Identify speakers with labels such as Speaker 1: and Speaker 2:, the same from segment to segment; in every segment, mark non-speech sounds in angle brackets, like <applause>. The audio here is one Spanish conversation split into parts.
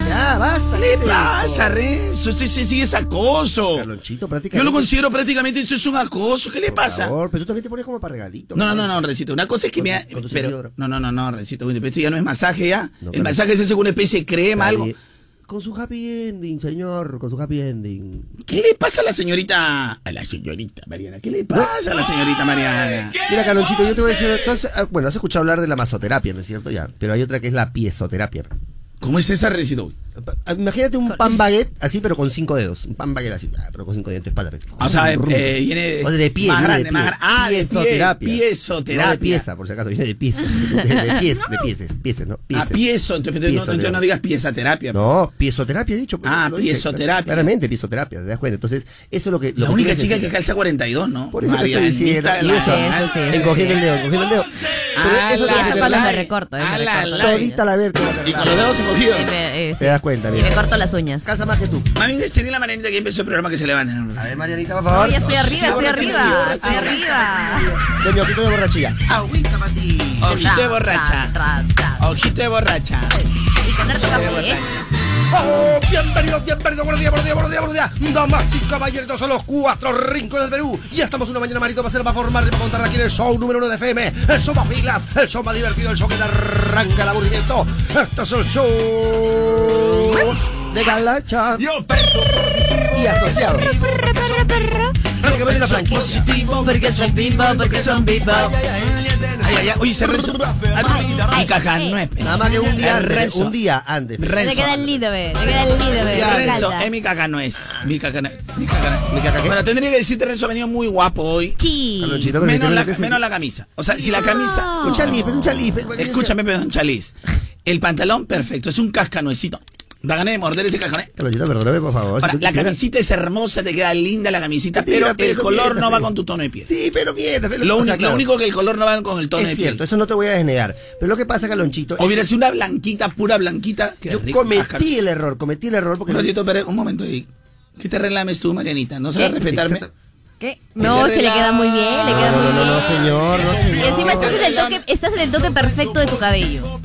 Speaker 1: Ah, basta.
Speaker 2: ¿Qué
Speaker 1: es
Speaker 2: le pasa, Renzo? Sí, sí, sí, es acoso.
Speaker 1: Carlonchito,
Speaker 2: Yo
Speaker 1: prácticamente.
Speaker 2: lo considero prácticamente eso es un acoso. ¿Qué le
Speaker 1: Por
Speaker 2: pasa?
Speaker 1: favor, pero tú también te pones como para regalito.
Speaker 2: No, no, no, no, Rencito. Una cosa es que me
Speaker 1: Con tu-
Speaker 2: ha-
Speaker 1: con tu
Speaker 2: Pero,
Speaker 1: servidor.
Speaker 2: no, no, no, no, Rencito. Esto ya no es masaje ya.
Speaker 1: No,
Speaker 2: el
Speaker 1: claro.
Speaker 2: masaje es hace con una especie de crema, algo.
Speaker 1: Dale. Con su happy ending, señor, con su happy ending.
Speaker 2: ¿Qué le pasa a la señorita. A la señorita Mariana. ¿Qué le pasa a la señorita Mariana?
Speaker 1: Mira, Carlonchito, yo te voy a decir. tú has- ah, bueno, has escuchado hablar de la masoterapia, ¿no es cierto? Ya. Pero hay otra que es la piezoterapia.
Speaker 2: ¿Cómo es esa, Rencito?
Speaker 1: Pa- ah, Imagínate un pan baguette así, pero con cinco dedos. Un pan baguette así, ah, pero con cinco dedos en tu espalda. pues.
Speaker 2: O sea, eh, eh, viene
Speaker 1: O sea, de pie,
Speaker 2: más
Speaker 1: no
Speaker 2: grande,
Speaker 1: de pie.
Speaker 2: más grande. Ah, de pie,
Speaker 1: Piezoterapia.
Speaker 2: piezoterapia.
Speaker 1: No de pieza, por si acaso, viene
Speaker 2: <laughs>
Speaker 1: de pieza. De, de pies, de pieces, pieces, ¿no?
Speaker 2: Ah,
Speaker 1: Pieces.
Speaker 2: piezo. Entonces, no,
Speaker 1: Piezoterapia.
Speaker 2: entonces no digas pieza terapia.
Speaker 1: No, piezoterapia he dicho. pues,
Speaker 2: Ah,
Speaker 1: lo dije,
Speaker 2: piezoterapia.
Speaker 1: Claramente, piezoterapia, te das cuenta. Entonces, eso es lo que. Lo
Speaker 2: la
Speaker 1: que
Speaker 2: única
Speaker 1: tú
Speaker 2: chica que
Speaker 1: necesitas.
Speaker 2: calza 42, ¿no?
Speaker 1: Por eso te estoy diciendo.
Speaker 2: Marianita
Speaker 1: Y
Speaker 2: de
Speaker 1: eso,
Speaker 2: la-
Speaker 3: Eso sí, eso
Speaker 1: encogiendo
Speaker 3: sí.
Speaker 1: el dedo, encogiendo el dedo. Pero
Speaker 2: Ah,
Speaker 1: eso es lo
Speaker 2: la-
Speaker 1: que te
Speaker 3: Eso cuando
Speaker 1: da
Speaker 3: me recorto, yo me
Speaker 2: Ah, la-
Speaker 3: recorto.
Speaker 2: la-
Speaker 1: todita la verga.
Speaker 2: Y con los dedos encogidos.
Speaker 3: Sí, me- eh,
Speaker 1: Te
Speaker 3: sí.
Speaker 1: das cuenta,
Speaker 3: Y me
Speaker 1: mira.
Speaker 3: corto las uñas.
Speaker 1: Calza más que tú.
Speaker 2: Más bien sería la Marianita que empezó el programa que se levanta.
Speaker 1: A ver, Marianita, por
Speaker 3: No,
Speaker 1: favor.
Speaker 3: ya estoy arriba, estoy
Speaker 2: borrachina, sí,
Speaker 3: arriba, estoy
Speaker 2: borrachina.
Speaker 3: arriba.
Speaker 1: De mi ojito de borrachilla. Agüita para ti.
Speaker 2: Ojito de
Speaker 3: Tra,
Speaker 2: borracha.
Speaker 3: tra, tra, tra.
Speaker 2: Ojito de borracha.
Speaker 3: Y con
Speaker 2: Ojito
Speaker 3: harto
Speaker 2: de
Speaker 3: café, ¿eh?
Speaker 2: borracha.
Speaker 1: ¡Oh! Bienvenidos, bienvenidos, buenos días, buenos días, buenos días, buenos días. Damas y caballeros, estos son los cuatro rincones del Perú. Ya estamos una mañana, marito, para hacer, para formar, para contar aquí en el show número uno de FM. El show más pilas, el show más divertido, el show que te arranca el aburrimiento. Este es el show de Galacha
Speaker 4: Yo peso
Speaker 1: y asociados. Porque viene la franquicia.
Speaker 2: Positivo,
Speaker 3: Porque son bimbo, porque son bimbo.
Speaker 1: Ay, ay, ay.
Speaker 2: Ay, ay, ay. Oye, se rezo.
Speaker 1: Ay,
Speaker 2: Y caja no es.
Speaker 1: Nada más que un
Speaker 2: El
Speaker 1: día antes,
Speaker 2: rezo.
Speaker 1: un día antes.
Speaker 3: Te
Speaker 2: Renzo.
Speaker 3: queda el lido, ve. Te queda el lido, ve.
Speaker 1: Ya,
Speaker 3: me
Speaker 2: Renzo, Eh,
Speaker 3: encanta.
Speaker 2: es mi caca no es. Mi caca no es. Mi caca no es.
Speaker 1: ¿Mi caca qué?
Speaker 2: Bueno, tendría que decirte, Renzo ha venido muy guapo hoy.
Speaker 3: Sí.
Speaker 1: Carlonchito, pero
Speaker 2: Menos
Speaker 1: me
Speaker 2: la,
Speaker 1: tiene
Speaker 2: menos la camisa. O sea, si la camisa.
Speaker 1: Un chalipe, es un chalipe.
Speaker 2: Escúchame, perdón, Chaliz. El pantalón perfecto, es un cascanuecito. Da ganas de morder ese cascanuez.
Speaker 1: Carlonchito, perdóname, por favor. si
Speaker 2: Ahora,
Speaker 1: tú
Speaker 2: la
Speaker 1: quisieras-
Speaker 2: camisita es hermosa, te queda linda la camisita,
Speaker 1: Mentira,
Speaker 2: pero el
Speaker 1: pero
Speaker 2: color
Speaker 1: mierda,
Speaker 2: no va
Speaker 1: pero-
Speaker 2: con tu tono de piel.
Speaker 1: Sí, pero mierda. pero-
Speaker 2: Lo,
Speaker 1: o
Speaker 2: único,
Speaker 1: sea,
Speaker 2: lo
Speaker 1: claro,
Speaker 2: único que el color no va con el tono de
Speaker 1: es cierto,
Speaker 2: piel.
Speaker 1: eso no te voy a desnegar. Pero lo que pasa, Calonchito,
Speaker 2: O hubiera sido una blanquita, pura blanquita. qué
Speaker 1: yo
Speaker 2: rico, cascanu-
Speaker 1: cometí el error, cometí el error porque...
Speaker 2: Un ratito, pero un momento. ¿y ¿Qué te relames tú, Marianita? ¿No sabes
Speaker 3: ¿Qué?
Speaker 2: respetarme?
Speaker 1: Exacto. Ah,
Speaker 3: ¿Qué? No, es que le queda muy bien, le
Speaker 1: No,
Speaker 3: queda
Speaker 1: no,
Speaker 3: muy
Speaker 1: no,
Speaker 3: bien.
Speaker 1: no, no, señor, no,
Speaker 3: Y
Speaker 1: señor.
Speaker 3: encima estás en el toque, estás en el toque perfecto de tu cabello.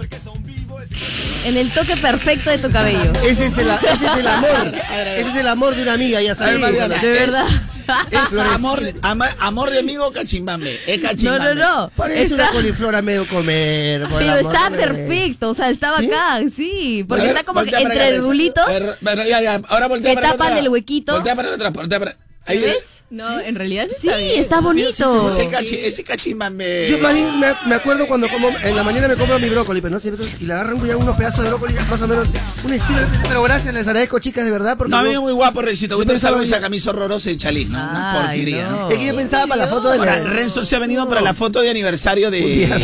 Speaker 3: En el toque perfecto de tu cabello.
Speaker 1: Ese es, el, ese es
Speaker 2: <laughs>
Speaker 1: el amor, ese es el amor de una amiga, ya
Speaker 2: A ver,
Speaker 1: sabes.
Speaker 2: Mariana,
Speaker 3: de
Speaker 2: es-
Speaker 3: <laughs> verdad.
Speaker 2: Es, amor, ama- amor de amigo cachimbambe. Es
Speaker 3: No, no,
Speaker 2: cachimbambe.
Speaker 3: no.
Speaker 1: Parece una
Speaker 3: Está-
Speaker 1: coliflor a medio comer. por el
Speaker 3: pero
Speaker 1: amor
Speaker 3: está
Speaker 1: de-
Speaker 3: perfecto, o sea, está
Speaker 1: ¿Sí?
Speaker 3: bacán, sí. Porque
Speaker 2: A ver,
Speaker 3: está como que
Speaker 2: voltea para
Speaker 3: entre
Speaker 2: acá, Renzo.
Speaker 3: rulitos.
Speaker 2: A ver, bueno, ya, ya, Ahora voltea
Speaker 3: que
Speaker 2: para la
Speaker 3: tapan
Speaker 2: otra.
Speaker 3: el huequito.
Speaker 2: Voltea para la otra. Voltea para... Ahí
Speaker 3: ¿Ves?
Speaker 5: No, en realidad
Speaker 3: Sí, está bonito.
Speaker 2: Ese, cachi, ese cachimbambe.
Speaker 1: Yo más bien me, me acuerdo cuando como en la mañana me compro mi brócoli, pero no sé, y le agarran ya unos pedazos de brócoli, más o menos un estilo. Pero gracias, les agradezco, chicas, de verdad, porque
Speaker 2: No ha
Speaker 1: yo-
Speaker 2: venido muy guapo, Rencito. Usted
Speaker 1: pensaba
Speaker 2: sabe esa
Speaker 1: que-
Speaker 2: camisa horrorosa de Chalís, ¿no? Una
Speaker 3: Ay,
Speaker 2: porquería, ¿no?
Speaker 3: no.
Speaker 1: es que yo pensaba para la foto de la...
Speaker 2: Ahora, Renzo se ha venido para la foto de aniversario
Speaker 1: Un
Speaker 2: de,
Speaker 1: día.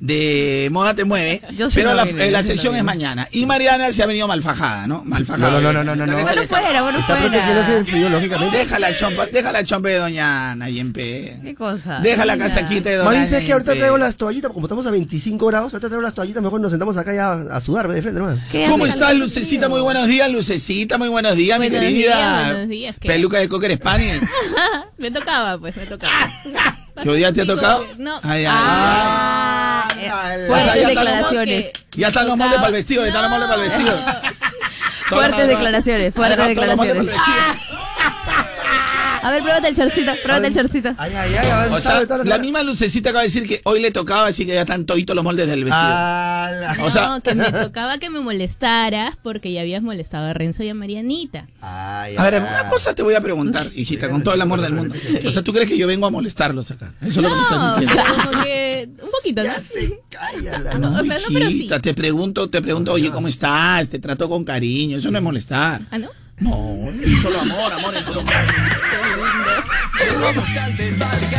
Speaker 2: de Moda Te
Speaker 1: <laughs>
Speaker 2: Mueve,
Speaker 3: Yo sí
Speaker 2: pero
Speaker 3: no
Speaker 2: la,
Speaker 3: vine,
Speaker 2: eh,
Speaker 3: yo
Speaker 2: la
Speaker 3: sí no
Speaker 2: sesión
Speaker 3: vine.
Speaker 2: es mañana. Y Mariana se ha venido malfajada, ¿no? Malfajada.
Speaker 1: No, no, no, no, no, no,
Speaker 2: La que se
Speaker 1: no.
Speaker 3: Bueno
Speaker 2: le
Speaker 3: fuera, bueno
Speaker 1: Está
Speaker 3: fuera.
Speaker 1: protegiéndose del frío, lógicamente.
Speaker 2: Deja la chompa, deja la chompa de Doña Nayempe.
Speaker 3: ¿Qué cosa?
Speaker 2: Deja la
Speaker 3: Mira.
Speaker 2: casaquita de Doña
Speaker 1: Mami, ¿sabes que ahorita
Speaker 2: Nayempe.
Speaker 1: traigo las toallitas? Como estamos a 25 grados, ahorita traigo las toallitas, mejor nos sentamos acá ya a sudar de frente, hermano.
Speaker 3: ¿Qué
Speaker 2: ¿Cómo
Speaker 3: hace
Speaker 2: estás,
Speaker 3: calor,
Speaker 2: Lucecita?
Speaker 3: tío?
Speaker 2: Muy buenos días, Lucecita. Muy buenos días, mi
Speaker 5: Buenos
Speaker 2: querida.
Speaker 5: días, buenos días, ¿qué?
Speaker 2: Peluca de Cocker Spaniel.
Speaker 5: <laughs> Me tocaba, pues, me tocaba.
Speaker 2: <laughs> ¿Qué día Ah, te ha tocado?
Speaker 5: No.
Speaker 2: Ay, ay,
Speaker 3: Ah, eh,
Speaker 1: Ala.
Speaker 2: O sea,
Speaker 3: fuertes
Speaker 2: ya está
Speaker 3: declaraciones.
Speaker 2: ay. Ya están los moldes para el vestido, ya están los moldes para el
Speaker 5: <laughs>
Speaker 2: vestido. Todo
Speaker 3: Fuertes
Speaker 2: mal, ¿no?
Speaker 3: declaraciones, fuertes
Speaker 2: Ah, no, todo mal,
Speaker 3: declaraciones.
Speaker 2: todo mal.
Speaker 3: A ver, pruébate el shortcito, pruébate el shortcito.
Speaker 1: Ay, ay, ay,
Speaker 2: O
Speaker 1: avanzado
Speaker 2: sea,
Speaker 1: de todas
Speaker 2: la
Speaker 1: las
Speaker 2: misma lucecita acaba de decir que hoy le tocaba, así que ya están toditos los moldes del vestido.
Speaker 5: Ah,
Speaker 1: Ala.
Speaker 2: o sea,
Speaker 5: no, que me tocaba que me molestaras porque ya habías molestado a Renzo y a Marianita.
Speaker 1: Ay,
Speaker 2: a ver,
Speaker 1: ay.
Speaker 2: una cosa te voy a preguntar, hijita, con todo el amor del mundo. O sea, ¿tú crees que yo vengo a molestarlos acá? Eso es lo que me estás
Speaker 5: No,
Speaker 2: diciendo.
Speaker 5: como que un poquito, ¿no?
Speaker 1: Ya se calla la-
Speaker 5: No, <laughs> o sea, no, pero sí.
Speaker 2: Hijita, te pregunto, te pregunto, oye, ¿cómo estás? Te trato con cariño, eso no es molestar.
Speaker 5: ¿Ah, no?
Speaker 2: No, solo amor, amor en todo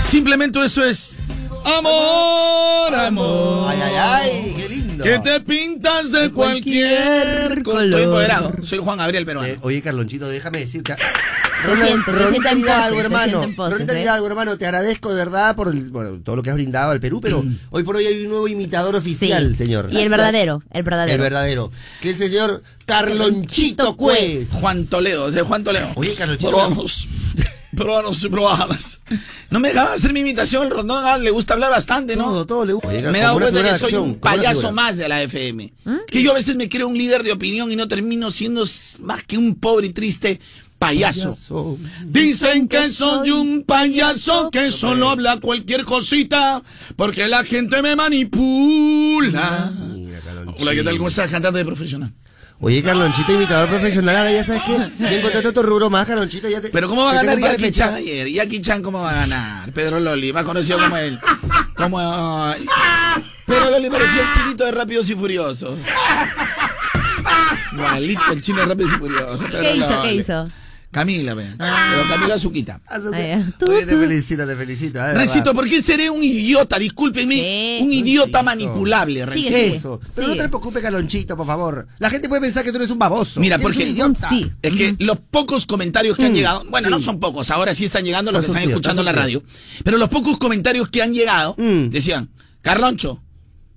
Speaker 2: Simplemente eso es amor, amor.
Speaker 1: Ay, ay, ay, qué lindo.
Speaker 2: Que te pintas de cualquier color.
Speaker 3: cualquier color.
Speaker 2: Estoy empoderado. Soy Juan Gabriel peruano.
Speaker 1: Eh, oye, Carlonchito,
Speaker 2: <laughs>
Speaker 1: déjame decirte.
Speaker 3: siento, te siento
Speaker 1: Ronita
Speaker 3: en
Speaker 1: Hidalgo,
Speaker 3: poses, te
Speaker 1: hermano.
Speaker 3: siento en poses,
Speaker 1: Ronita
Speaker 3: ¿eh?
Speaker 1: Hidalgo, hermano, te agradezco de verdad por el- bueno, todo lo que has brindado al Perú,
Speaker 3: <clears throat>
Speaker 1: pero hoy por hoy hay un nuevo imitador oficial,
Speaker 3: Sí.
Speaker 1: señor.
Speaker 3: Y el verdadero, el verdadero.
Speaker 1: El verdadero. Que el señor Carlonchito Cuez.
Speaker 2: Juan Toledo, de Juan Toledo. <laughs>
Speaker 1: Oye, Carlos Chico.
Speaker 2: Vamos. probaron sus probadas. No me dejaban hacer mi imitación, el Rondón ah, le gusta hablar bastante, ¿no?
Speaker 1: Todo, todo le gusta. Oiga,
Speaker 2: me he dado
Speaker 1: como una
Speaker 2: cuenta que
Speaker 1: figura de
Speaker 2: soy
Speaker 1: acción,
Speaker 2: un
Speaker 1: como una
Speaker 2: payaso
Speaker 1: figura.
Speaker 2: más de la FM. Que yo a veces me creo un líder de opinión y no termino siendo s- más que un pobre y triste payaso.
Speaker 1: Payaso.
Speaker 2: Dicen que soy un payaso que solo habla cualquier cosita porque la gente me manipula.
Speaker 1: Ah, Mira, Carlonchito.
Speaker 2: Hola, ¿qué tal? ¿Cómo estás? Cantante de profesional.
Speaker 1: Oye, Carlonchito, imitador profesional, ahora ya sabes
Speaker 3: <laughs>
Speaker 1: que ya encontraste otro rubro más, Carlonchito. Ya te,
Speaker 2: Pero ¿cómo va a
Speaker 1: te
Speaker 2: ganar
Speaker 1: tengo para
Speaker 2: Jackie
Speaker 1: despechar.
Speaker 2: Chan ayer? Jackie Chan, ¿cómo va a ganar? Pedro Loli, más conocido como él. Como... ay. Pedro Loli parecía el chinito de Rápidos y
Speaker 1: <laughs>
Speaker 2: Furiosos. Igualito el chino de Rápidos y Furiosos. Pedro
Speaker 3: ¿Qué hizo?
Speaker 2: Loli.
Speaker 3: ¿Qué hizo?
Speaker 2: Camila, ve.
Speaker 1: Ah.
Speaker 2: Pero Camila Zuquita.
Speaker 1: Azúcar.
Speaker 3: Ahí va. Tú,
Speaker 1: Oye, te
Speaker 3: tú.
Speaker 1: felicito, te felicito. de verdad.
Speaker 2: Recito, ¿por qué seré un idiota? Discúlpenme.
Speaker 5: ¿Qué?
Speaker 2: Un idiota manipulable, Rencito.
Speaker 3: Sigue, sigue.
Speaker 1: Eso. Pero no
Speaker 3: Sigue.
Speaker 1: te preocupes, Carlonchito, por favor. La gente puede pensar que tú eres un baboso.
Speaker 2: Mira,
Speaker 1: Eres
Speaker 2: porque-
Speaker 1: un idiota. Mm.
Speaker 3: Sí.
Speaker 2: Es que los pocos comentarios que han llegado, bueno, no son pocos, ahora sí están llegando los que
Speaker 1: Está
Speaker 2: están
Speaker 1: surtido,
Speaker 2: escuchando
Speaker 1: está
Speaker 2: la radio, pero los pocos comentarios que han llegado
Speaker 1: Mm.
Speaker 2: decían, Carloncho,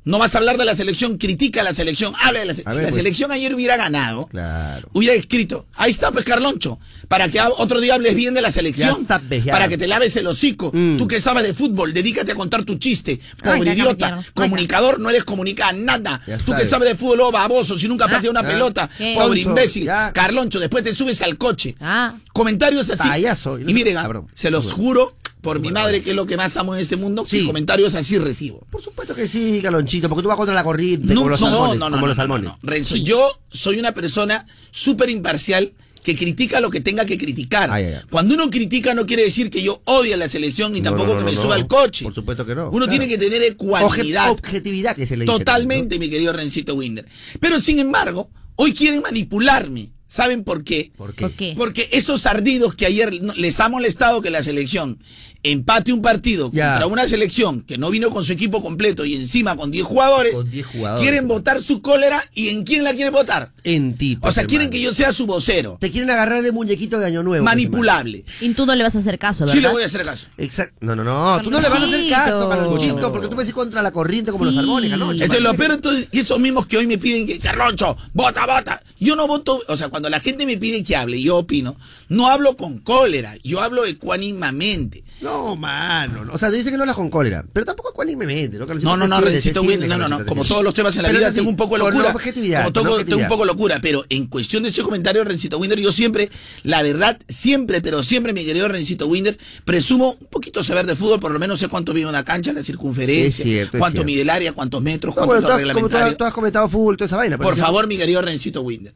Speaker 2: no vas a hablar de la selección, critica a la selección, habla de la selección.
Speaker 1: A
Speaker 2: Si
Speaker 1: ver,
Speaker 2: la
Speaker 1: pues.
Speaker 2: selección ayer hubiera ganado,
Speaker 1: Claro.
Speaker 2: hubiera escrito, ahí está pues Carloncho, para que a- otro día hables bien de la selección,
Speaker 1: Ya sabes, ya.
Speaker 2: para que te laves el hocico,
Speaker 1: Mm.
Speaker 2: tú que sabes de fútbol, dedícate a contar tu chiste,
Speaker 3: Ay,
Speaker 2: pobre
Speaker 3: ya, ya,
Speaker 2: idiota,
Speaker 3: ya, ya.
Speaker 2: comunicador, no eres comunicada nada,
Speaker 1: Ya
Speaker 2: tú que
Speaker 1: sabes. Ah,
Speaker 2: sabes de fútbol, oh, baboso, si nunca has pateado una
Speaker 1: ya.
Speaker 2: pelota,
Speaker 3: ¿Qué?
Speaker 2: pobre
Speaker 1: Sonso,
Speaker 2: imbécil,
Speaker 1: ya.
Speaker 2: Carloncho, después te subes al coche,
Speaker 3: Ah.
Speaker 2: comentarios así,
Speaker 1: Payaso.
Speaker 2: y miren, ah,
Speaker 1: Cabrón.
Speaker 2: se los juro, por mi madre, que es lo que más amo en este mundo,
Speaker 1: Sí.
Speaker 2: que comentarios así recibo.
Speaker 1: Por supuesto que sí, Carlonchito, porque tú vas contra la corriente, como los salmones. como los salmones.
Speaker 2: no, no. Renzo, yo soy una persona súper imparcial que critica lo que tenga que criticar.
Speaker 1: Ay, ay, ay.
Speaker 2: Cuando uno critica no quiere decir que yo odie a la selección ni
Speaker 1: No,
Speaker 2: tampoco
Speaker 1: no,
Speaker 2: que
Speaker 1: no,
Speaker 2: me
Speaker 1: no.
Speaker 2: suba al coche.
Speaker 1: Por supuesto que no,
Speaker 2: Uno
Speaker 1: claro.
Speaker 2: tiene que tener
Speaker 1: Oje-
Speaker 2: ecuanimidad.
Speaker 1: objetividad que se le dice.
Speaker 2: Totalmente, mi querido Rencito Winder. Pero sin embargo, hoy quieren manipularme. ¿Saben por qué?
Speaker 1: ¿no? ¿Por qué?
Speaker 3: ¿Por qué?
Speaker 2: Porque esos ardidos que ayer no- les ha molestado que la selección empate un partido
Speaker 1: Ya.
Speaker 2: contra una selección que no vino con su equipo completo y encima con 10 jugadores,
Speaker 1: Con 10 jugadores.
Speaker 2: quieren votar su cólera y ¿en quién la quieren votar?
Speaker 1: En ti.
Speaker 2: O
Speaker 1: pues,
Speaker 2: sea, quieren
Speaker 1: hermano.
Speaker 2: que yo sea su vocero,
Speaker 1: Te quieren agarrar de muñequito de Año Nuevo. pues,
Speaker 2: manipulable.
Speaker 3: Y tú no le vas a hacer caso, ¿verdad?
Speaker 2: Sí le voy a hacer caso.
Speaker 1: hermano. Exacto. No, no, no. Tú no le vas a hacer caso,
Speaker 3: Carlonchito.
Speaker 1: Carlonchito, porque tú vas a ir contra la corriente como los
Speaker 3: Sí.
Speaker 1: salmones, Carloncho.
Speaker 2: Entonces, lo
Speaker 1: Imagínate.
Speaker 2: peor entonces, que esos mismos que hoy me piden que, Carloncho, vota, vota. Yo no voto, o sea, cuando la gente me pide que hable, yo opino, no hablo con cólera, yo hablo ecuánimamente.
Speaker 1: No, mano. no. O sea, dice que no hablas con cólera. Pero tampoco ecuánimemente, ¿no?
Speaker 2: No,
Speaker 1: Carlonchito?
Speaker 2: no, no,
Speaker 1: Te
Speaker 2: Rencito
Speaker 1: defiende,
Speaker 2: Winder, no, no, no.
Speaker 1: Carlonchito,
Speaker 2: Como
Speaker 1: te
Speaker 2: todos los temas en la
Speaker 1: Pero
Speaker 2: vida,
Speaker 1: eso sí,
Speaker 2: tengo un poco de
Speaker 1: con
Speaker 2: locura.
Speaker 1: objetividad,
Speaker 2: Como
Speaker 1: con
Speaker 2: tengo, tengo un
Speaker 1: objetividad.
Speaker 2: poco de locura, pero en cuestión de ese comentario, Rencito Winder, yo siempre, la verdad, siempre, pero siempre, mi querido Rencito Winder, presumo un poquito saber de fútbol, por lo menos sé cuánto mide una cancha, la circunferencia,
Speaker 1: Es cierto, es
Speaker 2: cuánto
Speaker 1: cierto.
Speaker 2: mide el área, cuántos metros,
Speaker 1: No,
Speaker 2: cuánto
Speaker 1: bueno,
Speaker 2: es
Speaker 1: tú
Speaker 2: lo
Speaker 1: has, como tú,
Speaker 2: reglamentario.
Speaker 1: has, tú has comentado fútbol, toda esa vaina. pero
Speaker 2: Por
Speaker 1: yo-
Speaker 2: favor, mi querido Rencito Winder.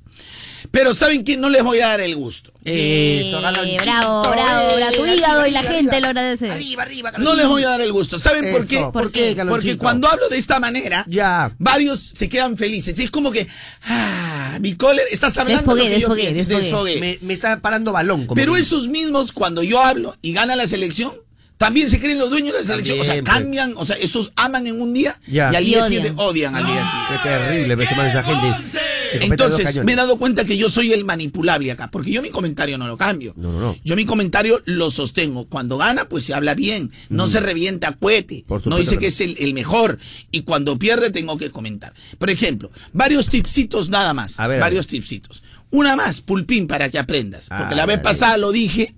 Speaker 2: Pero ¿saben que No les voy a dar el gusto.
Speaker 1: Eso,
Speaker 3: Eh,
Speaker 1: Carlonchito.
Speaker 3: bravo, bravo,
Speaker 4: eh,
Speaker 3: bravo. Tu
Speaker 1: Arriba,
Speaker 3: hígado y la
Speaker 1: arriba,
Speaker 3: gente
Speaker 1: arriba.
Speaker 3: lo agradece.
Speaker 1: Arriba, arriba,
Speaker 2: No
Speaker 1: Carlonchito.
Speaker 2: les voy a dar el gusto. ¿Saben por
Speaker 1: Eso,
Speaker 2: qué?
Speaker 1: ¿Por qué,
Speaker 2: Porque
Speaker 1: Carlonchito?
Speaker 2: cuando hablo de esta manera,
Speaker 1: Ya.
Speaker 2: varios se quedan felices. Es como que, ah, mi cólera, estás hablando
Speaker 3: Desfogué,
Speaker 2: lo que yo
Speaker 3: desfogué,
Speaker 2: pienso,
Speaker 3: desfogué.
Speaker 1: Me, me está parando balón. como
Speaker 2: Pero
Speaker 1: que-
Speaker 2: esos mismos, cuando yo hablo y gana la selección, también se creen los dueños de la selección. o sea,
Speaker 1: También, pues.
Speaker 2: cambian, o sea, esos aman en un día
Speaker 1: Ya. Ah.
Speaker 2: y al
Speaker 3: Y
Speaker 2: día
Speaker 3: odian.
Speaker 2: siguiente odian al día siguiente.
Speaker 1: Qué terrible, me llaman esa gente. que comete dos
Speaker 2: Entonces,
Speaker 1: cañones.
Speaker 2: me he dado cuenta que yo soy el manipulable acá, porque yo mi comentario no lo cambio.
Speaker 1: No, no, no.
Speaker 2: Yo mi comentario lo sostengo. Cuando gana, pues se habla bien, no se revienta a cohete,
Speaker 1: Por supuesto
Speaker 2: no dice
Speaker 1: que
Speaker 2: que
Speaker 1: no.
Speaker 2: es el, el mejor, y cuando pierde tengo que comentar. Por ejemplo, varios tipsitos nada más,
Speaker 1: A ver, a
Speaker 2: varios tipsitos. Una más, pulpín, para que aprendas,
Speaker 1: Ah,
Speaker 2: porque la vez
Speaker 1: dale.
Speaker 2: pasada lo dije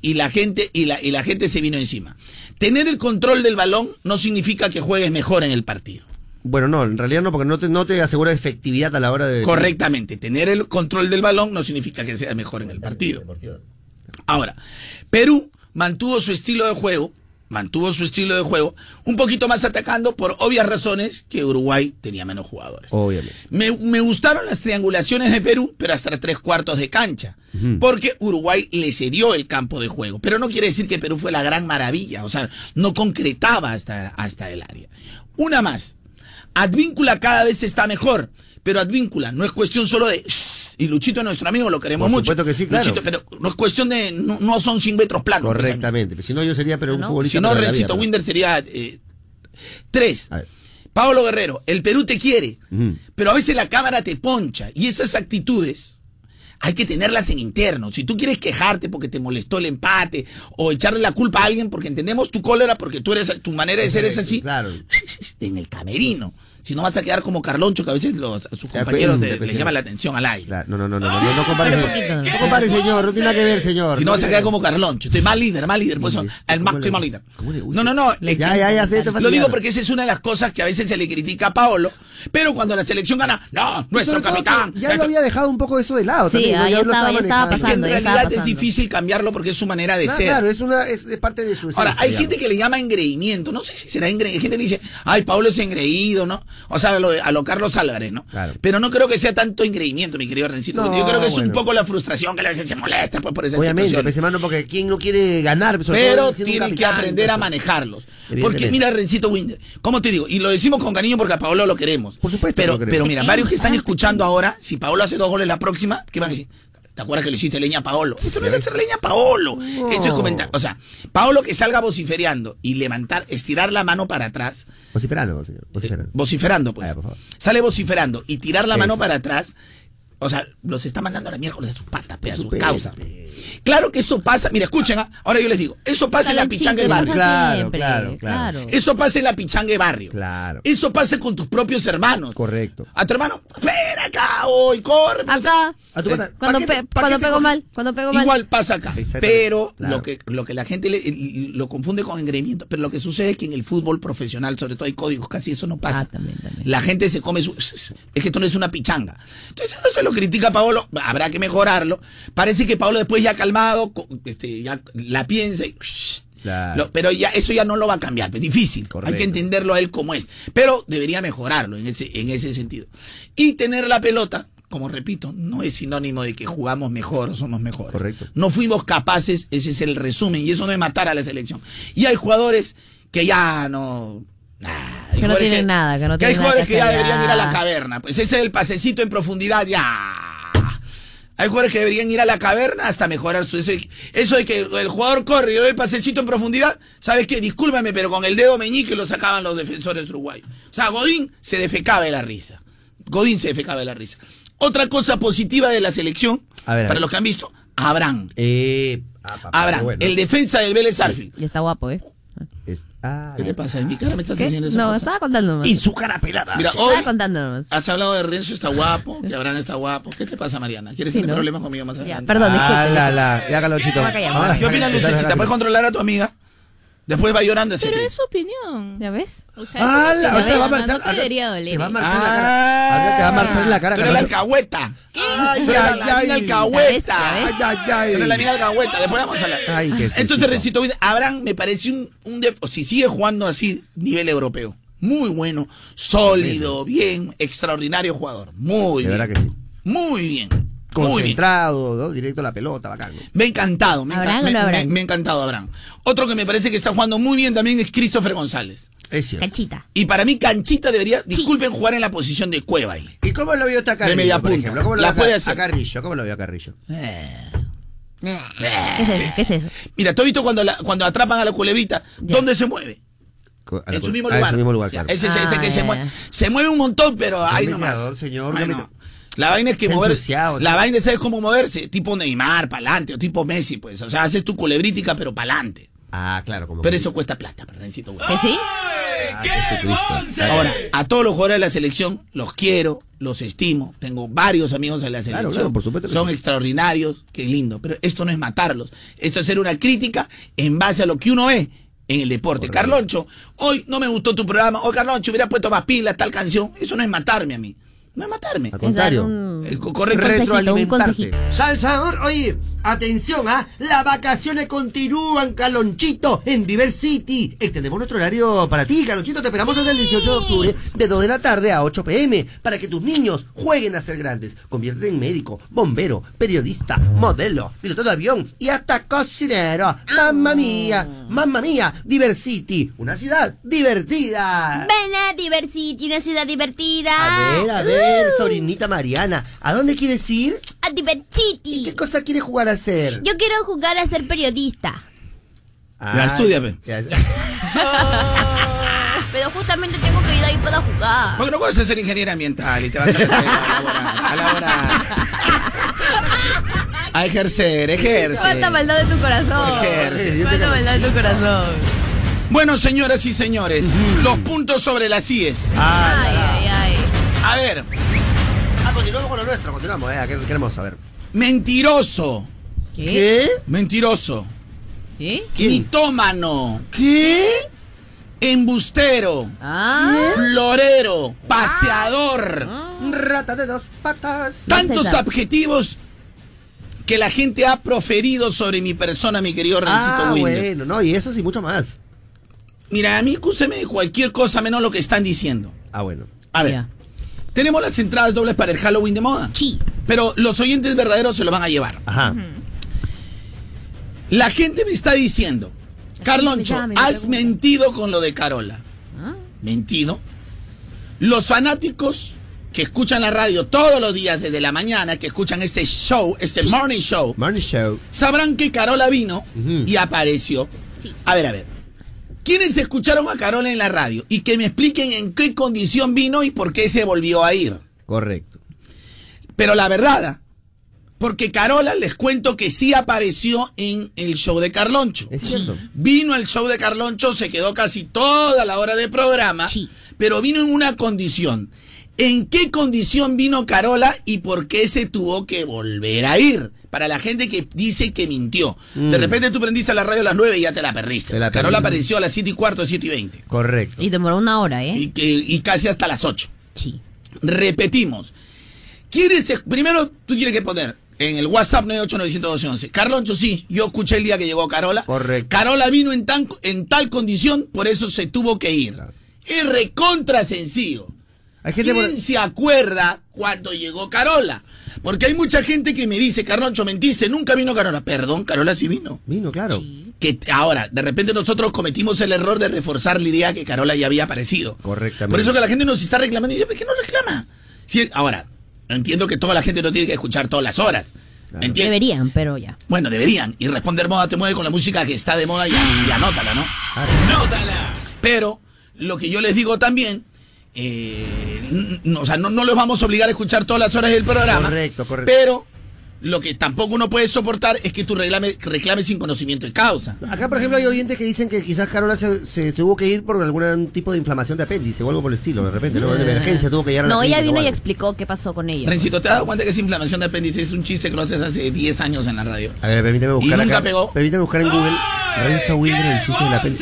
Speaker 2: y la gente y la, y la gente se vino encima. Tener el control del balón no significa que juegues mejor en el partido.
Speaker 1: Bueno, no, en realidad no, porque no te, no te asegura efectividad a la hora de.
Speaker 2: correctamente. Tener el control del balón no significa que sea mejor en el partido. Ahora, Perú mantuvo su estilo de juego, mantuvo su estilo de juego, un poquito más atacando por obvias razones que Uruguay tenía menos jugadores.
Speaker 1: Obviamente.
Speaker 2: Me, me gustaron las triangulaciones de Perú, pero hasta tres cuartos de cancha. Porque Uruguay le cedió el campo de juego. Pero no quiere decir que Perú fue la gran maravilla. O sea, no concretaba hasta, hasta el área. Una más. Advíncula cada vez está mejor. Pero Advíncula no es cuestión solo de... Y Luchito, nuestro amigo, lo queremos
Speaker 1: Por
Speaker 2: mucho.
Speaker 1: supuesto que sí, claro.
Speaker 2: Luchito, pero no es cuestión de... No, no son 100 metros planos. pues,
Speaker 1: Correctamente. pues, Si no, yo sería pero un
Speaker 3: No.
Speaker 1: futbolista.
Speaker 2: si no,
Speaker 1: pero de la
Speaker 2: Rencito
Speaker 1: vida,
Speaker 2: Winder sería eh, tres.
Speaker 1: A ver.
Speaker 2: Pablo Guerrero, el Perú te quiere,
Speaker 6: Mm.
Speaker 1: Ujú.
Speaker 2: pero a veces la cámara te poncha y esas actitudes hay que tenerlas en interno. Si tú quieres quejarte porque te molestó el empate o echarle la culpa a alguien porque entendemos tu cólera porque tú eres tu manera de ser es así
Speaker 1: Claro.
Speaker 2: en el camerino. Si no vas a quedar como Carloncho, que a veces los, sus
Speaker 1: Ya,
Speaker 2: compañeros
Speaker 1: pe-
Speaker 2: te-
Speaker 1: pe-
Speaker 2: les llaman la atención al aire.
Speaker 1: Claro, No, no, no, no, no, no, no compare,
Speaker 3: poquito,
Speaker 1: no compare, señor, no tiene nada que ver, señor.
Speaker 2: Si no vas a quedar
Speaker 1: tiene-
Speaker 2: como Carloncho. Estoy mal líder, mal líder. Por eso,
Speaker 1: ¿Cómo le-
Speaker 2: el máximo
Speaker 1: cómo le-
Speaker 2: líder.
Speaker 1: cómo le gusta?
Speaker 2: No, no, no.
Speaker 1: Ya,
Speaker 2: es que-
Speaker 1: ya, ya sé,
Speaker 2: Lo
Speaker 1: estoy
Speaker 2: digo
Speaker 1: fastidiado.
Speaker 2: porque esa es una de las cosas que a veces se le critica a Paolo. Pero cuando la selección gana, no,
Speaker 1: Y sobre
Speaker 2: nuestro
Speaker 1: todo que
Speaker 2: capitán.
Speaker 1: Ya lo
Speaker 2: nuestro-
Speaker 1: había dejado un poco eso de lado.
Speaker 3: Sí,
Speaker 1: también, ¿no?
Speaker 3: ah, ya
Speaker 1: lo
Speaker 3: estaba- ya estaba
Speaker 2: Es que en
Speaker 3: pasando, ya estaba
Speaker 2: realidad es
Speaker 3: pasando.
Speaker 2: difícil cambiarlo porque es su manera de
Speaker 1: Ah,
Speaker 2: ser.
Speaker 1: Claro, es, una, es, es parte de su
Speaker 2: Ahora,
Speaker 1: esencia,
Speaker 2: hay
Speaker 1: digamos.
Speaker 2: gente que le llama engreimiento. No sé si será engreído. Hay gente que dice, ay, Pablo es engreído, ¿no? O sea, a lo, a lo Carlos Álvarez, ¿no?
Speaker 1: Claro.
Speaker 2: Pero no creo que sea tanto engreimiento, mi querido Rencito.
Speaker 1: No,
Speaker 2: Yo creo que es un
Speaker 1: bueno.
Speaker 2: poco la frustración que a veces se molesta pues, por esa
Speaker 1: Obviamente,
Speaker 2: situación.
Speaker 1: pues, hermano, porque quien no quiere ganar, sobre
Speaker 2: Pero
Speaker 1: todo siendo un
Speaker 2: tienen que
Speaker 1: capitán,
Speaker 2: aprender a
Speaker 1: entonces.
Speaker 2: manejarlos. Porque
Speaker 1: Evidentemente.
Speaker 2: mira, Rencito Winder, ¿cómo te digo? Y lo decimos con cariño porque a Paolo lo queremos.
Speaker 1: Por supuesto que
Speaker 2: Pero,
Speaker 1: lo queremos.
Speaker 2: pero mira, varios que están escuchando ahora, si Paolo hace dos goles la próxima, ¿qué van a decir? ¿Te acuerdas que le hiciste leña a Paolo? Esto no es hacer leña a Paolo. Esto es comentar. O sea, Paolo que salga vociferando y levantar, estirar la mano para atrás,
Speaker 1: Vociferando, señor. Vociferando.
Speaker 2: vociferando, pues.
Speaker 1: Ah, por favor.
Speaker 2: Sale vociferando y tirar la mano
Speaker 1: Eso.
Speaker 2: para atrás. O sea, los está mandando a la miércoles a sus patas, pe, a sus
Speaker 1: supuesto,
Speaker 2: causas.
Speaker 1: pe.
Speaker 2: Claro que eso pasa. Mira, escuchen, ¿ah? ahora yo les digo, eso pasa en la
Speaker 5: Carlonchito,
Speaker 2: pichanga del barrio.
Speaker 1: Claro,
Speaker 5: siempre,
Speaker 1: claro, claro.
Speaker 2: Eso pasa en la pichanga de barrio.
Speaker 1: Claro.
Speaker 2: Eso pasa con tus propios hermanos.
Speaker 1: Correcto.
Speaker 2: A tu hermano, ven acá hoy, corre. pues".
Speaker 3: Acá,
Speaker 1: A tu pata,
Speaker 3: cuando,
Speaker 1: ¿pa' qué
Speaker 3: pe-
Speaker 1: te- pa'
Speaker 3: cuando
Speaker 1: qué te
Speaker 3: pego
Speaker 1: coge-
Speaker 3: mal, cuando pego mal.
Speaker 2: Igual pasa acá.
Speaker 1: Exactamente.
Speaker 2: Pero
Speaker 1: Claro.
Speaker 2: lo, que, lo que la gente le- eh, lo confunde con engreimiento. Pero lo que sucede es que en el fútbol profesional, sobre todo hay códigos, casi eso no pasa.
Speaker 5: Ah, también, también.
Speaker 2: La gente se come su. Es que esto no es una pichanga. Entonces no se lo critica a Paolo. Habrá que mejorarlo. Parece que Paolo después ya calmado, co- este, ya la piensa y.
Speaker 1: Claro.
Speaker 2: Lo- pero ya eso ya no lo va a cambiar, es difícil,
Speaker 1: Correcto.
Speaker 2: hay que entenderlo a él como es, pero debería mejorarlo en ese, en ese sentido. Y tener la pelota, como repito, no es sinónimo de que jugamos mejor o somos mejores.
Speaker 1: Correcto.
Speaker 2: No fuimos capaces, ese es el resumen, y eso no es matar a la selección. Y hay jugadores que ya no... ah, hay
Speaker 3: Que no
Speaker 2: jugadores
Speaker 3: tienen nada, que no
Speaker 2: hay
Speaker 3: tienen nada
Speaker 2: jugadores
Speaker 3: que
Speaker 2: que ya
Speaker 3: hacer, Ah.
Speaker 2: deberían
Speaker 3: ya.
Speaker 2: ir a la caverna, pues ese es el pasecito en profundidad, ya... Hay jugadores que deberían ir a la caverna hasta mejorar su. Eso, de- eso de que el jugador corre y le doy el pasecito en profundidad, ¿sabes qué? Discúlpame, pero con el dedo meñique lo sacaban los defensores uruguayos. O sea, Godín se defecaba de la risa. Godín se defecaba de la risa. Otra cosa positiva de la selección,
Speaker 1: A ver, a
Speaker 2: para
Speaker 1: ver.
Speaker 2: los que han visto, Abraham.
Speaker 1: Eh, ah, papá,
Speaker 2: Abraham,
Speaker 1: bueno.
Speaker 2: el defensa del Vélez Arfi.
Speaker 3: Y está guapo, ¿eh?
Speaker 1: Es- ah,
Speaker 2: ¿Qué te pasa? ¿En mi cara me estás
Speaker 3: ¿Qué?
Speaker 2: haciendo esa
Speaker 3: No,
Speaker 2: cosa?
Speaker 3: estaba contando nomás.
Speaker 1: Y su cara pelada.
Speaker 2: Mira, hoy
Speaker 3: Estaba contando nomás.
Speaker 2: has hablado de Renzo está guapo, que Abraham está guapo. ¿Qué te pasa, Mariana? ¿Quieres
Speaker 3: Sí,
Speaker 2: tener
Speaker 3: ¿no?
Speaker 2: problemas conmigo más
Speaker 3: Ya,
Speaker 2: adelante?
Speaker 3: perdón,
Speaker 1: ah,
Speaker 3: disculpe.
Speaker 1: la, la. Ya, Carlonchito.
Speaker 3: Ya, calla,
Speaker 1: Ah,
Speaker 2: ¿Qué opinas,
Speaker 1: dale,
Speaker 2: Lucecita?
Speaker 1: dale.
Speaker 2: ¿Puedes controlar a tu amiga? Después Pues va llorando hacia
Speaker 5: Pero
Speaker 2: ti.
Speaker 5: es su opinión.
Speaker 3: ¿Ya ves?
Speaker 5: O sea,
Speaker 1: Ah,
Speaker 5: es
Speaker 1: la,
Speaker 5: su opinión,
Speaker 1: ahorita va a
Speaker 5: no
Speaker 1: marchar.
Speaker 5: te debería
Speaker 1: ahorita
Speaker 5: doler.
Speaker 1: Te va a
Speaker 5: ¿eh?
Speaker 1: marchar
Speaker 2: Ah.
Speaker 1: la cara. Ahorita te va a marchar la cara.
Speaker 2: Tú eres la
Speaker 1: Carlonchito.
Speaker 2: alcahueta. ¿Qué? Ay,
Speaker 1: Ay,
Speaker 2: ay,
Speaker 1: ay,
Speaker 2: ay,
Speaker 3: ¿Ya ves?
Speaker 2: alcahueta.
Speaker 3: ¿Ya
Speaker 1: Ay, ay, ay.
Speaker 2: Tú eres la amiga alcahueta. Después vamos a hablar.
Speaker 1: Ay, Jesús.
Speaker 2: Entonces, Rencito, Abraham me parece un, un def- o si sigue jugando así, nivel europeo. Muy bueno, sólido, bien, extraordinario jugador. Muy
Speaker 1: De
Speaker 2: bien.
Speaker 1: verdad que sí.
Speaker 2: Muy bien. Muy bien.
Speaker 1: Concentrado, ¿no? directo a la pelota, bacán. ¿no?
Speaker 2: Me ha encantado, me,
Speaker 3: ¿Abraham
Speaker 2: encanta-
Speaker 3: o
Speaker 2: me,
Speaker 3: no Abraham?
Speaker 2: me- me ha encantado Abraham. Otro que me parece que está jugando muy bien también es Christopher González.
Speaker 1: Es cierto.
Speaker 3: Canchita.
Speaker 2: Y para mí Canchita debería, disculpen, jugar en la posición de Cueva ahí.
Speaker 1: ¿Y cómo lo vio esta Carrillo?
Speaker 2: media
Speaker 1: por
Speaker 2: punta.
Speaker 1: ejemplo? ¿Cómo lo
Speaker 2: La
Speaker 1: vio a
Speaker 2: puede
Speaker 1: Car-
Speaker 2: hacer.
Speaker 1: a Carrillo? ¿Cómo lo vio a Carrillo?
Speaker 3: Eh. ¿Qué es eso? ¿Qué es eso?
Speaker 2: Eh. Mira, ¿tú has visto cuando, la- cuando atrapan a la culebrita?
Speaker 3: Ya.
Speaker 2: ¿Dónde se mueve?
Speaker 1: Co- a la
Speaker 2: En su
Speaker 1: col-
Speaker 2: mismo
Speaker 1: ah,
Speaker 2: lugar.
Speaker 1: En su mismo lugar,
Speaker 2: Ya,
Speaker 1: claro.
Speaker 2: ese es este
Speaker 3: Ah,
Speaker 2: que
Speaker 3: ya,
Speaker 2: se
Speaker 3: ya.
Speaker 2: mueve. Se mueve un montón, pero ahí
Speaker 1: me
Speaker 2: nomás.
Speaker 1: quedo, señor,
Speaker 2: Ay,
Speaker 1: yo me
Speaker 2: no.
Speaker 1: quedo.
Speaker 2: La vaina es que
Speaker 1: Está
Speaker 2: mover.
Speaker 1: ensuciado,
Speaker 2: La
Speaker 1: sí.
Speaker 2: vaina es cómo moverse. Tipo Neymar, pa'lante, o tipo Messi, pues. O sea, haces tu culebrítica, pero pa'lante.
Speaker 1: Ah, claro, como
Speaker 2: Pero
Speaker 1: que-
Speaker 2: eso cuesta plata, pero necesito güey.
Speaker 3: ¿Que sí?
Speaker 1: Ah, Jesucristo.
Speaker 2: Ahora, a todos los jugadores de la selección los quiero, los estimo. Tengo varios amigos en la selección.
Speaker 1: claro, por supuesto que
Speaker 2: Son
Speaker 1: sí.
Speaker 2: extraordinarios, qué lindo. Pero esto no es matarlos. Esto es hacer una crítica en base a lo que uno ve en el deporte.
Speaker 1: Correcto.
Speaker 2: Carloncho, hoy no me gustó tu programa. Hoy, Carloncho, hubiera puesto más pilas, tal canción. Eso no es matarme a mí. No es matarme.
Speaker 1: Al contrario.
Speaker 2: Eh, co- Correcto.
Speaker 3: Re-
Speaker 1: retroalimentarte.
Speaker 3: un consejito.
Speaker 1: Salsador, oye, atención, ¿ah? Las vacaciones continúan, Calonchito, en Viver City. Extendemos nuestro horario para ti, Calonchito. Te esperamos desde el 18 de octubre, de 2 de la tarde a 8 pm, para que tus niños jueguen a ser grandes. Conviértete en médico, bombero, periodista, modelo, piloto de avión y hasta cocinero. Mamma mía, mamma mía, Diver City, una ciudad divertida.
Speaker 3: Ven a Diversity, una ciudad divertida.
Speaker 1: A ver, a ver, sobrinita Mariana, ¿a dónde quieres ir?
Speaker 3: A
Speaker 1: ¿Y qué
Speaker 3: Diversity.
Speaker 1: cosa quieres jugar a hacer?
Speaker 3: Yo quiero jugar a ser periodista.
Speaker 2: Ya, estudia, pe.
Speaker 1: ya.
Speaker 4: Oh.
Speaker 3: Pero justamente tengo que ir ahí para jugar.
Speaker 2: ¿Por qué no puedes ser ingeniera ambiental y te vas a ejercer a laborar? A,
Speaker 3: <laughs>
Speaker 2: laborar? a ejercer, ejercer.
Speaker 3: maldad de tu corazón.
Speaker 2: Ejerce.
Speaker 1: Cuánta maldad
Speaker 3: de tu corazón.
Speaker 2: Bueno, señoras y señores, los puntos sobre las IES.
Speaker 3: Ay, ay, ay.
Speaker 2: A ver,
Speaker 1: Ah, continuamos con lo nuestro, continuamos, eh, que- queremos saber.
Speaker 2: mentiroso,
Speaker 3: ¿Qué?
Speaker 2: mentiroso,
Speaker 3: ¿Qué?
Speaker 1: ¿Quién?
Speaker 2: mitómano,
Speaker 1: ¿Qué?
Speaker 2: embustero,
Speaker 3: Ah.
Speaker 2: florero, paseador.
Speaker 1: Rata de dos patas.
Speaker 2: Tantos
Speaker 3: Receta.
Speaker 2: adjetivos que la gente ha proferido sobre mi persona, mi querido Rencito
Speaker 1: Ah,
Speaker 2: Wilmer.
Speaker 1: bueno, no, y eso sí, mucho más.
Speaker 2: Mira, a mí acúseme de cualquier cosa menos lo que están diciendo.
Speaker 1: Ah, bueno.
Speaker 2: A ver,
Speaker 3: Ya.
Speaker 2: tenemos las entradas dobles para el Halloween de moda. Sí. Pero los oyentes verdaderos se lo van a llevar.
Speaker 1: Ajá.
Speaker 2: La gente me está diciendo, Carloncho,
Speaker 3: llama, me
Speaker 2: has
Speaker 3: pregunta.
Speaker 2: mentido con lo de Carola.
Speaker 3: Ah.
Speaker 2: Mentido. Los fanáticos que escuchan la radio todos los días desde la mañana, que escuchan este show, este morning show,
Speaker 1: Morning Show.
Speaker 2: sabrán que Carola vino
Speaker 1: Ujú.
Speaker 2: y apareció. A ver, a ver. ¿Quiénes escucharon a Carola en la radio? Y que me expliquen en qué condición vino y por qué se volvió a ir.
Speaker 1: Correcto.
Speaker 2: Pero la verdad, ah, porque Carola les cuento que sí apareció en el show de Carloncho.
Speaker 1: Es cierto.
Speaker 2: Vino al show de Carloncho, se quedó casi toda la hora de programa, pero vino en una condición. ¿En qué condición vino Carola y por qué se tuvo que volver a ir? Para la gente que dice que mintió. De repente tú prendiste la radio a las 9 y ya te la perdiste.
Speaker 1: Mm. Te la
Speaker 2: Carola
Speaker 1: perdí.
Speaker 2: apareció a las 7 y cuarto, 7 y 20.
Speaker 1: Correcto.
Speaker 3: Y demoró una hora, ¿eh?
Speaker 2: Y, que- y casi hasta las 8.
Speaker 3: Sí.
Speaker 2: Repetimos. ¿Quieres, es- primero tú tienes que poner en el WhatsApp 9891211. Carloncho, sí, yo escuché el día que llegó Carola.
Speaker 1: Correcto.
Speaker 2: Carola vino en, tan, en tal condición, por eso se tuvo que ir.
Speaker 1: Claro.
Speaker 2: Es recontra sencillo.
Speaker 1: Hay gente por-
Speaker 2: ¿Quién se acuerda cuando llegó Carola? Porque hay mucha gente que me dice, Carloncho, mentiste, nunca vino Carola. Perdón, Carola sí vino.
Speaker 1: Vino, claro.
Speaker 2: Que t- ahora, de repente nosotros cometimos el error de reforzar la idea que Carola ya había aparecido.
Speaker 1: Correctamente.
Speaker 2: Por eso que la gente nos está reclamando y dice, ¿por qué no reclama? Si, ahora, entiendo que toda la gente no tiene que escuchar todas las horas.
Speaker 1: Claro.
Speaker 2: Enti-
Speaker 3: Deberían, pero ya.
Speaker 2: Bueno, deberían. Y responder moda te mueve con la música que está de moda y, y anótala, ¿no?
Speaker 1: Ah.
Speaker 2: Anótala. Pero lo que yo les digo también, eh, n- n- o sea, no, no los vamos a obligar a escuchar todas las horas del programa.
Speaker 1: Correcto, correcto.
Speaker 2: Pero lo que tampoco uno puede soportar es que tú reclame- reclames sin conocimiento de causa.
Speaker 1: Acá, por ejemplo, hay oyentes que dicen que quizás Carola se, se tuvo que ir por algún tipo de inflamación de apéndice o algo por el estilo, de repente, ¿no? Una emergencia tuvo que llegar a la
Speaker 3: Mm. No, ella
Speaker 1: clínica o
Speaker 3: vino y
Speaker 1: algo.
Speaker 3: explicó qué pasó con ella.
Speaker 2: Rencito, ¿te has dado cuenta que esa inflamación de apéndice es un chiste que lo haces hace 10 años en la radio?
Speaker 1: A ver, permíteme buscar
Speaker 2: nunca
Speaker 1: acá.
Speaker 2: pegó.
Speaker 1: Permíteme buscar en Google. Renzo Wilder, el chiste de la peli.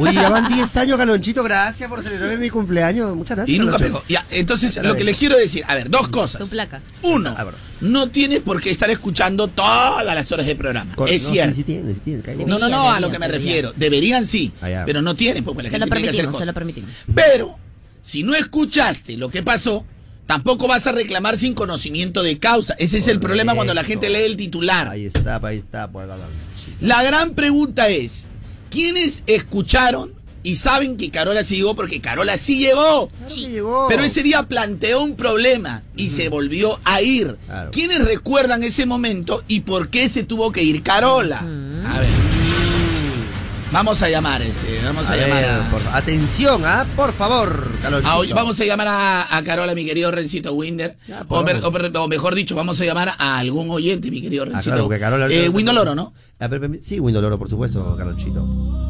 Speaker 1: Oye, ya van 10 años, Galonchito. Gracias por celebrar mi cumpleaños. Muchas gracias.
Speaker 2: Y nunca
Speaker 1: Galoncho.
Speaker 2: pegó. Ya, entonces, lo que les quiero decir, a ver, dos
Speaker 3: Tu
Speaker 2: cosas.
Speaker 3: placa.
Speaker 2: Uno,
Speaker 1: Ah, bueno.
Speaker 2: no tienes por qué estar escuchando todas las horas del programa.
Speaker 1: Cor-
Speaker 2: es
Speaker 1: no,
Speaker 2: cierto.
Speaker 1: Sí, sí tiene, sí tiene, caigo.
Speaker 2: No, no, no,
Speaker 3: Debería,
Speaker 2: a lo que me
Speaker 3: debería.
Speaker 2: refiero. Deberían sí,
Speaker 1: Ah, ya.
Speaker 2: pero no tienen, porque la
Speaker 3: Se lo
Speaker 2: gente tiene que hacer
Speaker 3: permitimos, se
Speaker 2: cosas.
Speaker 3: lo permitimos.
Speaker 2: Pero, si no escuchaste lo que pasó, tampoco vas a reclamar sin conocimiento de causa. Ese es el problema cuando la gente lee el titular.
Speaker 1: Ahí está, ahí está. pues, por acá, Galonchito.
Speaker 2: La gran pregunta es, ¿quiénes escucharon y saben que Carola sí llegó? Porque Carola sí llegó.
Speaker 1: Claro que llegó.
Speaker 2: Pero ese día planteó un problema y se volvió a ir.
Speaker 1: Claro.
Speaker 2: ¿Quiénes recuerdan ese momento y por qué se tuvo que ir Carola? A ver. Vamos a llamar este, vamos a,
Speaker 1: A ver,
Speaker 2: llamar a,
Speaker 1: por fa- atención, ¿ah? Por favor, Galonchito.
Speaker 2: a- oye, Ah, vamos a llamar a, a Carola, mi querido Rencito Winder.
Speaker 1: Ya,
Speaker 2: o,
Speaker 1: por
Speaker 2: mer-
Speaker 1: favor.
Speaker 2: o per- o mejor dicho, vamos a llamar a algún oyente, mi querido
Speaker 1: Ah,
Speaker 2: Rencito.
Speaker 1: claro, porque Carola.
Speaker 2: eh, Windoloro, ¿no?
Speaker 1: Ah, pero permi- sí, Windoloro, por supuesto, Galonchito.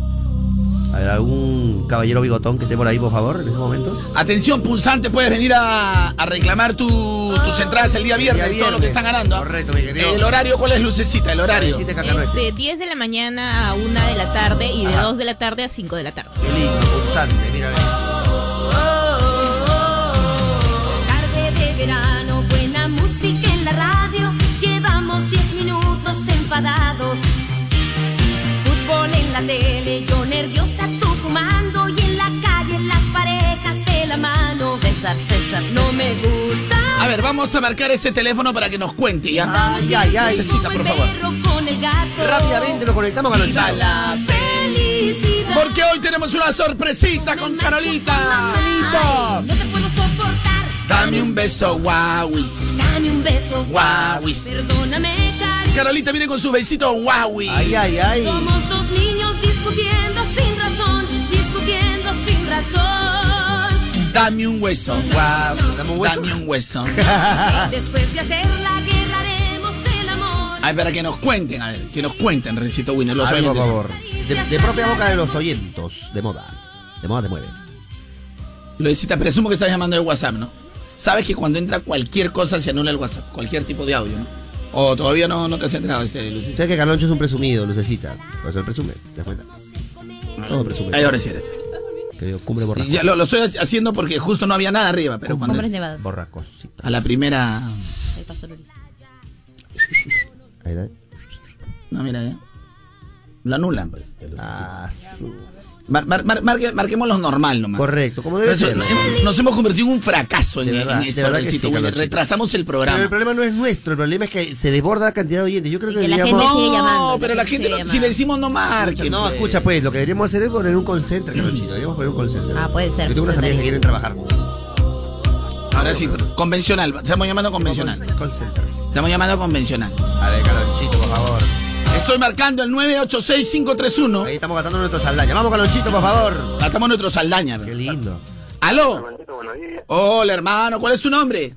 Speaker 1: A ver, ¿algún caballero bigotón que esté por ahí, por favor, en estos momentos?
Speaker 2: Atención, pulsante, puedes venir a, a reclamar tu- tus entradas el día viernes,
Speaker 1: El día
Speaker 2: todo lo que
Speaker 1: viernes.
Speaker 2: están ganando. ¿ah?
Speaker 1: Correcto, mi querido.
Speaker 2: El horario, ¿cuál es lucecita? El horario.
Speaker 1: Decite,
Speaker 5: Es
Speaker 1: Cacanueces.
Speaker 5: de 10 de la mañana a 1 de la tarde y de
Speaker 1: Ajá.
Speaker 5: 2 de la tarde a 5 de la tarde.
Speaker 1: Qué lindo, pulsante, mira. mira.
Speaker 4: Tarde de verano, buena música en la radio. Llevamos 10 minutos enfadados. Fútbol en la tele, yo nerviosa, tú fumando. Y en la calle, las parejas de la mano.
Speaker 3: César, César.
Speaker 4: No me gusta.
Speaker 2: A ver, vamos a marcar ese teléfono para que nos cuente, ¿ya?
Speaker 1: Ay, ay, ay.
Speaker 2: Necesita,
Speaker 4: Como
Speaker 2: por
Speaker 4: el
Speaker 2: favor.
Speaker 4: perro con el gato.
Speaker 1: Rápidamente lo conectamos, Galonchito.
Speaker 2: Viva la-
Speaker 4: Felicidad.
Speaker 2: Porque hoy tenemos una sorpresita con Carolita.
Speaker 4: Ay, no te puedo soportar.
Speaker 2: Dame un beso, guauis.
Speaker 4: Dame un beso.
Speaker 2: Guauis.
Speaker 4: Perdóname, cariño.
Speaker 2: Carolita viene con su besito, guauis.
Speaker 1: Ay, ay, ay.
Speaker 4: Somos dos niños discutiendo sin razón, discutiendo sin razón.
Speaker 2: Dame un hueso, guau.
Speaker 1: Dame un hueso.
Speaker 2: Dame un hueso.
Speaker 4: Eh, Después de hacer la guerra haremos el amor.
Speaker 2: A ver, para que nos cuenten, a ver, que nos cuenten, Rencito Winner, los
Speaker 1: A ver, por
Speaker 2: oyentes.
Speaker 1: favor. De, de propia boca de los oyentos. De moda. De moda te mueve.
Speaker 2: Luisita, presumo que estás llamando de WhatsApp, ¿no? Sabes que cuando entra cualquier cosa se anula el WhatsApp, cualquier tipo de audio, ¿no? O todavía no, no te has enterado, este, Luisita.
Speaker 1: Sé que Carloncho es un presumido, Lucecita. Por eso él presume, ¿te das cuenta? Todo presume.
Speaker 2: Ahí ahora sí, ahora sí.
Speaker 1: Que digo, cumbre borrascos.
Speaker 2: Ya lo, lo estoy haciendo porque justo no había nada arriba, pero cuando.
Speaker 3: Hombres nevados.
Speaker 1: Borrascosita.
Speaker 2: A la primera.
Speaker 3: Ahí pasó Luli.
Speaker 1: Ahí está.
Speaker 2: No, mira, ya. Lo anulan, pues.
Speaker 1: Ah, su-
Speaker 2: Mar- mar- mar- marque- marquemos los normal nomás.
Speaker 1: Correcto, como debe
Speaker 2: Eso,
Speaker 1: ser.
Speaker 2: eh, nos hemos convertido en un fracaso en,
Speaker 1: De verdad,
Speaker 2: en
Speaker 1: de
Speaker 2: esto,
Speaker 1: verdad que
Speaker 2: Rencito
Speaker 1: sí,
Speaker 2: Winner.
Speaker 1: Carlonchito.
Speaker 2: Retrasamos el
Speaker 1: Pero el
Speaker 2: programa.
Speaker 1: problema no es nuestro, el problema es que se desborda la cantidad de oyentes. Yo creo
Speaker 3: Y
Speaker 1: que,
Speaker 3: que la
Speaker 1: deberíamos-
Speaker 3: gente sigue llamando,
Speaker 2: No, pero la gente,
Speaker 3: sigue
Speaker 2: no- si le decimos no marque.
Speaker 1: No, escucha, pues, lo que deberíamos hacer es poner un call center, Carlonchito. Deberíamos poner un call center.
Speaker 3: Ah, puede ser,
Speaker 1: Yo tengo unas
Speaker 3: funcionaría.
Speaker 1: amigas que quieren trabajar.
Speaker 2: Ahora sí, pero convencional. Estamos llamando convencional.
Speaker 1: Call center.
Speaker 2: Estamos llamando convencional.
Speaker 1: A ver, Carlonchito, por favor.
Speaker 2: Estoy marcando el 986-531.
Speaker 1: Ahí estamos gastando nuestros saldaña. Vamos, Carlonchito, por favor.
Speaker 2: Gastamos nuestro saldaña.
Speaker 1: Qué
Speaker 2: pero.
Speaker 1: lindo.
Speaker 2: ¿Aló? Hola, hermano. ¿Cuál es tu nombre?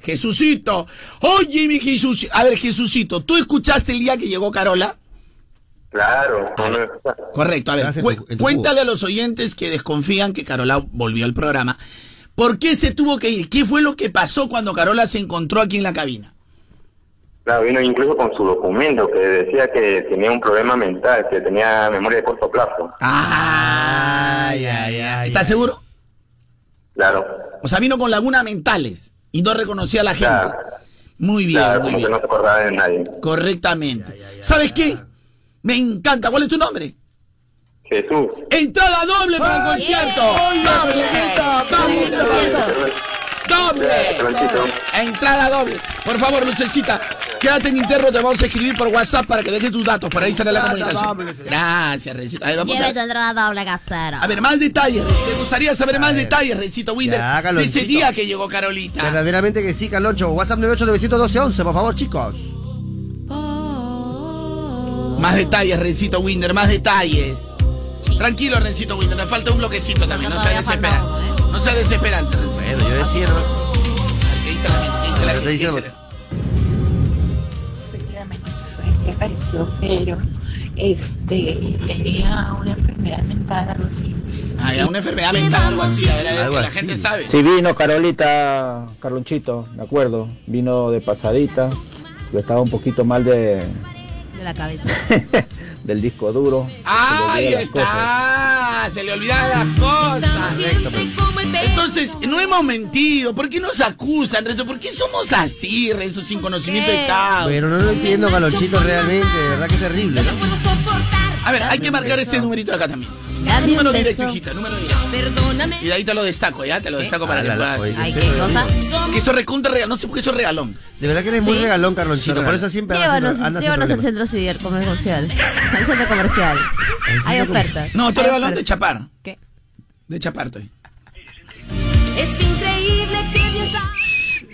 Speaker 2: Jesucito. Oye, mi Jesús. A ver, Jesucito, ¿tú escuchaste el día que llegó Carola?
Speaker 7: Claro,
Speaker 2: Correcto, a ver,
Speaker 1: Estás en
Speaker 2: cué-
Speaker 1: tu- en tu
Speaker 2: cuéntale a los oyentes que desconfían que Carola volvió al programa. ¿Por qué se tuvo que ir? ¿Qué fue lo que pasó cuando Carola se encontró aquí en la cabina?
Speaker 7: claro, vino incluso con su documento que decía que tenía un problema mental, que tenía memoria de corto plazo.
Speaker 2: Ay, ay, ay. ¿Estás seguro?
Speaker 7: Claro,
Speaker 2: O sea, vino con lagunas mentales y no reconocía a la gente.
Speaker 7: Claro.
Speaker 2: Muy bien,
Speaker 7: claro,
Speaker 2: muy
Speaker 7: como que
Speaker 2: bien.
Speaker 7: no se acordaba de nadie.
Speaker 2: Correctamente. ¿Sabes qué? Me encanta. ¿Cuál es tu nombre?
Speaker 7: Jesús,
Speaker 2: Entrada doble para el concierto. Doble.
Speaker 3: Ay, qué cierto.
Speaker 2: Doble.
Speaker 7: Franchito,
Speaker 2: Entrada doble. Por favor, Lucecita, quédate en interno, te vamos a escribir por WhatsApp para que dejes tus datos, para ahí sale la comunicación. Gracias, Rencito. A ver, vamos
Speaker 3: Lleve tu
Speaker 2: a,
Speaker 3: entrada doble casera.
Speaker 2: a ver, más detalles. ¿Te gustaría saber más detalles, Rencito Winder?
Speaker 1: Ya,
Speaker 2: De ese
Speaker 1: Carloncito.
Speaker 2: día que llegó Carolita.
Speaker 1: Verdaderamente que sí, Carloncho. WhatsApp 9891211, por favor, chicos.
Speaker 2: Más detalles, Rencito Winder, más detalles. Tranquilo, Rencito Winder, nos falta un bloquecito también, no seas
Speaker 3: Todavía falta
Speaker 2: desesperante. No seas desesperante, Rencito.
Speaker 1: Bueno, yo decía, ¿no?
Speaker 2: ¿Qué dice la gente? ¿Qué dice la
Speaker 1: Pero
Speaker 2: gente?
Speaker 1: te
Speaker 2: ¿Qué
Speaker 1: dice-
Speaker 2: dice la-
Speaker 8: Efectivamente, su sugerencia apareció, pero este tenía una enfermedad mental, algo así.
Speaker 2: Ah, ya, una enfermedad mental, algo así, a ver, a ver,
Speaker 1: Algo
Speaker 2: que la
Speaker 1: así.
Speaker 2: gente sabe.
Speaker 9: Sí, vino Carolita, Carlonchito, de acuerdo. Vino de pasadita. Yo estaba un poquito mal de,
Speaker 3: De la cabeza.
Speaker 9: del disco duro.
Speaker 2: Ahí
Speaker 9: Se le olvidan las cosas.
Speaker 2: está, Ah, se le olvidaban las cosas.
Speaker 4: Estamos siempre como el perro.
Speaker 2: Entonces, no hemos mentido. ¿Por qué nos acusan, Renzo? ¿Por qué somos así, Renzo, sin conocimiento de
Speaker 3: ¿Qué?
Speaker 2: causa?
Speaker 1: Pero no lo entiendo, Carlonchito, realmente. De verdad que es terrible,
Speaker 4: No
Speaker 1: ¿no?
Speaker 4: puedo soportar.
Speaker 2: A ver, hay que marcar este numerito de acá también.
Speaker 3: Dame
Speaker 2: número
Speaker 3: un
Speaker 2: directo,
Speaker 3: beso.
Speaker 2: hijita, número directo.
Speaker 4: Perdóname.
Speaker 2: Y de ahí te lo destaco, ya, te lo destaco para
Speaker 1: Ah,
Speaker 2: que
Speaker 1: la, la,
Speaker 2: puedas.
Speaker 1: oye.
Speaker 3: Ay, qué cosa.
Speaker 2: Que esto es recontra regalón, no sé por qué eso es regalón.
Speaker 1: De verdad que eres muy
Speaker 3: Sí.
Speaker 1: regalón, Carlonchito. Por eso siempre andas
Speaker 3: Llévanos,
Speaker 1: sin- andas sin
Speaker 3: llévanos al
Speaker 1: problemas.
Speaker 3: centro civil- comercial. Al centro comercial. Hay ofertas.
Speaker 2: No, tú
Speaker 3: Hay
Speaker 2: eres regalón de
Speaker 3: ofertas.
Speaker 2: chapar.
Speaker 3: ¿Qué?
Speaker 2: De chapar, estoy.
Speaker 4: Es increíble que bien sabes.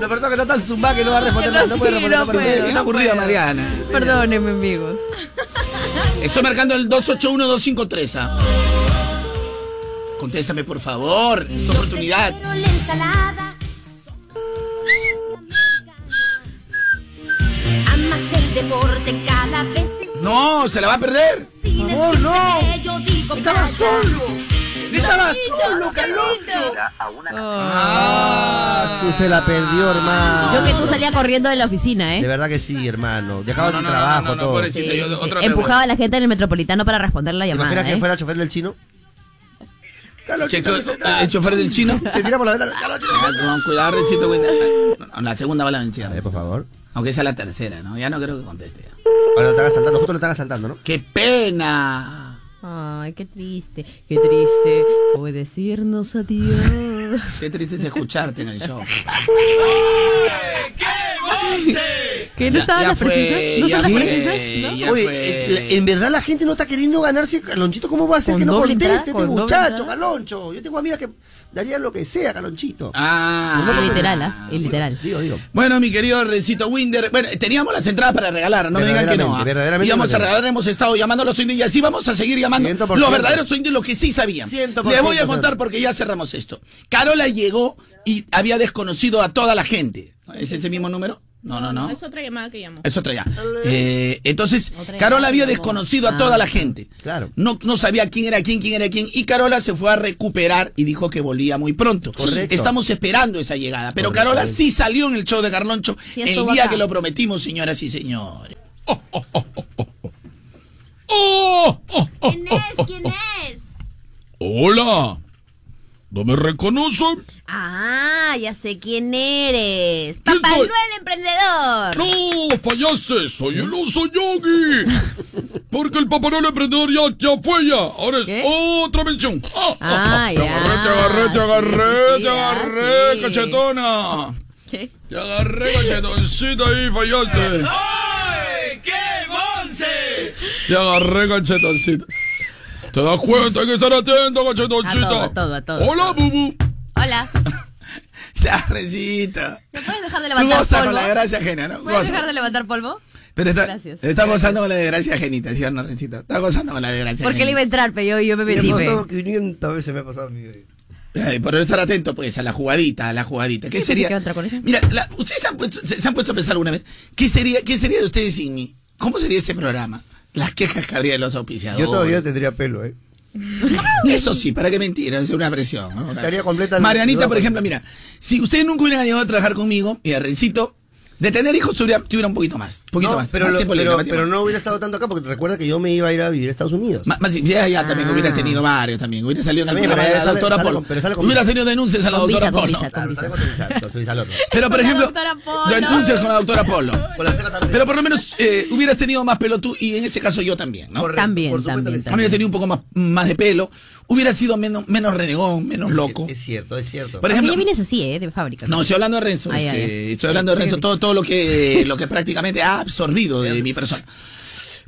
Speaker 1: La persona que está tan zumbada que no va a responder, no, no puede responder. No puede.
Speaker 2: Bien aburrida, Mariana.
Speaker 3: Perdónenme, amigos.
Speaker 2: Estoy marcando el 281-253. ah. Contéstame, por favor. Es tu oportunidad.
Speaker 4: Pero la ensalada. Amas el deporte cada vez. es-
Speaker 2: No, se la va a perder.
Speaker 4: Cine
Speaker 2: Oh,
Speaker 1: favor, no.
Speaker 4: siempre Yo digo
Speaker 1: Estaba
Speaker 4: playa.
Speaker 1: solo. Estaba solo, Carloncho. Ah, su- se la perdió, hermano.
Speaker 3: Yo que tú salía corriendo de la oficina,
Speaker 1: De
Speaker 3: ¿eh?
Speaker 1: verdad que sí, hermano. Dejaba
Speaker 2: No, no,
Speaker 1: tu
Speaker 2: no, no,
Speaker 1: trabajo,
Speaker 2: no, no,
Speaker 1: todo.
Speaker 2: pobrecito. Sí, yo- otro me
Speaker 3: Empujaba a la gente en el metropolitano para responder la
Speaker 1: ¿Te
Speaker 3: llamada.
Speaker 1: imaginas que
Speaker 3: ¿eh?
Speaker 1: fuera el chofer del chino?
Speaker 2: Que-
Speaker 1: Carlonchito, que se
Speaker 2: ¿El chofer del chino?
Speaker 1: <laughs> se tira por la ventana. Carlonchito.
Speaker 2: Ah, Con cuidado, Rencito, güey. No, no, La segunda va la vencida.
Speaker 1: A ver, por favor.
Speaker 2: Aunque sea la tercera, ¿no? Ya no creo que conteste. ya.
Speaker 1: Ahora lo están asaltando, justo lo están asaltando, ¿no?
Speaker 2: ¡Qué pena!
Speaker 3: Ay, qué triste, qué triste. Puede decirnos adiós.
Speaker 2: Qué triste es
Speaker 1: <laughs>
Speaker 2: escucharte en el show.
Speaker 3: ¿Qué no
Speaker 2: Ya-
Speaker 3: estaban
Speaker 2: ya
Speaker 3: las
Speaker 2: fue,
Speaker 3: precisas? ¿No
Speaker 2: ya
Speaker 3: son las
Speaker 2: fue,
Speaker 3: precisas?
Speaker 2: ya
Speaker 1: Oye,
Speaker 2: fue.
Speaker 1: eh, la- en verdad la gente no está queriendo ganarse, Carlonchito. ¿Cómo va a ser
Speaker 3: Con
Speaker 1: que no
Speaker 3: doble
Speaker 1: conteste
Speaker 3: entrada,
Speaker 1: este
Speaker 3: con doble
Speaker 1: muchacho,
Speaker 3: entrada.
Speaker 1: Carloncho? Yo tengo amigas que darían lo que sea, Carlonchito.
Speaker 2: Ah,
Speaker 3: No? Literal, ¿ah? Es literal.
Speaker 1: Digo, digo.
Speaker 2: Bueno, mi querido Rencito Winder, bueno, teníamos las entradas para regalar, no me digan que no.
Speaker 1: Verdaderamente, verdaderamente
Speaker 2: Íbamos a
Speaker 1: lo tenemos.
Speaker 2: regalar, hemos estado llamando a los indios y así vamos a seguir llamando
Speaker 1: 100%.
Speaker 2: los verdaderos indios, los que sí sabían.
Speaker 1: 100%,
Speaker 2: Les voy a contar
Speaker 1: señor.
Speaker 2: porque ya cerramos esto. Carola llegó y había desconocido a toda la gente. ¿Es ese mismo número? No, no, no.
Speaker 5: Es otra llamada que llamó.
Speaker 2: Es otra ya. Eh, entonces,
Speaker 3: Otra
Speaker 2: Carola
Speaker 3: ya,
Speaker 2: había
Speaker 3: no.
Speaker 2: desconocido a
Speaker 3: Ah.
Speaker 2: toda la gente.
Speaker 1: Claro.
Speaker 2: No, no sabía quién era quién, quién era quién. Y Carola se fue a recuperar y dijo que volvía muy pronto.
Speaker 1: Correcto.
Speaker 2: Estamos esperando esa llegada. Ah, Pero
Speaker 1: Correcto.
Speaker 2: Carola sí salió en el show de Carloncho
Speaker 3: Sí,
Speaker 2: el
Speaker 3: estuvo
Speaker 2: día
Speaker 3: acá.
Speaker 2: que lo prometimos, señoras y señores.
Speaker 6: Oh,
Speaker 4: ¿Quién es? ¿Quién es?
Speaker 6: Hola. ¿No me reconocen?
Speaker 3: Ah, ya sé quién eres.
Speaker 6: ¿Quién
Speaker 3: Papá
Speaker 6: soy?
Speaker 3: Noel emprendedor.
Speaker 6: No, fallaste. Soy el oso Yogi. Porque el paparón emprendedor ya, ya fue ya. Ahora es
Speaker 3: ¿Qué?
Speaker 6: otra mención. Ah,
Speaker 3: Ah,
Speaker 6: te
Speaker 3: ya.
Speaker 6: agarré, te agarré, te
Speaker 3: Sí,
Speaker 6: agarré,
Speaker 3: sí,
Speaker 6: te
Speaker 3: ah,
Speaker 6: agarré,
Speaker 3: sí.
Speaker 6: cachetona.
Speaker 3: ¿Qué?
Speaker 6: Te agarré, cachetoncita ahí, fallaste. Te agarré, cachetoncita. ¿Te das cuenta? Hay que estar atento, cachetoncita.
Speaker 3: A todo, a todo, a todo.
Speaker 6: Hola, Bubu.
Speaker 3: Hola.
Speaker 2: Ya, recita.
Speaker 3: ¿Me puedes dejar
Speaker 2: Tú
Speaker 3: de levantar
Speaker 2: gozas con la
Speaker 3: polvo?
Speaker 2: desgracia ajena, ¿no?
Speaker 3: ¿Puedes
Speaker 2: Goza.
Speaker 3: dejar de levantar polvo?
Speaker 2: Pero está,
Speaker 3: Gracias.
Speaker 2: está gozando con la desgracia ajenita, ¿sí o no, Rencita? Está gozando con la desgracia
Speaker 3: Porque él iba a
Speaker 2: ajenita.
Speaker 3: entrar, pero yo, yo me
Speaker 1: Me
Speaker 3: metí.
Speaker 1: ha
Speaker 3: pe.
Speaker 1: pasado 500 veces me ha pasado a mí. güey.
Speaker 2: Ay, por estar atento, pues, a la jugadita, a la jugadita. ¿Qué
Speaker 3: Yo pensé
Speaker 2: sería?
Speaker 3: que iba a entrar con esa.
Speaker 2: Mira, la- ustedes se han, puesto, se, se han puesto a pensar alguna vez, ¿qué sería, ¿qué sería de ustedes sin mí? ¿Cómo sería este programa? Las quejas que habría de los auspiciadores.
Speaker 1: Yo todavía tendría pelo, ¿eh?
Speaker 2: <laughs> Eso sí, para qué mentir, es una presión. ¿no?
Speaker 1: Estaría completamente-
Speaker 2: Marianita, por
Speaker 1: Bueno.
Speaker 2: ejemplo, mira, si ustedes nunca hubieran llegado a trabajar conmigo, y a Rencito, de tener hijos tuviera, tuviera un poquito más. Poquito
Speaker 1: No,
Speaker 2: más.
Speaker 1: pero,
Speaker 2: Más
Speaker 1: lo-
Speaker 2: tiempo libre,
Speaker 1: pero,
Speaker 2: más tiempo.
Speaker 1: pero no hubiera estado tanto acá porque recuerda que yo me iba a ir a vivir a Estados Unidos.
Speaker 2: Ma- más- ya, ya, también
Speaker 3: Ah.
Speaker 2: hubieras tenido varios también. Hubieras salido en el
Speaker 1: También,
Speaker 2: programa de
Speaker 1: pero
Speaker 2: la
Speaker 1: sale-
Speaker 2: doctora
Speaker 1: sale
Speaker 2: Polo.
Speaker 1: con- pero sale con-
Speaker 2: Hubieras tenido denuncias a la
Speaker 3: Con
Speaker 2: doctora
Speaker 3: visa, con
Speaker 2: Polo.
Speaker 3: visa, con
Speaker 1: Claro,
Speaker 3: visa.
Speaker 1: sale con Suiza, con Suiza al otro.
Speaker 2: Pero por
Speaker 5: Con la
Speaker 2: ejemplo,
Speaker 5: doctora Polo.
Speaker 2: denuncias con la doctora Polo.
Speaker 1: Con la ceja tarde.
Speaker 2: Pero por lo menos eh, hubieras tenido más pelo tú y en ese caso yo también, ¿no?
Speaker 1: Correcto,
Speaker 3: También,
Speaker 1: por supuesto
Speaker 3: también,
Speaker 1: que sí.
Speaker 2: Hubieras tenido un poco más, más de pelo, hubiera sido menos, menos renegón, menos loco.
Speaker 1: Es cierto,
Speaker 2: <laughs>
Speaker 1: es cierto.
Speaker 2: Por
Speaker 3: Porque
Speaker 2: ejemplo,
Speaker 3: ya vienes así, ¿eh? De fábrica.
Speaker 2: no, estoy hablando de Renzo,
Speaker 3: Ay,
Speaker 2: este,
Speaker 3: ay, ay.
Speaker 2: estoy hablando de Renzo, todo, todo lo que, lo que prácticamente ha absorbido de mi persona.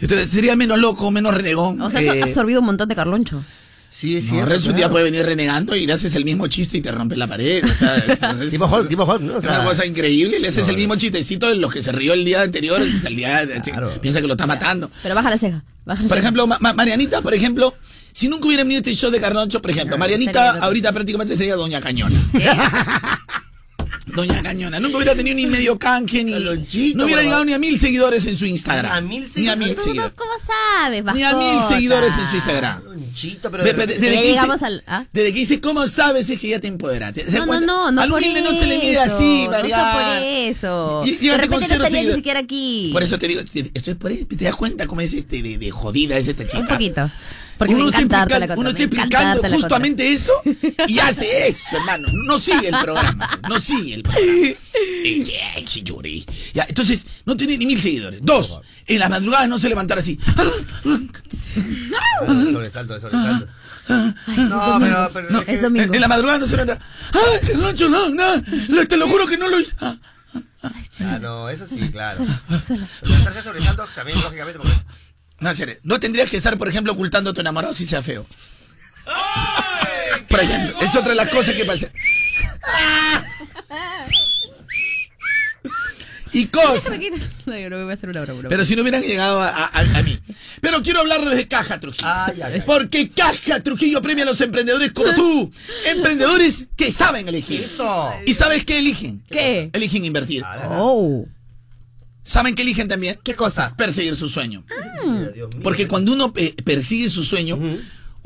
Speaker 2: Entonces sería menos loco, menos renegón.
Speaker 3: O sea, eso
Speaker 2: eh,
Speaker 3: ha absorbido un montón de Carloncho.
Speaker 1: sí, es
Speaker 2: no,
Speaker 1: cierto.
Speaker 2: Renzo un día
Speaker 1: claro.
Speaker 2: puede venir renegando y le haces el mismo chiste y te rompe la pared. O sea, es- es-
Speaker 1: Tipo Hulk, tipo Hulk, ¿no? O
Speaker 2: Es
Speaker 1: sea,
Speaker 2: una cosa increíble, le haces el mismo chistecito de los que se rió el día anterior, hasta el día de-
Speaker 1: Claro.
Speaker 2: piensa que lo está matando.
Speaker 3: Pero baja la ceja. Baja la
Speaker 2: Por
Speaker 3: ceja.
Speaker 2: ejemplo, Ma- Ma- Marianita, por ejemplo, si nunca hubiera venido este show de Carnoncho, por ejemplo, Marianita
Speaker 3: estaría loca.
Speaker 2: ahorita prácticamente sería Doña Cañona.
Speaker 3: ¿Eh?
Speaker 2: <laughs> Doña Cañona, nunca hubiera tenido ni medio canje, ni
Speaker 1: Calonchito,
Speaker 2: no hubiera
Speaker 1: por
Speaker 2: llegado
Speaker 1: favor.
Speaker 2: ni a mil seguidores en su Instagram.
Speaker 1: Ni a mil
Speaker 2: Ni a mil
Speaker 1: seguidores.
Speaker 2: seguidores.
Speaker 3: ¿Cómo sabes,
Speaker 2: Ni a mil
Speaker 3: bascota?
Speaker 2: seguidores en su Instagram.
Speaker 1: Lonchito, pero.
Speaker 2: Ve- ve-
Speaker 1: de-
Speaker 2: Desde
Speaker 3: Ya
Speaker 2: que
Speaker 3: llegamos
Speaker 2: dice-
Speaker 3: al- ¿ah?
Speaker 2: desde que dice, ¿cómo sabes? Es que ya te empoderaste. ¿Se
Speaker 3: No, no,
Speaker 2: cuenta?
Speaker 3: no, no.
Speaker 2: Al
Speaker 3: por
Speaker 2: humilde no se le mide
Speaker 3: eso,
Speaker 2: así,
Speaker 3: No
Speaker 2: Mariana.
Speaker 3: por eso.
Speaker 2: Y-
Speaker 3: de
Speaker 2: llegate con
Speaker 3: repente
Speaker 2: cero
Speaker 3: no estaría ni
Speaker 2: seguidores.
Speaker 3: siquiera aquí.
Speaker 2: Por eso te digo, te- esto es por eso. ¿Te das cuenta cómo es este de, de jodida es esta chica?
Speaker 3: Un poquito. Porque
Speaker 2: uno
Speaker 3: me
Speaker 2: está,
Speaker 3: encanta darte
Speaker 2: explica-
Speaker 3: la contra,
Speaker 2: uno está
Speaker 3: me encanta
Speaker 2: explicando
Speaker 3: darte la contra.
Speaker 2: justamente eso
Speaker 3: <laughs>
Speaker 2: y hace eso, hermano. No sigue el programa. No sigue el programa. Eh, yeah, sí, Yuri. Ya, entonces, no tiene ni mil seguidores. Dos, en las madrugadas no se levantara así. Ah,
Speaker 1: Claro, Ah, Sobresalto, sobresalto. No, pero. pero
Speaker 2: ah, No,
Speaker 1: es que-
Speaker 3: eso mismo.
Speaker 2: En, en la madrugada no se levantara. ¡Ay, Carloncho, no, no! le- Te lo juro que no lo hice. Ah,
Speaker 1: Ah, no, eso sí,
Speaker 3: <laughs>
Speaker 1: claro. Levantarse sobresalto también, lógicamente, porque.
Speaker 2: No, en serio, no tendrías que estar, por ejemplo, ocultando a tu enamorado si sea feo. Por ejemplo, es otra de las cosas que pasa.
Speaker 3: Ah.
Speaker 2: Y cosas.
Speaker 3: No, yo no voy a hacer una broma. broma.
Speaker 2: Pero si no hubieran llegado a, a- a- a mí. Pero quiero hablarles de Caja Trujillo.
Speaker 1: Ay, ay, ay.
Speaker 2: Porque Caja Trujillo premia a los emprendedores como tú. Emprendedores que saben elegir.
Speaker 1: ¡Listo!
Speaker 3: Ah.
Speaker 2: ¿Y sabes qué eligen?
Speaker 3: ¿Qué?
Speaker 2: Eligen invertir.
Speaker 3: Oh.
Speaker 2: ¿Saben qué eligen también?
Speaker 1: ¿Qué cosa?
Speaker 2: Perseguir su sueño.
Speaker 1: Mira, Dios mío.
Speaker 2: Porque cuando uno pe- persigue su sueño,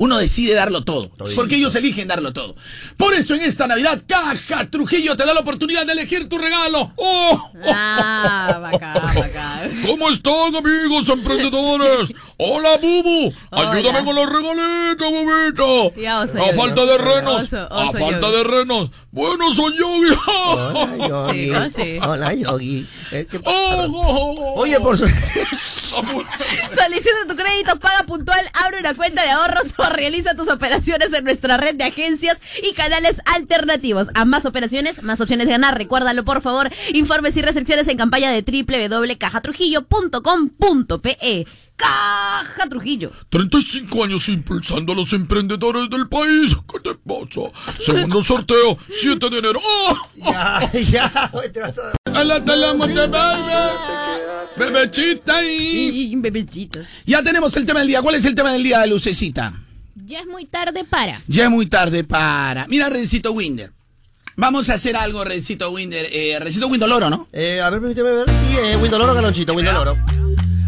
Speaker 2: uno decide darlo todo. Porque ellos eligen darlo todo. Por eso en esta Navidad, Caja Trujillo te da la oportunidad de elegir tu regalo. ¡Oh!
Speaker 3: Ah, bacán, bacán.
Speaker 6: ¿Cómo están, amigos emprendedores? Hola, Bubu. Ayúdame
Speaker 3: Hola.
Speaker 6: con los regalitos, Bubito.
Speaker 3: Ya, oso,
Speaker 6: a
Speaker 3: yogi.
Speaker 6: falta de renos.
Speaker 3: Oso, oso,
Speaker 6: a falta
Speaker 3: yogi.
Speaker 6: de renos. Bueno, soy Yogi.
Speaker 1: Hola,
Speaker 3: Ah, Sí, ¿no? Sí.
Speaker 1: Yogi. Hola, Yogi. Eh,
Speaker 3: <laughs>
Speaker 1: ¿qué-
Speaker 6: Oh, oh, oh, oh.
Speaker 1: Oye, por su.
Speaker 3: Solicita tu crédito, paga puntual, abre una cuenta de ahorros o realiza tus operaciones en nuestra red de agencias y canales alternativos. A más operaciones, más opciones de ganar. Recuérdalo, por favor. Informes y restricciones en campaña de www.cajatrujillo.com.pe. Caja Trujillo.
Speaker 6: 35 años impulsando a los emprendedores del país. ¿Qué te pasa? Segundo sorteo, 7 de enero. ¡Oh!
Speaker 1: Ya, ya, güey, te vas a.
Speaker 6: ¡Ala, te la mate, baby! ¡Bebechita y!
Speaker 3: Y un bebecito.
Speaker 2: <laughs> Ya tenemos el tema del día. ¿Cuál es el tema del día, Lucecita?
Speaker 5: Ya es muy tarde para.
Speaker 2: Ya es muy tarde para. Mira, Rencito Winder. Vamos a hacer algo, Recito Winder. Eh, Recito Windoloro, ¿no?
Speaker 1: Eh, a ver, permíteme ver. Sí, eh, Windoloro, Galonchito, Windoloro.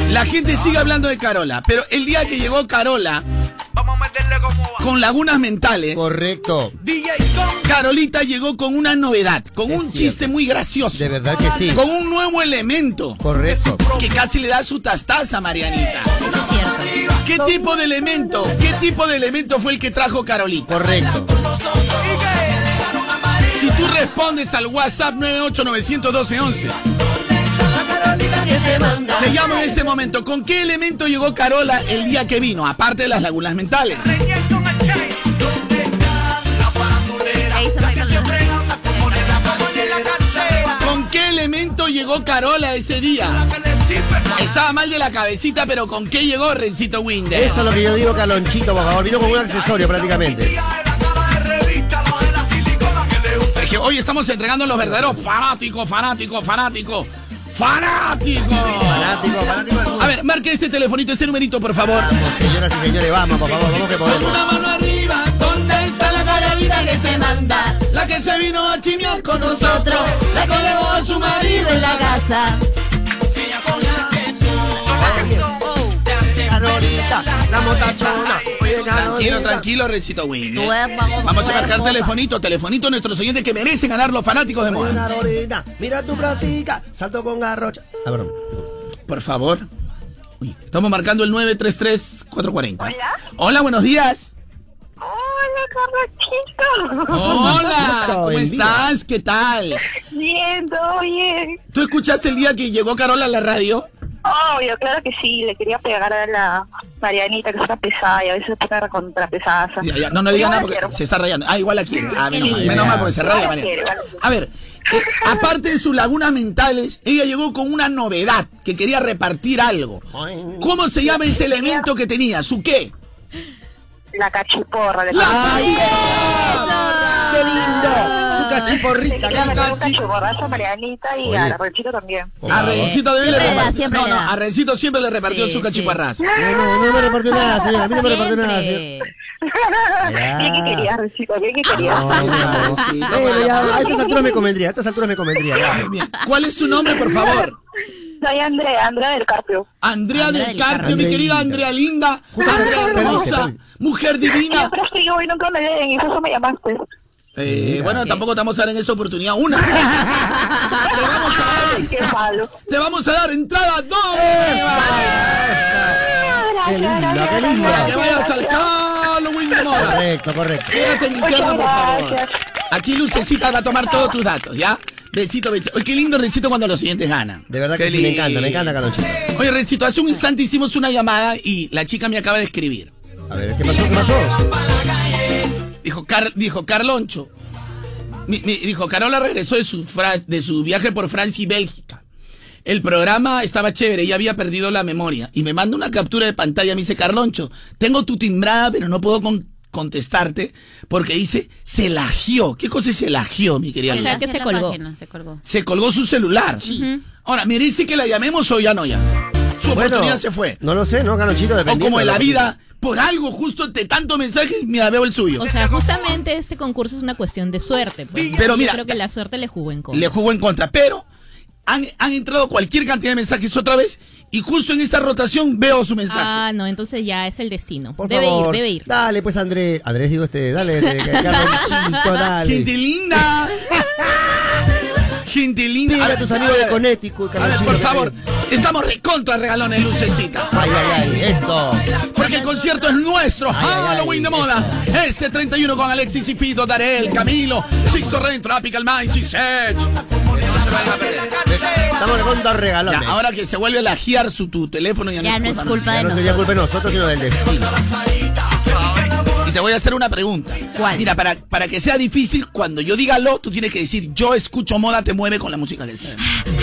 Speaker 2: La gente sigue hablando de Carola, pero el día que llegó Carola, con lagunas mentales,
Speaker 1: Correcto.
Speaker 2: Carolita llegó con una novedad, con
Speaker 1: Es
Speaker 2: un
Speaker 1: cierto.
Speaker 2: chiste muy gracioso,
Speaker 1: De verdad que sí.
Speaker 2: con un nuevo elemento
Speaker 1: Correcto.
Speaker 2: que casi le da su tastaza a Marianita.
Speaker 3: Eso es cierto.
Speaker 2: ¿Qué tipo de elemento? ¿Qué tipo de elemento fue el que trajo Carolita?
Speaker 1: Correcto.
Speaker 2: Si tú respondes al WhatsApp 9891211, te llamo en este momento. ¿Con qué elemento llegó Carola el día que vino? Aparte de las lagunas mentales.
Speaker 3: Ahí se fue con la-
Speaker 2: ¿Con qué elemento llegó Carola ese día? Estaba mal de la cabecita, pero ¿con qué llegó Rencito Winder?
Speaker 1: Eso es lo que yo digo, Galonchito, por favor. Vino con un accesorio prácticamente.
Speaker 2: Es que hoy estamos entregando los verdaderos fanáticos, fanáticos, fanáticos. ¡Fanáticos!
Speaker 1: Fanático, fanático del
Speaker 2: A
Speaker 1: fútbol.
Speaker 2: ver, marque este telefonito, este numerito, por favor.
Speaker 1: Señoras y señores, vamos, por favor, vamos que
Speaker 2: Con
Speaker 1: podemos.
Speaker 2: una mano arriba, ¿dónde está la Carolita que se manda? La que se vino a chimear con nosotros, la que le a su marido en la casa.
Speaker 1: Oye, Carolita, la motachona. Oye,
Speaker 2: Tranquilo,
Speaker 1: Carolita.
Speaker 2: tranquilo, Rencito Winder.
Speaker 3: Duermo, vamos,
Speaker 2: Vamos a marcar
Speaker 3: duermo.
Speaker 2: telefonito, telefonito a nuestros oyentes que merecen ganar los fanáticos de
Speaker 1: Oye,
Speaker 2: moda.
Speaker 1: Carolita, mira tu práctica. Salto con garrocha. Ah, perdón.
Speaker 2: Por favor. Uy, estamos marcando el 933-440. Hola. Hola, buenos días.
Speaker 8: Hola, Carlachito.
Speaker 2: Hola,
Speaker 1: Hola,
Speaker 2: ¿cómo
Speaker 1: buen día.
Speaker 2: estás? ¿Qué tal?
Speaker 8: Bien, todo bien.
Speaker 2: ¿Tú escuchaste el día que llegó Carola a la radio?
Speaker 8: Obvio, claro que sí. Le quería pegar a la Marianita, que es una pesada y a veces se pone recontrapesada.
Speaker 2: Ya, ya, No, no diga nada porque se está rayando. Ah, igual la quiere. Ah, menos mal,
Speaker 1: linda.
Speaker 2: menos mal porque se raya.
Speaker 8: Igual la
Speaker 2: María.
Speaker 8: quiere, igual la quiere.
Speaker 2: A ver, eh, aparte de sus lagunas mentales, ella llegó con una novedad, que quería repartir algo. ¿Cómo se llama ese elemento que tenía? ¿Su qué?
Speaker 8: La cachiporra. Le
Speaker 1: ¡Ay! ¡Qué lindo!
Speaker 2: Ah,
Speaker 1: Su cachiporrita.
Speaker 8: quería
Speaker 1: Carolita.
Speaker 8: meter un cachiporrazo a Marianita y a la Rochito también.
Speaker 2: A Rencito también
Speaker 3: Siempre le da,
Speaker 2: repartió-
Speaker 3: siempre
Speaker 2: No,
Speaker 3: le
Speaker 2: no,
Speaker 3: da.
Speaker 2: a Rencito siempre le repartió
Speaker 3: Sí,
Speaker 2: su
Speaker 3: sí.
Speaker 2: cachiparrazo.
Speaker 1: No, no, no me repartió nada, señora. A mí no me repartió nada, señora.
Speaker 3: Siempre.
Speaker 8: <laughs> Bien que quería, Rochito, bien que quería.
Speaker 1: No, mi amor.
Speaker 2: Mamacita,
Speaker 1: Bueno, ya, a estas alturas me convendría, a estas alturas me convendría. ya.
Speaker 2: Bien. ¿Cuál es tu nombre, por favor?
Speaker 8: Soy Andrea, Andrea del Carpio.
Speaker 2: Andrea,
Speaker 3: Andrea
Speaker 2: del
Speaker 3: del
Speaker 2: Carpio,
Speaker 1: Carpio.
Speaker 2: mi querida
Speaker 1: Andreita.
Speaker 2: Andrea Linda,
Speaker 1: Justo,
Speaker 2: Andrea
Speaker 1: perdón,
Speaker 2: hermosa,
Speaker 1: perdón.
Speaker 2: mujer divina.
Speaker 8: Siempre escribo y nunca me leen, y por eso me llamaste.
Speaker 2: Eh, bueno, tampoco te vamos a dar en esta oportunidad una. <laughs> te, vamos a dar,
Speaker 8: Ay, qué malo.
Speaker 2: te vamos a dar entrada doble
Speaker 1: ¡Qué lindo, qué
Speaker 2: para que
Speaker 1: lindo!
Speaker 2: vayas al Halloween de moda.
Speaker 1: Correcto, correcto.
Speaker 2: Quédate en interno,
Speaker 8: Muchas
Speaker 2: por favor.
Speaker 8: gracias.
Speaker 2: Aquí Lucecita va a tomar todos tus datos, ¿ya? Besito, besito. Oye, qué lindo Rencito cuando los siguientes ganan.
Speaker 1: De verdad que
Speaker 2: Qué
Speaker 1: sí, me encanta,
Speaker 2: lindo.
Speaker 1: me encanta, Carlonchito.
Speaker 2: Oye, Rencito, hace un instante hicimos una llamada y la chica me acaba de escribir.
Speaker 1: A ver, ¿qué pasó? ¿Qué pasó?
Speaker 2: Dijo, Car- dijo Carloncho. Mi- mi- dijo, Carola regresó de su, fra- de su viaje por Francia y Bélgica. El programa estaba chévere, ya había perdido la memoria. Y me manda una captura de pantalla, me dice, Carloncho, tengo tu timbrada, pero no puedo con- contestarte porque dice, se lagió. ¿Qué cosa es se lagió, mi querida?
Speaker 5: O sea,
Speaker 2: Lina?
Speaker 5: que
Speaker 3: En
Speaker 5: se
Speaker 3: la
Speaker 5: colgó.
Speaker 3: página, se colgó.
Speaker 2: Se colgó su celular. Ahora, ¿me dice que la llamemos o ya no ya? Su oportunidad se fue.
Speaker 1: No lo sé, ¿no, Carlonchito?
Speaker 2: O
Speaker 1: Dependiendo
Speaker 2: como en
Speaker 1: de
Speaker 2: la
Speaker 1: lo que-
Speaker 2: vida, por algo justo de tanto mensaje, mira, veo el <laughs> suyo.
Speaker 5: O sea, justamente este concurso es una cuestión de suerte. pues.
Speaker 2: Pero
Speaker 5: Yo
Speaker 2: mira,
Speaker 5: creo que la suerte le jugó en
Speaker 2: le
Speaker 5: contra.
Speaker 2: jugó en contra. Pero han, han entrado cualquier cantidad de mensajes otra vez y justo en esa rotación veo
Speaker 1: <laughs>
Speaker 2: su mensaje.
Speaker 5: Ah, no, entonces ya es el destino.
Speaker 1: Por
Speaker 5: debe
Speaker 1: favor.
Speaker 5: ir, debe ir.
Speaker 1: Dale, pues, Andrés. Andrés, digo este, dale, este,
Speaker 2: <laughs>
Speaker 1: Carlonchito,
Speaker 2: Gente
Speaker 1: dale. <laughs>
Speaker 2: linda. Gente linda.
Speaker 1: Pídele a tus amigos de Connecticut,
Speaker 2: A ver,
Speaker 1: Carlonchito.
Speaker 2: por favor, estamos recontra regalones, lucecita.
Speaker 1: Ay, ay, ay, eso.
Speaker 2: Porque el concierto es nuestro, Ah,
Speaker 1: Ay, ay,
Speaker 2: Halloween de
Speaker 1: ay.
Speaker 2: moda. Este 31 con Alexis y Fito, Darel, Camilo, Sixto Ren, Tropical Minds y Sech.
Speaker 1: Estamos recontra
Speaker 2: Ya,
Speaker 1: regalones.
Speaker 2: ahora que se vuelve a lajear su tu teléfono, ya,
Speaker 3: Ya no es culpa
Speaker 1: Ya
Speaker 3: de
Speaker 1: no sería
Speaker 3: nosotros.
Speaker 1: culpa de nosotros, sino del destino.
Speaker 2: Y te voy a hacer una pregunta.
Speaker 3: ¿Cuál?
Speaker 2: Mira, para, para que sea difícil, cuando yo diga lo, tú tienes que decir, yo escucho moda, te mueve con la música que está. de este.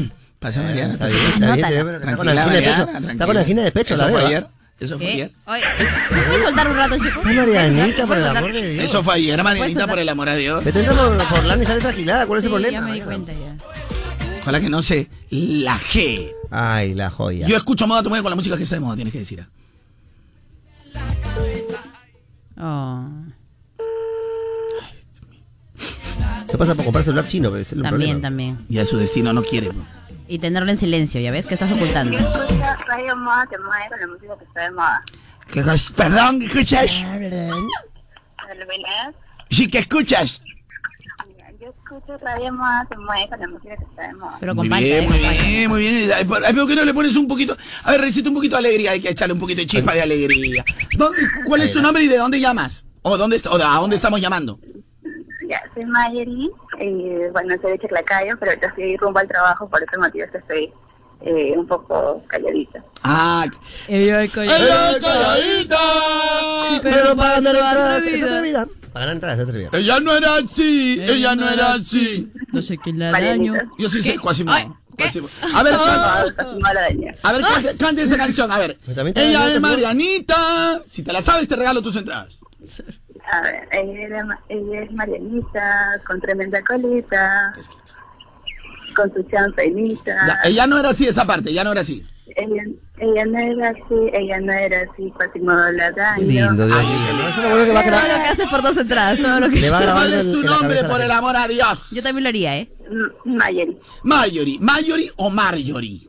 Speaker 2: moda". Pasa, Mariana.
Speaker 1: Está
Speaker 2: está
Speaker 1: bien,
Speaker 2: bien.
Speaker 1: está bien, está bien,
Speaker 3: Ah, Anótala.
Speaker 1: pero Está con
Speaker 2: Tranquila,
Speaker 1: angina de
Speaker 2: Mariana,
Speaker 1: pecho. Está con
Speaker 2: tranquila.
Speaker 1: angina de pecho,
Speaker 2: Eso
Speaker 1: la
Speaker 2: fue
Speaker 1: veo. ¿eh?
Speaker 2: ayer. Eso fue
Speaker 3: ¿Qué?
Speaker 2: ayer.
Speaker 3: Oye, ¿me puedes soltar un rato, chicos?
Speaker 1: Ay, Marianita, por el amor de Dios.
Speaker 2: Eso fue ayer, Marianita,
Speaker 3: soltar?
Speaker 2: por el amor de Dios.
Speaker 1: Vete entrando por, por lana y sales trasquilada, ¿cuál es el
Speaker 3: Sí,
Speaker 1: problema?
Speaker 3: ya me di
Speaker 1: Mariana?
Speaker 3: cuenta ya.
Speaker 2: Ojalá que no se laje.
Speaker 1: Ay, la joya.
Speaker 2: Yo escucho moda, te mueve con la música que está de moda, tienes que decir. ah.
Speaker 3: Oh.
Speaker 1: Se pasa por comprar celular chino, pero ese es el problema.
Speaker 3: También, también.
Speaker 2: Y a su destino no quiere. po.
Speaker 3: Y tenerlo en silencio, ¿ya ves? que estás ocultando?
Speaker 4: Está de moda, te mueve con la música que está de moda.
Speaker 2: ¿Qué cos- Perdón, ¿qué escuchas?
Speaker 4: ¿Lo verás?
Speaker 2: Sí, ¿qué escuchas?
Speaker 4: Yo escucho radio de moda, te mueve con la música que está de moda.
Speaker 3: Pero
Speaker 2: Muy
Speaker 3: con palta,
Speaker 2: bien,
Speaker 3: ¿eh?
Speaker 2: muy bien, muy bien. Ay, por- ay, ¿Por qué no le pones un poquito? A ver, recito un poquito de alegría. Hay que echarle un poquito de chispa de alegría. ¿Dónde- ¿Cuál es tu nombre y de dónde llamas? ¿O, dónde, est- o a dónde estamos llamando?
Speaker 4: Ya, soy Mayeri, eh, bueno, soy de Chaclacayo, pero ahorita estoy rumbo al trabajo, por ese motivo es que estoy eh, un poco calladita.
Speaker 2: Ah,
Speaker 1: Pero para ganar entradas, es atrevida. Para ganar entradas, es atrevida.
Speaker 6: Ella no era así, ella no era así.
Speaker 3: No sé qué le
Speaker 4: Marianita,
Speaker 2: yo sí sé, Quasimodo. Quasimodo. A
Speaker 3: Oh.
Speaker 2: ver, can-
Speaker 4: no la dañé.
Speaker 2: a ver, cante- cante esa canción. A ver,
Speaker 1: Pero también te-
Speaker 2: ella es
Speaker 1: te-
Speaker 2: Marianita. Si te la sabes, te regalo tus entradas.
Speaker 4: A ver, ella, era ma- ella es Marianita, con tremenda colita, con su
Speaker 2: Ya,
Speaker 4: champainita.
Speaker 2: ella no era así, esa parte, ya no era así.
Speaker 4: Ella, ella no era así, ella no era así, Quasimodo la daño.
Speaker 1: Lindo, Dios mío. ¿no? Es una mujer que va a
Speaker 3: Todo lo
Speaker 1: gra-
Speaker 3: que haces por dos entradas, todo lo
Speaker 1: le
Speaker 3: <laughs> que...
Speaker 1: va
Speaker 2: ¿Cuál
Speaker 1: grabando
Speaker 2: es
Speaker 1: en-
Speaker 2: tu
Speaker 1: en la
Speaker 2: nombre,
Speaker 1: cabeza a la
Speaker 2: por el
Speaker 1: gente.
Speaker 2: amor a Dios?
Speaker 3: Yo también lo haría, ¿eh?
Speaker 4: M- Mayeri,
Speaker 2: Marjorie, Marjorie o Marjorie.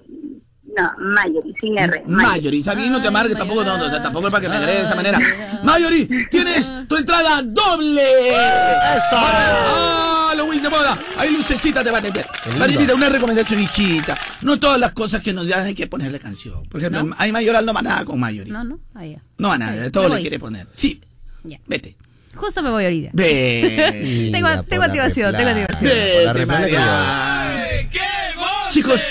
Speaker 4: no, Mayeri, sin R. Mayeri.
Speaker 2: Mayori, está bien, no te amargues, tampoco, no, no, tampoco es para que me agregues de esa manera. Mayori, tienes tu entrada doble. ¡Eso! ¡Ah, lo Will de moda! Ahí lucecita te va a tener. Marianita, una recomendación, hijita. No todas las cosas que nos dan hay que ponerle canción. Por ejemplo, hay Mayoral no va nada con Mayori.
Speaker 3: No, no, ahí ya.
Speaker 2: No va nada, todo
Speaker 3: Me
Speaker 2: le
Speaker 3: voy.
Speaker 2: quiere poner. Sí,
Speaker 3: Ya.
Speaker 2: vete.
Speaker 3: Justo me voy ahorita.
Speaker 2: Ve.
Speaker 3: <laughs> Tengo-
Speaker 1: Mira,
Speaker 3: tengo
Speaker 1: por la
Speaker 3: activación, tengo
Speaker 1: repla-
Speaker 3: activación.
Speaker 1: por la
Speaker 2: Vete,
Speaker 1: repla-
Speaker 2: Marian. Chicos,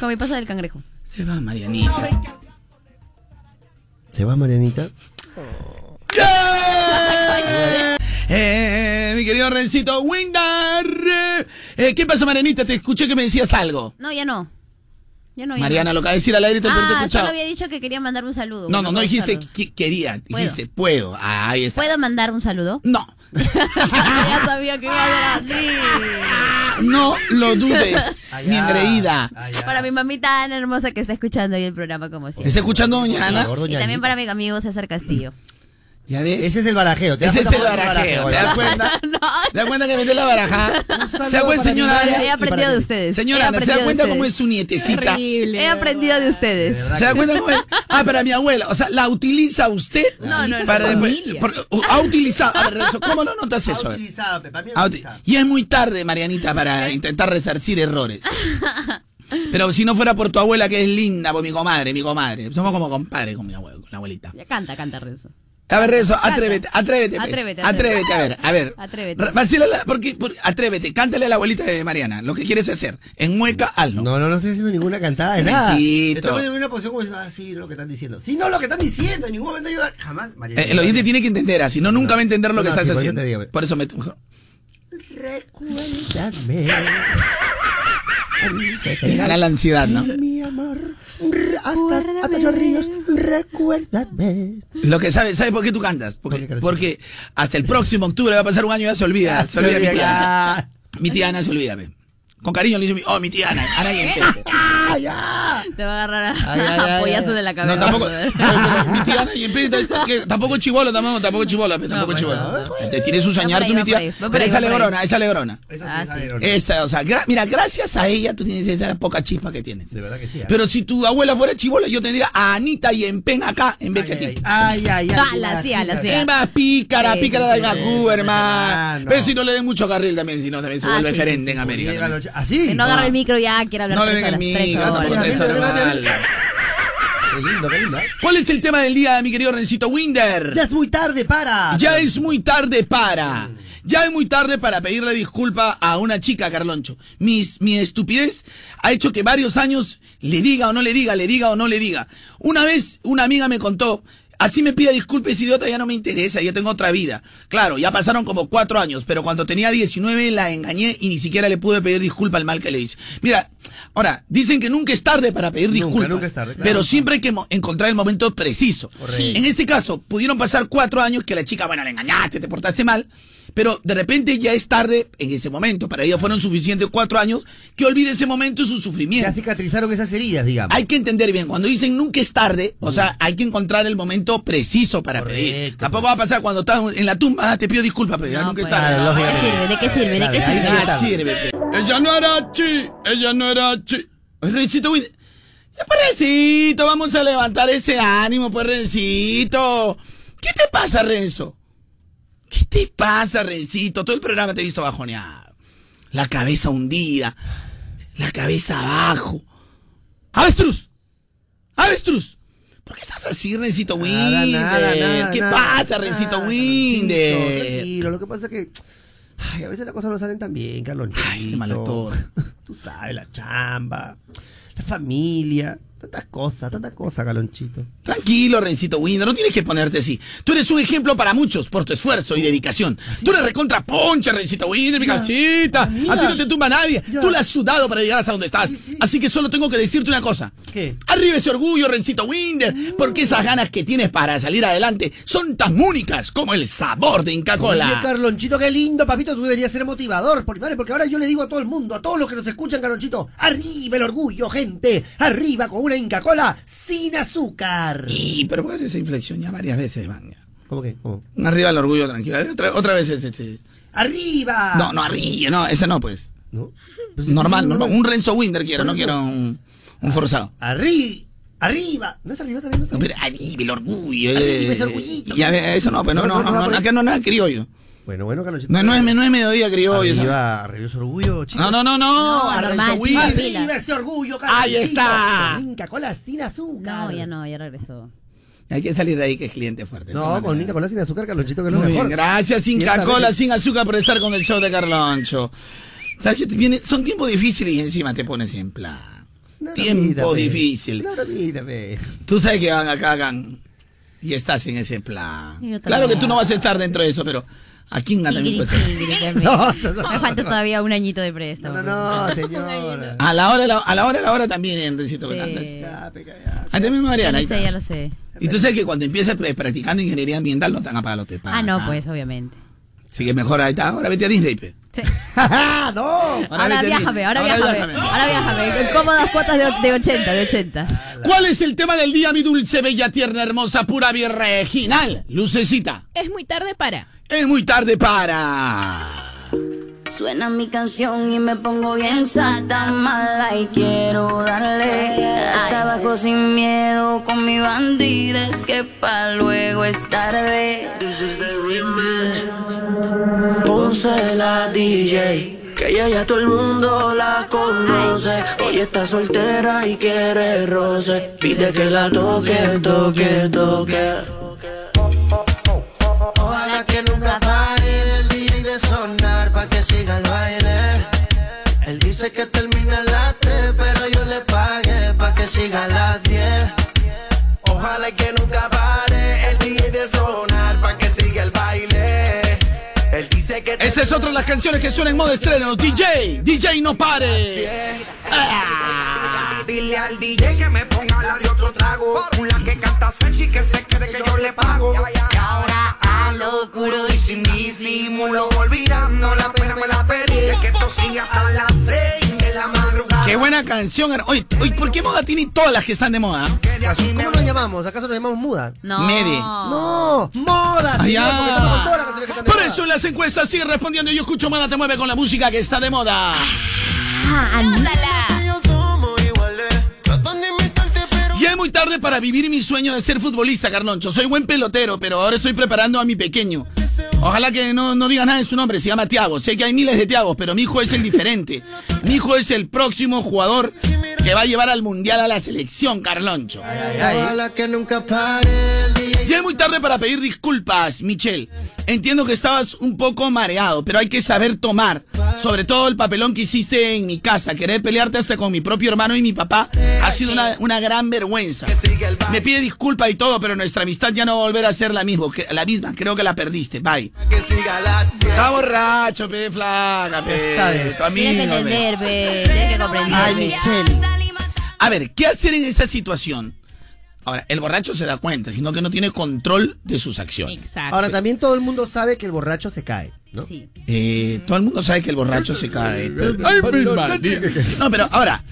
Speaker 3: Con mi paso del cangrejo.
Speaker 2: se va Marianita.
Speaker 1: ¿Se va Marianita?
Speaker 2: Yeah. Eh, mi querido Rencito Windar. Eh, ¿Qué pasa, Marianita? Te escuché que me decías algo.
Speaker 3: No, ya no. Ya no, ya
Speaker 2: Mariana,
Speaker 3: no.
Speaker 2: lo que va a decir al aire te pero te he
Speaker 3: Ah, solo
Speaker 2: escuchado.
Speaker 3: había dicho que quería mandar un saludo.
Speaker 2: No, no, no
Speaker 3: Buenos
Speaker 2: dijiste
Speaker 3: saludos.
Speaker 2: que
Speaker 3: <laughs>
Speaker 2: quería, dijiste puedo. Ah, ahí está.
Speaker 3: ¿Puedo mandar un saludo?
Speaker 2: No,
Speaker 3: Ah, ya sabía que iba
Speaker 2: <laughs>
Speaker 3: a ser así.
Speaker 2: no lo dudes, mi engreída.
Speaker 3: Para mi mamita tan hermosa que está escuchando hoy el programa como siempre.
Speaker 2: ¿Está escuchando, doña Ana?
Speaker 1: Gordo
Speaker 3: Y también
Speaker 1: ñañito.
Speaker 3: para mi amigo César Castillo.
Speaker 2: ¿Ya ves?
Speaker 1: Ese es el barajeo. ¿te das
Speaker 2: Ese es el
Speaker 1: cuenta cómo
Speaker 2: barajeo, ¿te
Speaker 1: ¿verdad?
Speaker 2: das cuenta?
Speaker 3: <laughs> No.
Speaker 2: ¿Te das cuenta que mete la baraja? ¿Se da
Speaker 1: saludo para
Speaker 2: cuenta, señora?
Speaker 1: mi
Speaker 3: He
Speaker 1: madre.
Speaker 2: Ana?
Speaker 3: aprendido de ustedes. He
Speaker 2: Señora Ana, ¿se
Speaker 3: aprendido
Speaker 2: da
Speaker 3: de
Speaker 2: cuenta
Speaker 3: ustedes.
Speaker 2: cómo es su nietecita?
Speaker 5: Horrible.
Speaker 3: He aprendido de ustedes.
Speaker 2: ¿Se da cuenta cómo es? Ah, para mi abuela. O sea, la utiliza usted.
Speaker 3: No, no, es
Speaker 2: para
Speaker 3: su
Speaker 2: después-
Speaker 5: familia.
Speaker 2: porque- o- ha utilizado. A ver, Renzo, ¿cómo no notas eso? eh? A ver.
Speaker 1: Utilizado, Pepa, mira,
Speaker 2: Ha uti-
Speaker 1: utilizado.
Speaker 2: Y es muy tarde, Marianita,
Speaker 3: <laughs>
Speaker 2: para intentar resarcir errores. Pero si no fuera por tu abuela, que es linda, por mi comadre, mi comadre. Somos como compadres con mi abuelo, con la abuelita.
Speaker 3: Ya canta, canta Renzo.
Speaker 2: A ver, Renzo, atrévete, atrévete. pues.
Speaker 3: Atrévete,
Speaker 2: Atrévete, a ver, a ver.
Speaker 3: Atrévete.
Speaker 2: Re- vacílala, porque, porque- atrévete, cántale a la abuelita de Mariana, lo que quieres hacer. En mueca, hazlo.
Speaker 1: No, no, no estoy haciendo ninguna
Speaker 2: Ah,
Speaker 1: cantada de nada.
Speaker 2: Rencito.
Speaker 1: Estoy poniendo en una posición como diciendo, ah, sí, lo que están diciendo. Sí, no, lo que están diciendo. En ningún momento yo jamás. Marianita.
Speaker 2: Eh, el oyente tiene que entender, así no nunca va a entender lo
Speaker 1: No,
Speaker 2: que
Speaker 1: no,
Speaker 2: estás
Speaker 1: sí, por eso
Speaker 2: haciendo.
Speaker 1: te digo.
Speaker 2: por eso me mejor.
Speaker 1: Recuérdame.
Speaker 2: Me gana la ansiedad, ¿no?
Speaker 1: Mi amor, r- hasta, hasta los ríos, recuérdame.
Speaker 2: Lo que sabe, ¿sabe por qué tú cantas? Porque,
Speaker 1: Porque-
Speaker 2: porque hasta el próximo octubre va a pasar un año y ya se olvida. Se olvida mi tía. Mi tía Ana se olvida, ve. Con cariño le dice, oh, mi tía Ana,
Speaker 3: <laughs>
Speaker 2: Ana y Pepe.
Speaker 3: Te va a agarrar a,
Speaker 1: Ay, ay,
Speaker 3: <laughs>
Speaker 1: ay,
Speaker 3: a pollazos
Speaker 1: ay.
Speaker 3: de la cabeza.
Speaker 2: No, tampoco. mi tía Ana y Pepe, que- tampoco chivolo, tampoco, tampoco chivolo, tampoco
Speaker 3: pues,
Speaker 2: chivolo.
Speaker 3: no.
Speaker 2: Entonces, Tiene su
Speaker 3: Va por
Speaker 2: señal
Speaker 3: ahí,
Speaker 2: tú,
Speaker 3: va
Speaker 2: mi
Speaker 3: por
Speaker 2: tía.
Speaker 3: ahí, va por
Speaker 2: Pero
Speaker 3: ahí,
Speaker 2: esa
Speaker 3: va por ahí.
Speaker 2: lebrona, esa lebrona.
Speaker 1: Eso
Speaker 3: Ah,
Speaker 1: sí,
Speaker 3: sí,
Speaker 1: es
Speaker 3: sí.
Speaker 1: alegre.
Speaker 2: Esa, o sea, gra- mira, gracias a ella tú tienes esa poca chispa que tienes.
Speaker 1: De verdad que sí. ¿eh?
Speaker 2: Pero si tu abuela fuera chivola, yo te diría a Anita y en pen acá en vez que a ti.
Speaker 1: Ay, ay, ay.
Speaker 3: <laughs> Ala, sí, ala, sí.
Speaker 2: Es más pícara,
Speaker 3: Sí,
Speaker 2: pícara
Speaker 3: sí,
Speaker 2: de
Speaker 3: sí,
Speaker 2: Bakú,
Speaker 1: sí,
Speaker 2: hermano.
Speaker 1: sí,
Speaker 2: Pero
Speaker 1: no.
Speaker 2: si no le den mucho carril también, si no, también se
Speaker 3: Ah,
Speaker 2: vuelve
Speaker 3: sí,
Speaker 2: gerente
Speaker 3: sí,
Speaker 2: en
Speaker 3: ah, sí,
Speaker 2: América.
Speaker 1: Llega
Speaker 2: también.
Speaker 1: noche- Así.
Speaker 3: Que no agarra el micro ya, quiere hablar
Speaker 2: Ah, No le
Speaker 3: tres
Speaker 2: den el
Speaker 3: horas, tres
Speaker 2: micro,
Speaker 3: horas.
Speaker 2: tampoco
Speaker 1: horas.
Speaker 2: tres horas
Speaker 1: Mira, mira,
Speaker 2: mal.
Speaker 1: mira. Qué lindo, qué lindo. ¿eh?
Speaker 2: ¿Cuál es el tema del día, mi querido Rencito Winder?
Speaker 1: Ya es muy tarde para.
Speaker 2: Ya es muy tarde para. Ya es muy tarde para pedirle disculpa a una chica, Carloncho. Mis, mi estupidez ha hecho que varios años le diga o no le diga, le diga o no le diga. Una vez una amiga me contó, así me pida disculpas, idiota, ya no me interesa, yo tengo otra vida. Claro, ya pasaron como cuatro años, pero cuando tenía 19 la engañé y ni siquiera le pude pedir disculpa al mal que le hice. Mira, Ahora, dicen que nunca es tarde para pedir
Speaker 1: Nunca,
Speaker 2: disculpas.
Speaker 1: nunca es tarde, claro.
Speaker 2: Pero siempre hay que mo- encontrar el momento preciso.
Speaker 1: Correcto.
Speaker 2: En este caso, pudieron pasar cuatro años que la chica, bueno, la engañaste, te portaste mal. Pero de repente ya es tarde en ese momento. Para ella fueron suficientes cuatro años que olvide ese momento y su sufrimiento.
Speaker 1: Ya cicatrizaron esas heridas, digamos. Mm.
Speaker 2: Hay que entender bien, cuando dicen nunca es tarde, o sea, hay que encontrar el momento preciso para pedir.
Speaker 1: Correcto.
Speaker 2: Tampoco va a pasar cuando estás en la tumba, ah, te pido disculpas, pero ya
Speaker 6: No,
Speaker 2: nunca
Speaker 6: pues,
Speaker 2: es tarde.
Speaker 6: no, ¿De qué sirve? ¿De qué sirve? ¿De qué
Speaker 1: Claro, ahí
Speaker 6: sirve?
Speaker 1: sí
Speaker 2: Nada
Speaker 1: está.
Speaker 2: sirve. pe.
Speaker 10: Ella no era chi, ella no era chi.
Speaker 2: Ay, Rencito, güey. Ya, pues, Rencito, vamos a levantar ese ánimo, pues, Rencito. ¿Qué te pasa, Renzo? ¿Qué te pasa, Rencito? Todo el programa te he visto bajoneado. La cabeza hundida. La cabeza abajo. ¡Avestruz! ¡Avestruz! ¿Por qué estás así, Rencito
Speaker 1: Nada,
Speaker 2: Winder?
Speaker 1: nada, nada,
Speaker 2: ¿Qué
Speaker 1: nada,
Speaker 2: pasa,
Speaker 1: nada,
Speaker 2: Rencito
Speaker 1: Carlonchito,
Speaker 2: Winder?
Speaker 1: Tranquilo, lo que pasa es que. ay, a veces las cosas no salen tan bien, Carlonchito.
Speaker 2: Ay, este mal actor.
Speaker 1: <laughs> Tú sabes, la chamba, la familia, tantas cosas, tantas cosas, Carlonchito.
Speaker 2: Tranquilo, Rencito Winder, no tienes que ponerte así. Tú eres un ejemplo para muchos por tu esfuerzo y dedicación. Tú eres recontra poncha, Rencito Winder, mi calcita. A ti no te tumba nadie.
Speaker 1: Ya.
Speaker 2: Tú la has sudado para llegar hasta donde estás. Así que solo tengo que decirte una cosa.
Speaker 1: ¿Qué?
Speaker 2: Arriba ese orgullo, Rencito Winder,
Speaker 1: Mm.
Speaker 2: porque esas ganas que tienes para salir adelante son tan únicas como el sabor de Inca
Speaker 1: Oye,
Speaker 2: Cola.
Speaker 1: Carlonchito, qué lindo, papito, tú deberías ser motivador, porque, vale, porque ahora yo le digo a todo el mundo, a todos los que nos escuchan, Carlonchito, arriba el orgullo, gente, arriba con una Inca Cola sin azúcar.
Speaker 2: Y, pero puedes esa inflexión ya varias veces, man.
Speaker 1: ¿Cómo que? ¿Cómo?
Speaker 2: Arriba el orgullo, tranquilo. Otra, otra vez este, ese. ese.
Speaker 1: ¡Arriba!
Speaker 2: No, no, arriba, no, ese no, pues.
Speaker 1: ¿No? Pues,
Speaker 2: Normal,
Speaker 1: sí,
Speaker 2: normal. Un Renzo Winder quiero, no
Speaker 1: Por eso.
Speaker 2: quiero un, un forzado.
Speaker 1: Arri- arriba. No es arriba, también no es
Speaker 2: No,
Speaker 1: arriba.
Speaker 2: pero arriba el orgullo.
Speaker 1: Arriba
Speaker 2: eh,
Speaker 1: ese
Speaker 2: <laughs>
Speaker 1: orgullito.
Speaker 2: Ya, ve, eso no, pero no,
Speaker 1: No,
Speaker 2: no,
Speaker 1: no,
Speaker 2: no,
Speaker 1: no,
Speaker 2: no,
Speaker 1: no,
Speaker 2: acá no es nada criollo.
Speaker 1: Bueno, bueno, Carlos.
Speaker 2: No, no, es, no es mediodía criollo. esa-
Speaker 1: Arriba, arriba ese orgullo, chicos.
Speaker 2: No, no, no, no.
Speaker 6: No,
Speaker 2: a Renzo
Speaker 6: normal,
Speaker 2: Winder.
Speaker 6: papi.
Speaker 1: Arriba ese orgullo, Carlos.
Speaker 2: Ahí está.
Speaker 1: Con Inca Cola sin azúcar.
Speaker 11: No, ya no, ya regresó.
Speaker 2: Hay que salir de ahí que es cliente fuerte.
Speaker 1: No, con Inca Cola sin azúcar, Carlonchito, que es lo
Speaker 2: Muy bien,
Speaker 1: mejor.
Speaker 2: gracias Inca
Speaker 1: Ciertamente.
Speaker 2: Cola, sin azúcar por estar con el show de Carloncho. ¿Sabes qué? Te viene- son tiempos difíciles y encima te pones en plan.
Speaker 1: No, no, mira,
Speaker 2: Tiempo
Speaker 1: ve.
Speaker 2: difícil.
Speaker 1: No, no, mira, ve.
Speaker 2: Tú sabes que van acá, hagan y estás en ese plan.
Speaker 6: Yo también.
Speaker 2: Claro que tú
Speaker 3: <laughs>
Speaker 2: no vas a estar dentro de eso, pero aquí Inga también pues.
Speaker 11: Ingrid,
Speaker 2: puede
Speaker 11: Ingrid,
Speaker 2: estar. <laughs>
Speaker 11: Ingrid.
Speaker 1: No, no, no,
Speaker 11: Me falta todavía un añito de préstamo.
Speaker 1: No,
Speaker 3: <laughs>
Speaker 1: no, no, señor.
Speaker 2: A la hora, de la- a la hora, a la hora también, Rencito.
Speaker 11: Sí.
Speaker 2: Antes
Speaker 1: Ya, peca, ya.
Speaker 2: mismo
Speaker 11: Ya
Speaker 2: Mariana.
Speaker 11: lo
Speaker 2: ahí
Speaker 11: sé, ya
Speaker 2: está.
Speaker 11: lo sé.
Speaker 2: Y tú sabes que cuando empiezas pues, practicando ingeniería ambiental no te han apagado los tepas.
Speaker 11: Ah, no, pues, obviamente.
Speaker 2: Así que mejor ahí está. Ahora vete a Disney. pues.
Speaker 11: Sí.
Speaker 1: ¡No!
Speaker 2: Ahora
Speaker 11: Ahora
Speaker 2: vete
Speaker 11: viájame,
Speaker 2: a Disney.
Speaker 11: ahora
Speaker 2: Ahora
Speaker 11: viájame.
Speaker 2: viájame.
Speaker 11: Ahora viájame. Con cómodas cuotas de, de 80, de 80.
Speaker 2: ¿Cuál es el tema del día, mi dulce, bella, tierna, hermosa, pura, virginal? Lucecita.
Speaker 6: Es muy tarde para.
Speaker 2: Es muy tarde para.
Speaker 3: Suena mi canción y me pongo bien sata mala y quiero darle hasta abajo sin miedo con mi bandida es que pa luego es tarde.
Speaker 12: Ponce la DJ, que ella ya todo el mundo la conoce. Hoy está soltera y quiere roce. Pide que la toque, toque, toque. Ojalá que nunca pare el DJ de sonar pa' que siga el baile. Él dice que termina a las 3, pero yo le pagué pa' que siga a las 10. Ojalá que nunca pare el DJ de sonar pa' que siga el baile. Él dice que
Speaker 2: Esa es otra de las canciones que suena en modo estreno. DJ, DJ no pare. Ah.
Speaker 12: Dile al DJ que me ponga la de otro trago. Una que canta Sechi que se quede que yo le pago. Y ahora a lo oscuro y sin disimulo. Olvidando la pena me la perdí. De que esto sigue hasta las seis de la madrugada.
Speaker 2: Qué buena canción. her- Oye, oye, ¿por qué moda tiene todas las que están de moda?
Speaker 12: Que de así me
Speaker 1: ¿Cómo nos llamamos? ¿Acaso nos llamamos muda?
Speaker 11: No.
Speaker 2: Medi.
Speaker 1: No, moda,
Speaker 2: Ah,
Speaker 1: señor,
Speaker 2: ya.
Speaker 1: porque estamos con todas las canciones que están de
Speaker 2: Por
Speaker 1: moda.
Speaker 2: eso en las encuestas sigue respondiendo. Yo escucho Mana te mueve con la música que está de moda.
Speaker 11: Ah, anótala.
Speaker 12: yo somos iguales. Tratan de imitarte, pero.
Speaker 2: Ya es muy tarde para vivir mi sueño de ser futbolista, Carloncho. Soy buen pelotero, pero ahora estoy preparando a mi pequeño. Ojalá que no, no diga nada de su nombre, se llama Tiago. Sé que hay miles de Tiagos, pero mi hijo es el diferente. Mi hijo es el próximo jugador que va a llevar al mundial a la selección, Carloncho.
Speaker 12: Ojalá que nunca pare el DJ
Speaker 2: Ya es muy tarde para pedir disculpas, Michelle. Entiendo que estabas un poco mareado, pero hay que saber tomar. Sobre todo el papelón que hiciste en mi casa. Querer pelearte hasta con mi propio hermano y mi papá ha sido una, una gran vergüenza. Me pide disculpas y todo, pero nuestra amistad ya no va a volver a ser la misma. que- La misma. Creo que la perdiste. Bye. Está borracho, pe, flaca, pe.
Speaker 3: Está bien.
Speaker 2: Tu amigo,
Speaker 3: Tienes que
Speaker 2: pe.
Speaker 3: entender, pe. Tienes que comprender.
Speaker 2: Ay,
Speaker 3: pe.
Speaker 2: Michelle. A ver, ¿qué hacer en esa situación? Ahora, el borracho se da cuenta, sino que no tiene control de sus acciones.
Speaker 1: Ahora también todo el mundo sabe que el borracho se cae, ¿no?
Speaker 2: Eh, todo el mundo sabe que el borracho se cae. pero-
Speaker 1: Ay, mi madre.
Speaker 2: No, pero ahora,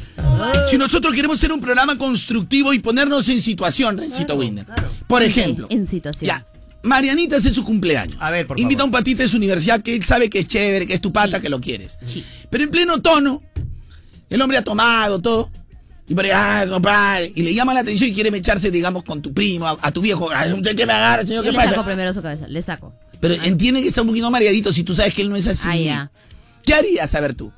Speaker 2: si nosotros queremos ser un programa constructivo y ponernos en situación, Rencito Winder. Por ejemplo,
Speaker 3: En situación.
Speaker 2: ya, Marianita hace su cumpleaños. A ver, Invita a un patita de su universidad que él sabe que es chévere, que es tu pata, que lo quieres. Pero en pleno tono, el hombre ha tomado todo. Y por ahí, ah, compadre, y le llama la atención y quiere mecharse, digamos, con tu primo, a, a tu viejo. Ah, usted que me agarra, señor, ¿qué
Speaker 3: Yo le
Speaker 2: pasa?
Speaker 3: saco primero su cabeza, le saco.
Speaker 2: Pero entiende que está un poquito mareadito si tú sabes que él no es así.
Speaker 3: Ah, ya.
Speaker 2: ¿Qué harías, a ver tú?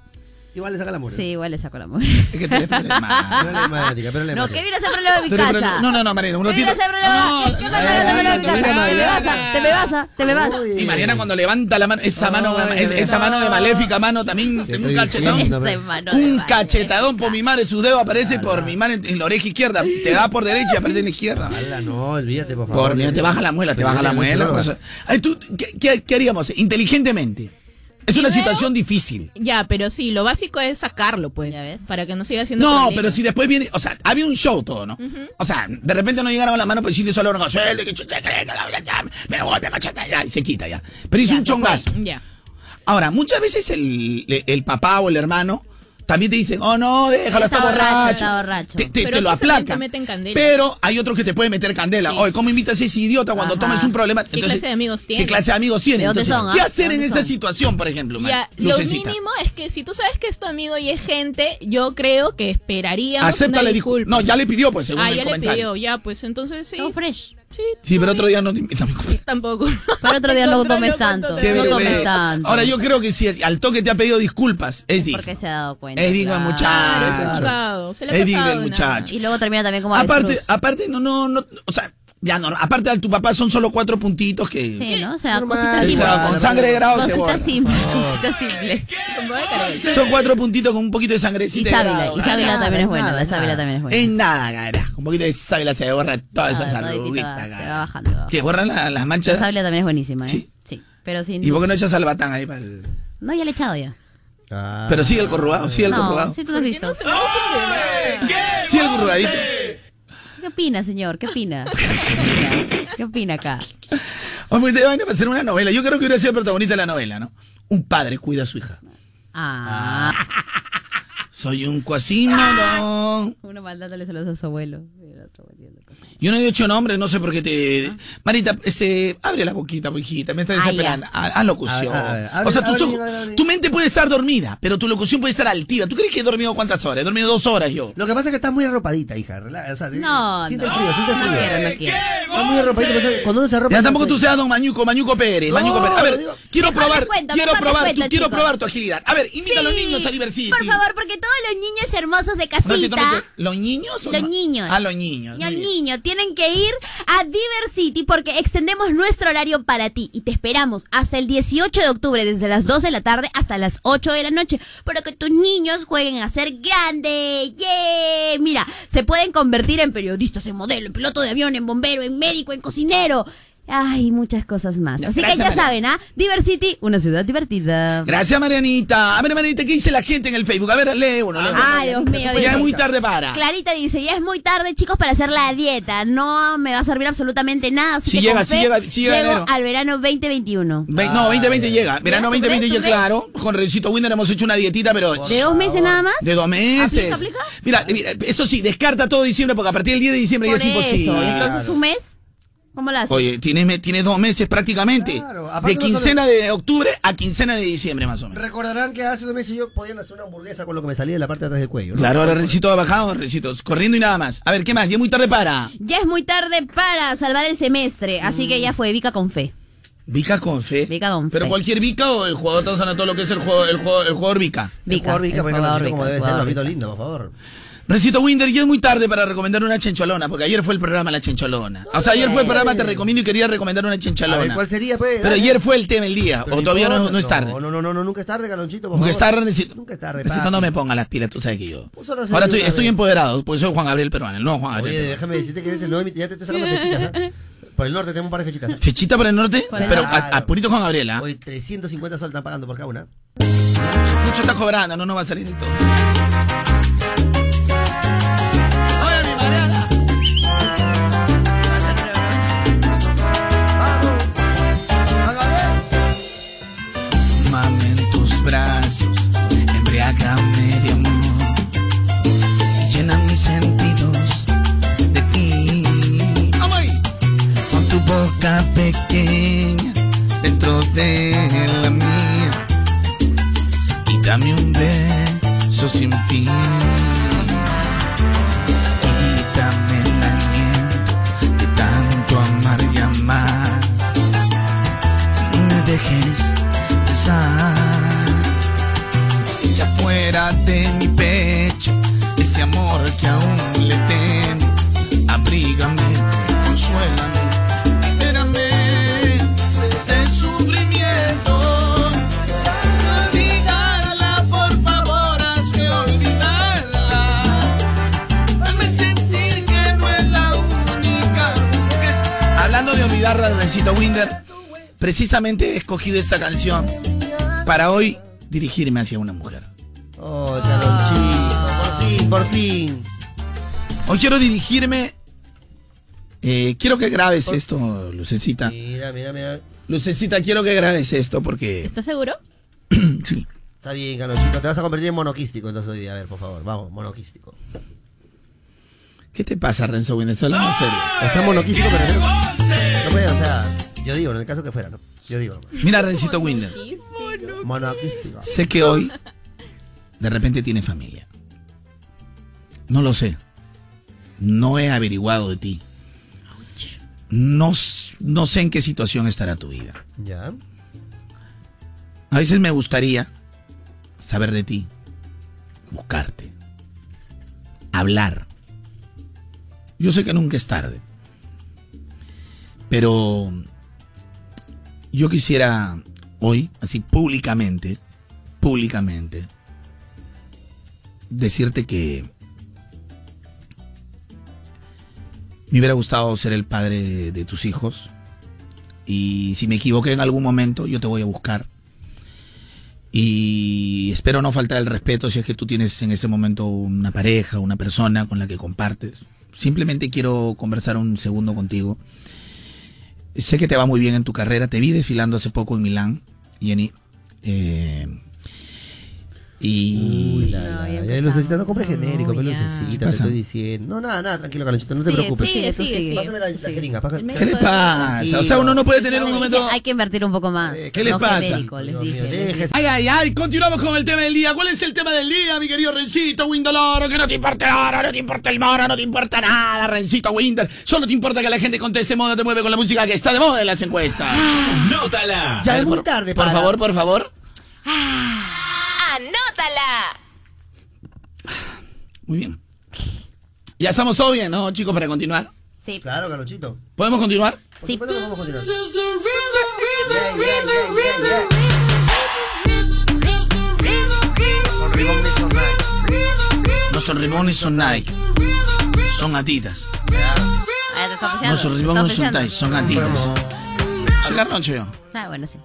Speaker 1: Igual le saca la mujer.
Speaker 3: Sí, igual le saco la mujer.
Speaker 2: Es que tú eres problemática.
Speaker 3: No, ¿qué viene a hacer problema en mi
Speaker 2: Tú eres
Speaker 3: casa?
Speaker 2: problema- no, no, no, Mariana, uno
Speaker 3: ¿Qué viene a
Speaker 2: tiene-
Speaker 3: hacer problema?
Speaker 2: No,
Speaker 3: ¿Qué pasa? Te me vas a mi
Speaker 2: Mariana,
Speaker 3: casa. Te me vas a, te me vas a, te me vas a.
Speaker 2: Y Mariana cuando levanta la mano, esa mano, es- esa mano de maléfica mano también, un
Speaker 3: diciendo,
Speaker 2: cachetón.
Speaker 3: ve. Esa mano de
Speaker 2: Un
Speaker 3: maléfica.
Speaker 2: cachetadón por mi madre, su dedo aparece por mi madre en la oreja izquierda, te da por derecha y aparece en la izquierda.
Speaker 1: Ala, no, olvídate, por favor.
Speaker 2: Por mira, te baja la muela, te baja la muela. o sea, ay, tú, ¿qué- qué, qué haríamos? Inteligentemente. Es una situación difícil.
Speaker 5: Ya, pero sí, lo básico es sacarlo, pues. Para que no siga haciendo
Speaker 2: No,
Speaker 5: problemas.
Speaker 2: pero si después viene, o sea, había un show todo, ¿no? O sea, de repente no llegaron a la mano, pues sí le hizo al órgano, "Suelta, que chucha, que la- que la- ya, me voy, me voy, ya", y se quita ya. Pero hizo un chongazo.
Speaker 5: Ya.
Speaker 2: Ahora, muchas veces el, el- el papá o el hermano también te dicen, oh no, déjalo, está, borracho.
Speaker 3: Está borracho.
Speaker 2: Te, te-
Speaker 5: Pero
Speaker 2: te lo
Speaker 5: otros también
Speaker 2: aplaca.
Speaker 5: te meten candela.
Speaker 2: Pero hay otros que te pueden meter candela. Oye, ¿cómo invitas a ese idiota cuando
Speaker 5: Ajá.
Speaker 2: tomas un problema?
Speaker 5: ¿Qué clase de amigos tiene?
Speaker 2: ¿Qué clase de amigos tiene?
Speaker 3: ¿De dónde
Speaker 2: Entonces,
Speaker 3: son, ah?
Speaker 2: ¿Qué
Speaker 3: ¿De
Speaker 2: hacer en
Speaker 3: dónde
Speaker 2: esa
Speaker 3: son?
Speaker 2: situación, por ejemplo, Mar-
Speaker 5: Ya, lo
Speaker 2: Lucecita?
Speaker 5: mínimo es que si tú sabes que es tu amigo y es gente, yo creo que esperaría
Speaker 2: Acéptale
Speaker 5: una
Speaker 2: disculpa. No, ya le pidió, pues, según
Speaker 5: Ah,
Speaker 2: el
Speaker 5: ya le
Speaker 2: comentario.
Speaker 5: pidió, ya, pues entonces sí.
Speaker 3: No, fresh.
Speaker 2: Sí, pero otro día no te invita. amigo.
Speaker 5: <laughs> Tampoco.
Speaker 3: Para otro día no
Speaker 5: Controlo
Speaker 3: tomes
Speaker 5: cuando
Speaker 3: tanto.
Speaker 5: te
Speaker 3: No
Speaker 2: Qué
Speaker 3: tomes
Speaker 2: bebé.
Speaker 3: tanto.
Speaker 2: Ahora, yo creo que si al toque te ha pedido disculpas, es digno.
Speaker 3: Porque se ha dado cuenta.
Speaker 2: Es digno el
Speaker 3: claro.
Speaker 2: muchacho.
Speaker 5: Claro, se le ha
Speaker 2: Es digno el
Speaker 5: pasado nada.
Speaker 2: muchacho.
Speaker 3: Y luego termina también como
Speaker 2: Aparte,
Speaker 3: avestruz.
Speaker 2: aparte, no, no, no, o sea, ya no, aparte de tu papá son solo cuatro puntitos que...
Speaker 3: Sí, ¿no? O sea,
Speaker 1: Normal.
Speaker 3: cositas
Speaker 1: Sí,
Speaker 2: o
Speaker 3: simples.
Speaker 2: sea, con sangre de grado se borra.
Speaker 3: Cositas simples. Cositas simples.
Speaker 2: Son cuatro puntitos con un poquito de
Speaker 3: Y
Speaker 2: sangrecita. de
Speaker 3: sábila.
Speaker 2: grado.
Speaker 3: Y sábila también es buena. La sábila también es
Speaker 2: Es
Speaker 3: buena.
Speaker 2: nada, cara. Un poquito de sábila se borra todas
Speaker 3: Ah,
Speaker 2: esas
Speaker 3: toditito va-
Speaker 2: arruguitas,
Speaker 3: te va
Speaker 2: cara.
Speaker 3: bajando, te va
Speaker 2: Que borran la- las
Speaker 3: La
Speaker 2: manchas.
Speaker 3: sábila también es buenísima, ¿eh?
Speaker 2: Sí.
Speaker 3: Sí. Pero sin.
Speaker 2: ¿Y por qué no echas al batán ahí para el...
Speaker 3: No, ya le he echado ya.
Speaker 2: Pero sigue el corrugado, sigue el
Speaker 3: No,
Speaker 2: corrugado.
Speaker 3: sí tú lo has visto.
Speaker 2: Sigue el corrugadito.
Speaker 3: ¿Qué opina, señor? ¿Qué
Speaker 2: <laughs>
Speaker 3: opina? ¿Qué opina? ¿Qué opina acá?
Speaker 2: Hombre, te van a hacer una novela. Yo creo que hubiera sido el protagonista de la novela, ¿no? Un padre cuida a su hija.
Speaker 3: Ah.
Speaker 2: Soy un cuasímodo.
Speaker 3: Uno mandándole saludos a su abuelo. y el otro volviendo con-
Speaker 2: Yo no he dicho nombre, no sé por qué te.
Speaker 1: Ah.
Speaker 2: Marita, este, abre la boquita, pues, hijita, me está
Speaker 3: Ah, ya.
Speaker 2: desesperando. Haz haz locución.
Speaker 1: A ver, a ver, abre,
Speaker 2: o sea, tus
Speaker 1: abre,
Speaker 2: ojos-
Speaker 1: abre, abre.
Speaker 2: tu mente puede estar dormida, pero tu locución puede estar altiva. ¿Tú crees que he dormido cuántas horas? He dormido dos horas yo. Ah,
Speaker 1: Lo que pasa es que estás muy arropadita, hija. Rela- o sea,
Speaker 3: No,
Speaker 1: siente
Speaker 3: no.
Speaker 1: el frío, siente el
Speaker 3: No
Speaker 1: frío.
Speaker 3: quiero, no quiero.
Speaker 1: Estás muy arropadita. por eso Cuando uno se arropa.
Speaker 2: Ya
Speaker 1: no
Speaker 2: tampoco tú
Speaker 1: sueña.
Speaker 2: seas don Mañuco, Mañuco Pérez.
Speaker 1: No,
Speaker 2: Mañuco Pérez. A ver,
Speaker 1: digo-
Speaker 2: quiero
Speaker 3: Mejor
Speaker 2: probar,
Speaker 3: te cuento,
Speaker 2: quiero
Speaker 3: mejor te
Speaker 2: probar, tu-
Speaker 3: cuento,
Speaker 2: quiero
Speaker 3: chicos.
Speaker 2: probar tu agilidad. A ver, invita a los niños a divertirse.
Speaker 3: Por favor, porque todos los niños hermosos de casita.
Speaker 2: Ratito, ratito. ¿Los niños? o
Speaker 3: Los
Speaker 2: no?
Speaker 3: niños.
Speaker 2: Ah, los niños.
Speaker 3: Niño,
Speaker 2: muy bien.
Speaker 3: niño, tienen que ir a Diversity porque extendemos nuestro horario para ti y te esperamos hasta el 18 de octubre, desde las 2 de la tarde hasta las 8 de la noche, para que tus niños jueguen a ser grandes. ¡Yeah! Mira, se pueden convertir en periodistas, en modelo, en piloto de avión, en bombero, en médico, en cocinero. Ay, muchas cosas más.
Speaker 2: Ya,
Speaker 3: Así que
Speaker 2: gracias,
Speaker 3: ya
Speaker 2: María.
Speaker 3: saben, ¿ah? Diversity, una ciudad divertida.
Speaker 2: Gracias, Marianita. A ver, Marianita, ¿qué dice la gente en el Facebook? A ver, lee uno. lee uno.
Speaker 3: Ay, Ah, Dios mío.
Speaker 2: ya es
Speaker 3: dice-
Speaker 2: muy tarde para.
Speaker 3: Clarita dice, ya es muy tarde, chicos, para hacer la dieta. No me va a servir absolutamente nada. Así
Speaker 2: Sí
Speaker 3: que
Speaker 2: llega,
Speaker 3: con
Speaker 2: sí
Speaker 3: fe,
Speaker 2: llega, sí llega
Speaker 3: llego
Speaker 2: enero.
Speaker 3: al verano 2021.
Speaker 2: Ve- no, 2020 llega. Verano
Speaker 3: ¿tú crees?
Speaker 2: 2020
Speaker 3: ¿Tú
Speaker 2: llega,
Speaker 3: crees?
Speaker 2: claro. Con Rencito Winder hemos hecho una dietita, pero
Speaker 3: ¿De dos meses nada más?
Speaker 2: de dos meses.
Speaker 3: ¿Aplica, aplica?
Speaker 2: Mira, mira, eso sí, descarta todo diciembre porque a partir del 10 de diciembre
Speaker 3: Por
Speaker 2: ya es
Speaker 3: eso.
Speaker 2: imposible.
Speaker 3: Entonces, un mes, ¿cómo la haces?
Speaker 2: Oye, tienes, me- tienes dos meses prácticamente.
Speaker 1: Claro, aparte
Speaker 2: de
Speaker 1: no solo-
Speaker 2: quincena de octubre a quincena de diciembre, más o menos.
Speaker 1: Recordarán que hace dos meses yo podían hacer una hamburguesa con lo que me salía de la parte de atrás del cuello. ¿no?
Speaker 2: Claro, ahora Rencito ha bajado, Rencito, corriendo y nada más. A ver, ¿qué más? Ya es muy tarde para.
Speaker 3: Ya es muy tarde para salvar el semestre, así que ya fue, Vica con fe.
Speaker 2: Vica con fe. Mm. Pero cualquier Vica o el jugador estamos hablando de todo lo que es el jugador, el jugador, el jugador Vica.
Speaker 1: El jugador Vica, bueno, conocido como debe ser, papito lindo, por favor.
Speaker 2: Recito Winder, ya es muy tarde para recomendar una chencholona, porque ayer fue el programa La Chencholona. O sea, ayer fue el programa Te Recomiendo y quería recomendar una
Speaker 1: A
Speaker 2: chencholona.
Speaker 1: ver, ¿cuál sería, pues?
Speaker 2: Pero
Speaker 1: Dale.
Speaker 2: ayer fue el tema del día,
Speaker 1: Pero
Speaker 2: o todavía no,
Speaker 1: importa,
Speaker 2: no es tarde.
Speaker 1: No, no, no, no, nunca es tarde, Calonchito, por
Speaker 2: Porque
Speaker 1: favor.
Speaker 2: está Rencito.
Speaker 1: Nunca es tarde,
Speaker 2: Rencito
Speaker 1: papi.
Speaker 2: no me ponga las pilas, tú sabes que yo.
Speaker 1: Vos solo haces
Speaker 2: Ahora estoy,
Speaker 1: una
Speaker 2: estoy
Speaker 1: vez.
Speaker 2: empoderado, porque soy Juan Gabriel Peruano, el nuevo Juan Gabriel.
Speaker 1: Oye,
Speaker 2: Peruano.
Speaker 1: déjame decirte que eres el nuevo, ya te estoy sacando fechitas, ¿ah?
Speaker 2: <laughs>
Speaker 1: Por el norte tenemos un par de fechitas.
Speaker 2: Fechita para el norte,
Speaker 1: Por el
Speaker 2: pero
Speaker 1: norte.
Speaker 2: a, a purito Juan Gabriel, ¿ah?
Speaker 1: Hoy 350 sol están pagando por cada una.
Speaker 2: Mucho está cobrando, no, no va a salir el todo. Mame en tus brazos, embriágame de amor y llena mis sentidos de ti. Con tu boca pequeña dentro de la mía y dame un beso sin fin. Quítame el aliento de tanto amar y amar. Y no me dejes pensar. Echa fuera de mi pecho este amor que aún le tengo. Abrígame, consuélame, libérame de este sufrimiento. Olvidarla, por favor, hazme olvidarla. Hazme sentir que no es la única mujer. Hablando de olvidarla, Rencito Winder, precisamente he escogido esta canción para hoy dirigirme hacia una mujer.
Speaker 1: Oh, Calonchito, por fin, por fin.
Speaker 2: Hoy quiero dirigirme. eh, quiero que grabes esto, Lucecita.
Speaker 1: Mira, mira, mira.
Speaker 2: Lucecita, quiero que grabes esto porque.
Speaker 5: ¿Estás seguro?
Speaker 1: Está bien, Calonchito, te vas a convertir en monoquístico entonces hoy día. A ver, por favor, vamos, monoquístico.
Speaker 2: ¿Qué te pasa, Renzo Winder? Estoy hablando en serio.
Speaker 1: O sea, monoquístico, pero... No puede, o sea, yo digo, en el caso que fuera, ¿no? Yo digo. nomás.
Speaker 2: Mira, Rencito Winder.
Speaker 1: Monoquístico.
Speaker 2: Sé que hoy de repente tiene familia. No lo sé. No he averiguado de ti. No, s- no sé en qué situación estará tu vida.
Speaker 1: Ya.
Speaker 2: A veces me gustaría saber de ti, buscarte, hablar. Yo sé que nunca es tarde, pero yo quisiera hoy, así públicamente, públicamente, decirte que me hubiera gustado ser el padre de- de tus hijos y si me equivoqué en algún momento, yo te voy a buscar. Y espero no faltar el respeto si es que tú tienes en este momento una pareja, una persona con la que compartes. Simplemente quiero conversar un segundo contigo. Sé que te va muy bien en tu carrera. Te vi desfilando hace poco en Milán, Jenny. Eh, y
Speaker 1: No, ya Lucecita, no compres genérico, pero Lucecita, te
Speaker 2: Pasa.
Speaker 1: estoy diciendo. No, nada, nada, tranquilo, Calonchito, no te
Speaker 3: Sigue,
Speaker 1: preocupes.
Speaker 3: sigue, sigue, sigue.
Speaker 1: Pásame la, la
Speaker 3: Sigue.
Speaker 1: jeringa, pásame-
Speaker 3: El
Speaker 2: ¿Qué le pasa? Ah, O sea, uno no puede tener un
Speaker 3: Yo les
Speaker 2: momento... Eh,
Speaker 3: dije, Hay que invertir un poco más.
Speaker 2: ¿Qué les
Speaker 3: No
Speaker 2: pasa?
Speaker 3: genérico, les dije.
Speaker 2: Ay, ay, ay, continuamos con el tema del día. ¿Cuál es el tema del día, mi querido Rencito Windoloro? Que no te importa el oro, no te importa el moro, no te importa nada, Rencito Winder. Solo te importa que la gente conteste moda, te mueve con la música que está de moda en las encuestas. <gasps> ¡Nótala!
Speaker 1: Ya es muy tarde
Speaker 2: Por
Speaker 1: para-
Speaker 2: favor, por favor.
Speaker 5: Ah.
Speaker 4: ¡Anótala!
Speaker 2: Muy bien. Ya estamos todo bien, ¿no, chicos, para continuar?
Speaker 3: Sí.
Speaker 1: Claro, Calonchito.
Speaker 2: ¿Podemos continuar?
Speaker 3: Sí.
Speaker 1: ¿Cuándo vamos a continuar?
Speaker 2: Son ribones, son No son ribones, son Nike. Son Adidas.
Speaker 3: Ah, te está
Speaker 2: No
Speaker 3: apoyando,
Speaker 2: son
Speaker 3: te
Speaker 2: ribones, no son
Speaker 3: está
Speaker 2: Nike, son Adidas. Soy Garroncho yo.
Speaker 3: apoyando. Ah, bueno, sí.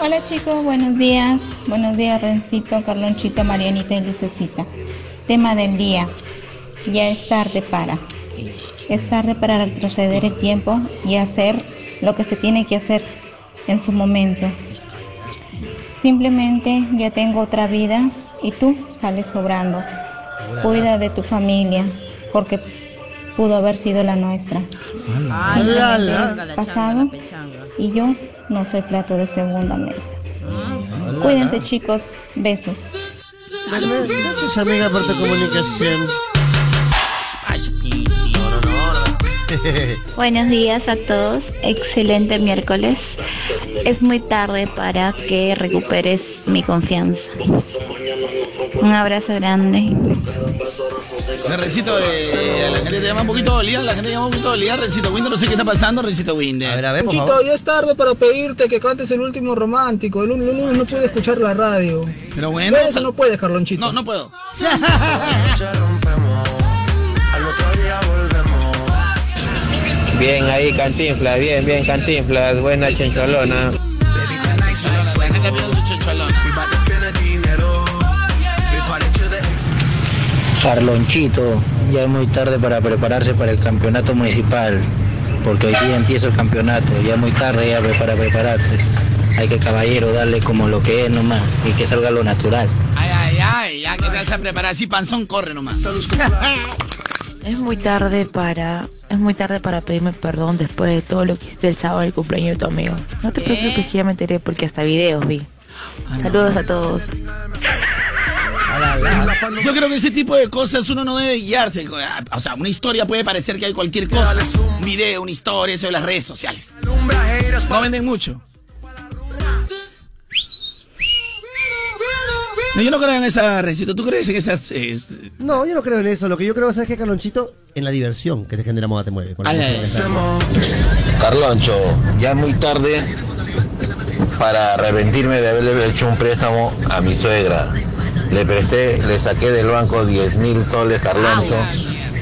Speaker 13: Hola chicos, buenos días. Buenos días, Rencito, Carlonchito, Marianita y Lucecita. Tema del día. Ya es tarde para. Es tarde para retroceder el tiempo y hacer lo que se tiene que hacer en su momento. Simplemente ya tengo otra vida y tú sales sobrando. Cuida de tu familia porque pudo haber sido la nuestra. Simplemente es pasado y yo no soy plato de segunda mesa. Cuídense chicos, besos.
Speaker 1: Gracias, amiga, por tu comunicación.
Speaker 2: No, no, no.
Speaker 12: Buenos días a todos, excelente miércoles. Es muy tarde para que recuperes mi confianza. Un abrazo grande.
Speaker 2: Recito, eh, la gente te llama un poquito dolida, la gente te llama un poquito dolida. Recito Winder, no sé qué está pasando, Recito Winder. A ver, a ver,
Speaker 14: <laughs> Chito, yo es tarde para pedirte que cantes el último romántico. El lunes el lunes no puedo escuchar la
Speaker 2: <laughs>
Speaker 14: radio.
Speaker 2: Pero bueno.
Speaker 14: ¿Puedes o no puedes, Carlonchito?
Speaker 2: No, no puedo.
Speaker 15: Bien ahí, Cantinflas, bien, bien, Cantinflas, buena chincholona.
Speaker 2: La gente pide su chincholona.
Speaker 16: Carlonchito, ya es muy tarde para prepararse para el campeonato municipal, porque hoy día empieza el campeonato, ya es muy tarde ya para prepararse. Hay que caballero darle como lo que es nomás y que salga lo natural.
Speaker 2: Ay, ay, ay, ya que te vas a preparar así, panzón, corre nomás.
Speaker 8: Es muy tarde para es muy tarde para pedirme perdón después de todo lo que hiciste el sábado del cumpleaños de tu amigo. No te preocupes que ya me enteré porque hasta videos vi.
Speaker 2: Ah,
Speaker 8: Saludos a todos.
Speaker 2: Yo creo que ese tipo de cosas uno no debe guiarse. Ah, O sea, una historia puede parecer que hay cualquier cosa. Un video, una historia, eso de las redes sociales. No venden mucho. No, yo no creo en esa recito. ¿Tú crees en esas...? eh,
Speaker 1: No, yo no creo en eso. Lo que yo creo es que Carlonchito, en la diversión que te genera moda te mueve. Con la
Speaker 2: Ay, ay,
Speaker 1: música que
Speaker 15: Carloncho, ya es muy tarde para arrepentirme de haberle hecho un préstamo a mi suegra. Le presté, le saqué del banco 10 mil soles, Carloncho,
Speaker 1: Ah,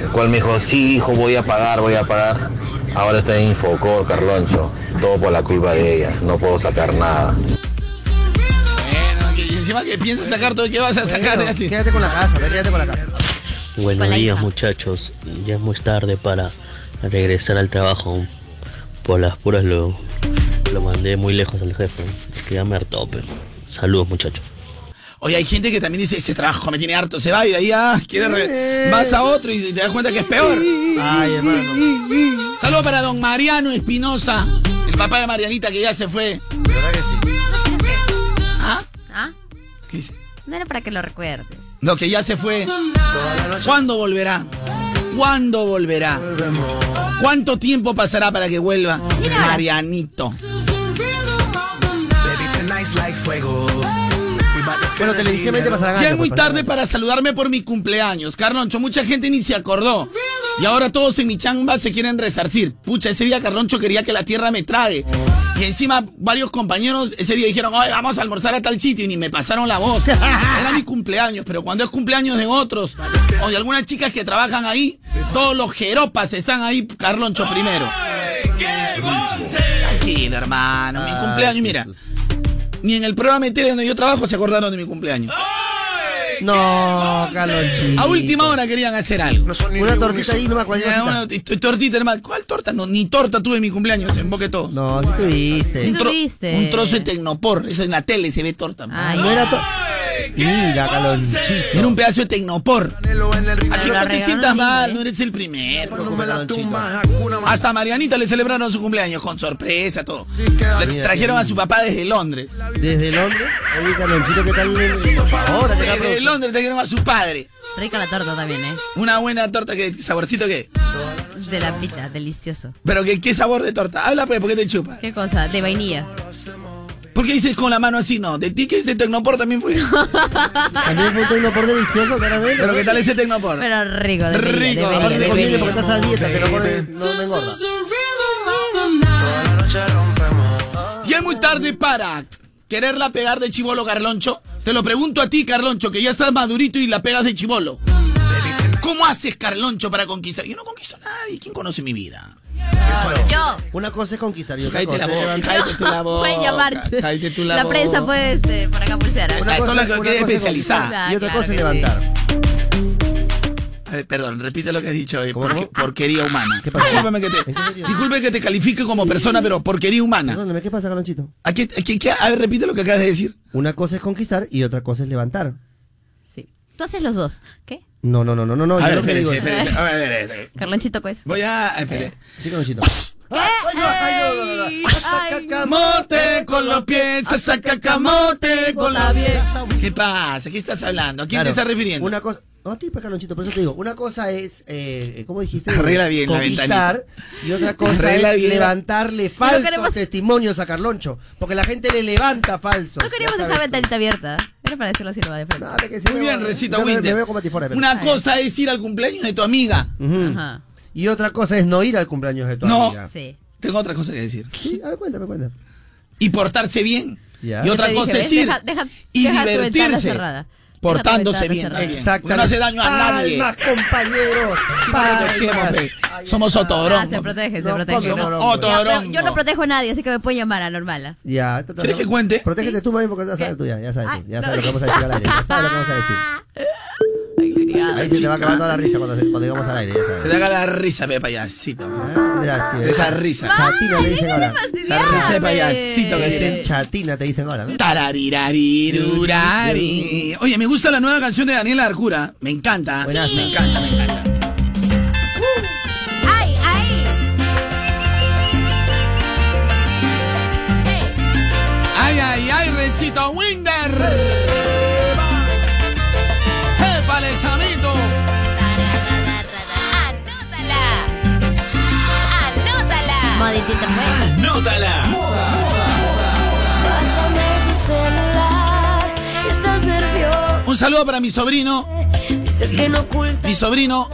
Speaker 15: el cual me dijo, sí, hijo, voy a pagar, voy a pagar. Ahora está en Infocor, Carloncho. Todo por la culpa de ella, no puedo sacar nada.
Speaker 2: Bueno, que- y encima que piensas sacar todo, ¿qué vas a sacar?
Speaker 1: Bueno,
Speaker 2: Así.
Speaker 1: Quédate con la casa, ve, quédate con la casa.
Speaker 17: Buenos
Speaker 1: Con la
Speaker 17: días
Speaker 1: hija.
Speaker 17: muchachos, ya es muy tarde para regresar al trabajo. Por las puras lo, lo mandé muy lejos al jefe. Es que ya me hartó, pero. Saludos muchachos.
Speaker 2: Oye, hay gente que también dice, este trabajo me tiene harto, se va y de ahí ah, quiere re- vas a otro y te das cuenta que es peor. Ay, hermano. Saludos para don Mariano Espinosa, el papá de Marianita que ya se fue. ¿Ah?
Speaker 3: ¿Ah?
Speaker 2: ¿Qué dice?
Speaker 3: No era para que lo recuerdes.
Speaker 2: No, que ya se fue. ¿Cuándo volverá? ¿Cuándo volverá? ¿Cuánto tiempo pasará para que vuelva Marianito?
Speaker 1: Bueno, televisivamente pasará gancho,
Speaker 2: Ya es muy
Speaker 1: pues, pasará
Speaker 2: tarde para saludarme por mi cumpleaños. Carloncho, mucha gente ni se acordó. Y ahora todos en mi chamba se quieren resarcir. Pucha, ese día Carloncho quería que la tierra me trague. Y encima varios compañeros ese día dijeron, oye, vamos a almorzar a tal sitio y ni me pasaron la
Speaker 1: <laughs>
Speaker 2: voz. Era mi cumpleaños, pero cuando es cumpleaños de otros o de algunas chicas que trabajan ahí, todos los jeropas están ahí, Carloncho primero. Tranquilo, hermano.
Speaker 1: Ah,
Speaker 2: Mi cumpleaños, mira. Ni en el programa de tele donde yo trabajo se acordaron de mi cumpleaños.
Speaker 1: No, Carlonchito.
Speaker 2: A última hora querían hacer algo.
Speaker 1: Una tortita ahí, nomás, cualquier
Speaker 2: Ya,
Speaker 1: cosita.
Speaker 2: una t- tortita, hermano. ¿Cuál torta? No, ni torta tuve en mi cumpleaños, en boque todo.
Speaker 1: No, sí tuviste.
Speaker 2: Un, tro-
Speaker 1: tuviste.
Speaker 2: un trozo de tecnopor. Eso en la tele se ve torta.
Speaker 1: No era to- Mira, Carlonchito.
Speaker 2: Era un pedazo de tecnopor. Así que no te
Speaker 1: regalaron
Speaker 2: sientas
Speaker 1: lindo,
Speaker 2: mal, no eres el primero. Hasta Marianita le celebraron su cumpleaños con sorpresa, todo. Le
Speaker 1: Mira,
Speaker 2: trajeron
Speaker 1: qué
Speaker 2: a su papá desde Londres.
Speaker 1: Desde Londres. Oye, Carlonchito, ¿qué tal? Ahora te acabo
Speaker 2: Desde Londres trajeron a su padre.
Speaker 3: Rica la torta también, ¿eh?
Speaker 2: Una buena torta que saborcito que.
Speaker 3: De la pita, delicioso.
Speaker 2: Pero que qué sabor de torta. Habla pues, ¿por qué te chupa?
Speaker 3: ¿Qué cosa? De vainilla.
Speaker 2: ¿Por qué dices con la mano así? No, de ti que este tecnopor también
Speaker 1: <laughs>
Speaker 2: fue.
Speaker 1: También fue un tecnopor delicioso, claramente.
Speaker 2: Pero ¿qué tal ese tecnopor?
Speaker 3: Pero rico, de
Speaker 2: Rico.
Speaker 3: vainilla, de
Speaker 1: Aparte
Speaker 3: vainilla,
Speaker 1: te
Speaker 3: de
Speaker 1: conviene
Speaker 3: vainilla.
Speaker 1: porque estás a dieta, te lo pones- no me engorda.
Speaker 2: Ya es muy tarde para quererla pegar de chivolo, Carloncho. Te lo pregunto a ti, Carloncho, que ya estás madurito y la pegas de chivolo. ¿Cómo haces, Carloncho, para conquistar? Yo no conquisto a nadie. ¿Quién conoce mi vida?
Speaker 3: Yo.
Speaker 1: Una cosa es conquistar y otra
Speaker 2: Cállate la
Speaker 1: cosa es
Speaker 2: boca,
Speaker 1: levantar.
Speaker 2: cállate tú la boca.
Speaker 3: Pueden llamarte.
Speaker 2: Cállate tú la,
Speaker 3: La
Speaker 2: boca.
Speaker 3: prensa puede, este, por acá pulsear. ¿ah?
Speaker 2: Ah, toda la que es
Speaker 1: cosa es
Speaker 2: especializada.
Speaker 1: conquistar Y otra
Speaker 3: Claro
Speaker 1: cosa es
Speaker 3: que sí.
Speaker 1: levantar.
Speaker 2: A ver, perdón, repite lo que has dicho. eh, porque- porquería humana. Discúlpame que, te, disculpe que te califique como persona, pero porquería humana.
Speaker 1: Perdóname, ¿qué pasa, Carlonchito?
Speaker 2: ¿A qué- a qué- qué- a ver, repite lo que acabas de decir.
Speaker 1: Una cosa es conquistar y otra cosa es levantar.
Speaker 3: Tú haces los dos. ¿Qué?
Speaker 1: No, no, no, no, no, no.
Speaker 2: A
Speaker 1: yo
Speaker 2: ver,
Speaker 1: lo que digo
Speaker 2: espérese,
Speaker 1: es-
Speaker 2: espérese. A ver,
Speaker 1: <laughs>
Speaker 2: a ver, a ver.
Speaker 3: Carlonchito, pues.
Speaker 2: Voy
Speaker 1: eh,
Speaker 2: a. Espere.
Speaker 1: Sí, Carlonchito. ah.
Speaker 2: Camote con los pies, se saca camote con la
Speaker 3: bien.
Speaker 2: ¿Qué pasa? ¿Qué estás hablando? ¿A quién
Speaker 1: Claro,
Speaker 2: te estás refiriendo?
Speaker 1: Una cosa, No a ti, pues, Carlonchito, por eso te digo, una cosa es, eh, ¿cómo
Speaker 2: <laughs>
Speaker 1: dijiste?
Speaker 2: Arregla bien la
Speaker 1: Conquistar,
Speaker 2: ventanita.
Speaker 1: y otra cosa
Speaker 2: Arregla
Speaker 1: es
Speaker 2: bien.
Speaker 1: levantarle falsos
Speaker 3: queremos-
Speaker 1: testimonios a Carloncho, porque la gente le levanta falsos.
Speaker 3: No queríamos
Speaker 1: Ya
Speaker 3: dejar la
Speaker 1: sabes.
Speaker 3: ventanita abierta. Era para decirlo así, nomás de frente.
Speaker 2: Muy bien, recita
Speaker 1: Ya me-
Speaker 2: Winter.
Speaker 1: me veo como tifón, pero-
Speaker 2: Una cosa es ir al cumpleaños de tu amiga.
Speaker 1: Ujú. Y otra cosa es no ir al cumpleaños de tu
Speaker 2: No.
Speaker 1: amiga.
Speaker 3: Sí.
Speaker 2: Tengo otra cosa que decir.
Speaker 1: Sí, a ver, cuéntame, cuéntame.
Speaker 2: Y portarse bien.
Speaker 1: Ya.
Speaker 2: Y otra
Speaker 1: Yo te
Speaker 2: cosa
Speaker 1: dije,
Speaker 2: es
Speaker 1: ¿ves?
Speaker 2: ir
Speaker 1: Deja- deja-
Speaker 2: y
Speaker 1: deja tu ventana
Speaker 2: divertirse.
Speaker 1: cerrada. Deja tu
Speaker 2: Portándose
Speaker 1: ventana
Speaker 2: bien.
Speaker 1: cerrada.
Speaker 2: también.
Speaker 1: Exactamente.
Speaker 2: Uno No hace daño a nadie.
Speaker 1: Palmas, compañeros.
Speaker 2: protegemos,
Speaker 1: Palmas.
Speaker 2: pe. Somos otorón.
Speaker 3: Ah, se protege, se
Speaker 1: No,
Speaker 3: protege.
Speaker 1: somos
Speaker 3: Ya,
Speaker 2: otorongo.
Speaker 3: pero Yo no protejo a nadie, así que me pueden llamar a normal. ¿ah?
Speaker 1: Ya, esto te-
Speaker 2: ¿Quieres que cuente?
Speaker 1: Protégete tú, mami, porque no vas a saber tú ya. Ya sabes tú. Ya sabes lo que vamos a decir al aire. Ya sabes lo que vamos a decir. Ahí se te va a acabar toda la risa cuando, cuando digamos al aire. Ya sabes.
Speaker 2: Se te haga la risa, pe payasito.
Speaker 1: Gracias.
Speaker 2: Esa risa.
Speaker 1: Chatina te dicen ahora.
Speaker 2: Esa risa de payasito que
Speaker 1: Te
Speaker 2: tiene.
Speaker 1: dicen chatina, te dicen ahora. ¿no?
Speaker 2: Tararirirari. Oye, me gusta la nueva canción de Daniela Arcura. Me encanta. Me encanta, me encanta.
Speaker 3: ¡Ay, ay!
Speaker 2: ¡Ay, ay, ay, Rencito Winder! ¡Épale, chamito!
Speaker 4: Moditito,
Speaker 3: pues.
Speaker 2: ¡Anótala!
Speaker 4: Pásame tu celular. Estás nervioso.
Speaker 2: Un saludo para mi sobrino. Mi sobrino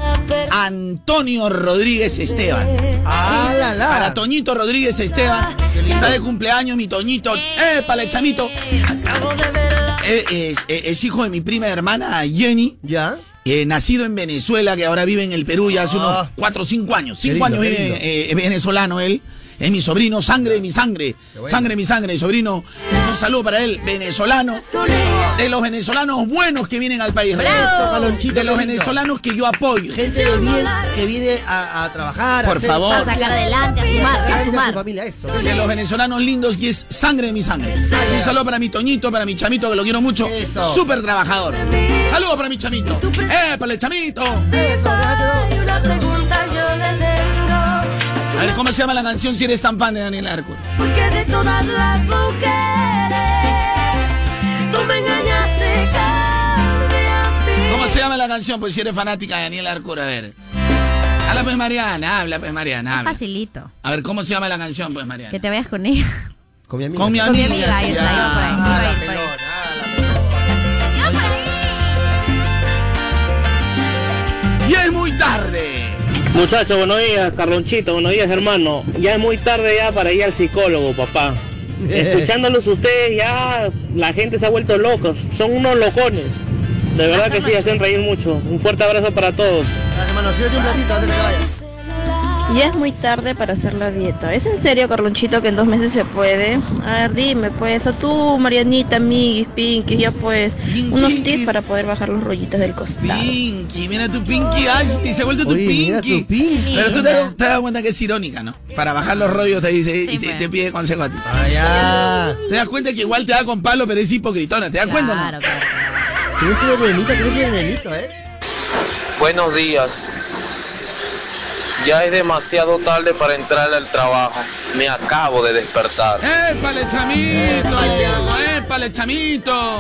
Speaker 2: Antonio Rodríguez Esteban.
Speaker 1: Ah, la, la.
Speaker 2: Para Toñito Rodríguez Esteban. Está de cumpleaños mi Toñito. ¡Eh, pale chamito! Eh, Es, eh, es hijo de mi prima hermana Jenny. Eh,
Speaker 1: Ya. Ah.
Speaker 2: nacido en Venezuela, que ahora vive en el Perú ya hace unos 4 o 5 años.
Speaker 1: Qué
Speaker 2: 5 años
Speaker 1: lindo, qué
Speaker 2: vive eh, es venezolano él. Es mi sobrino, sangre de mi sangre. Sangre de mi sangre, mi sobrino. Un saludo para él, venezolano. De los venezolanos buenos que vienen al país.
Speaker 1: Eso, Calonchito,
Speaker 2: De los
Speaker 1: qué lindo.
Speaker 2: venezolanos que yo apoyo.
Speaker 1: Gente de bien que viene a, a trabajar,
Speaker 2: Por
Speaker 1: a hacer
Speaker 2: favor.
Speaker 1: patria,
Speaker 2: A sacar
Speaker 3: adelante, a sumar, a
Speaker 1: grande
Speaker 3: sumar.
Speaker 1: su familia, eso.
Speaker 2: de los venezolanos lindos y es sangre de mi sangre. Un saludo para mi Toñito, para mi chamito que lo quiero mucho. Súper trabajador. Saludo para mi chamito. ¡Eh, para el chamito!
Speaker 4: Una pregunta yo le tengo.
Speaker 2: A ver, ¿cómo se llama la canción si eres tan fan de Daniel Arco?
Speaker 4: Porque de todas las mujeres, tú me engañaste.
Speaker 2: ¿Cómo se llama la canción? Pues si eres fanática de Daniel Arcura, a ver. Habla pues Mariana, habla pues Mariana, habla.
Speaker 3: Facilito.
Speaker 2: A ver, ¿cómo se llama la canción pues Mariana?
Speaker 3: Que te vayas con ella.
Speaker 1: Con mi
Speaker 2: Con mi
Speaker 3: Con mi
Speaker 2: amiga.
Speaker 3: amiga,
Speaker 2: sí,
Speaker 3: ahí está,
Speaker 2: ya.
Speaker 3: iba por ahí, iba a ir por ahí.
Speaker 2: Y es muy tarde.
Speaker 18: Muchachos, buenos días, Carlonchito, buenos días, hermano. Ya es muy tarde ya para ir al psicólogo, papá. Escuchándolos ustedes, ya la gente se ha vuelto locos. Son unos locones. De verdad que sí, hacen reír mucho. Un fuerte abrazo para todos.
Speaker 1: Gracias, hermano. Sírvete un platito antes de que vayas.
Speaker 8: Ya es muy tarde para hacer la dieta. ¿Es en serio, Carlonchito, que en dos meses se puede? A ver, dime, pues, a tú, Marianita, Miguis, Pinky, ya pues, unos tips para poder bajar los rollitos del costado.
Speaker 2: Pinky, mira tu Pinky Ashley, se ha vuelto tu
Speaker 1: Oye,
Speaker 2: Pinky.
Speaker 1: mira tu Pinky.
Speaker 2: Pero tú te, das- te das cuenta que es irónica, ¿no? Para bajar los rollos te dice y te, te pide consejo a ti. Te das cuenta que igual te da con palo, pero es hipocritona, ¿te das cuenta? o No?
Speaker 1: Tienes que ver nenito, tienes que ver nenito, ¿eh?
Speaker 19: Buenos días. Ya es demasiado tarde para entrar al trabajo. Me acabo de despertar.
Speaker 2: ¡Épale, chamito! ¡Épale, chamito!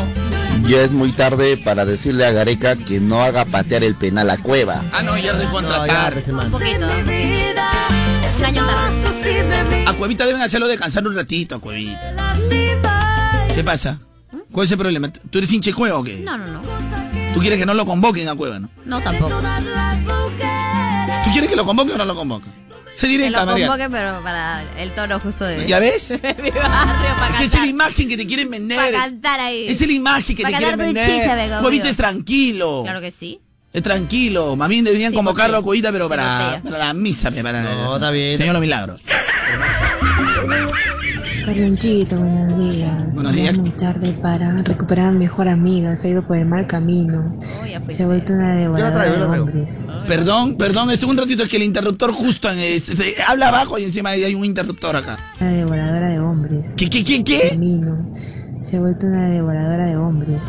Speaker 20: Ya es muy tarde para decirle a Gareca que no haga patear el penal a Cueva.
Speaker 2: Ah, no, ya recontratar.
Speaker 1: Un
Speaker 3: poquito.
Speaker 4: Un año tarde.
Speaker 2: A Cuevita deben hacerlo descansar un ratito, a Cuevita. ¿Qué pasa? ¿Cuál es el problema? ¿Tú eres hinche Cueva o qué?
Speaker 3: No, no, no.
Speaker 2: ¿Tú quieres que no lo convoquen a Cueva, no?
Speaker 3: No tampoco.
Speaker 2: ¿Tú quieres que lo convoquen o no lo convoquen? Sé
Speaker 3: Que
Speaker 2: directa,
Speaker 3: lo
Speaker 2: María.
Speaker 3: convoque, pero para el tono justo de.
Speaker 2: ¿Ya ves?
Speaker 3: <laughs> de mi barrio, para
Speaker 2: Que
Speaker 3: cantar.
Speaker 2: es la imagen que te quieren vender.
Speaker 3: Para cantar ahí.
Speaker 2: Esa es la imagen que
Speaker 3: Para
Speaker 2: te quieren
Speaker 3: cantar tu
Speaker 2: vender.
Speaker 3: chicha, venga,
Speaker 2: Cuevita
Speaker 3: amigo.
Speaker 2: es tranquilo.
Speaker 3: Claro que sí.
Speaker 2: Es tranquilo. Mamín deberían convocarlo a Cuevita, pero para,
Speaker 3: botea.
Speaker 2: para la misa. pe, Para, no, está bien. Señor Los Milagros.
Speaker 21: Carlonchito, buenos días.
Speaker 2: Buenos días.
Speaker 21: Es muy tarde para recuperar a mi mejor amiga. Se ha ido por el mal camino. Se ha vuelto una devoradora
Speaker 2: traigo, yo
Speaker 21: de
Speaker 2: la traigo.
Speaker 21: hombres.
Speaker 2: Perdón, perdón, es un ratito, es que el interruptor justo en- es- es- habla abajo y encima hay un interruptor acá.
Speaker 21: Una devoradora de hombres.
Speaker 2: ¿Qué, qué, qué, qué?
Speaker 21: Camino. Se ha vuelto una devoradora de hombres.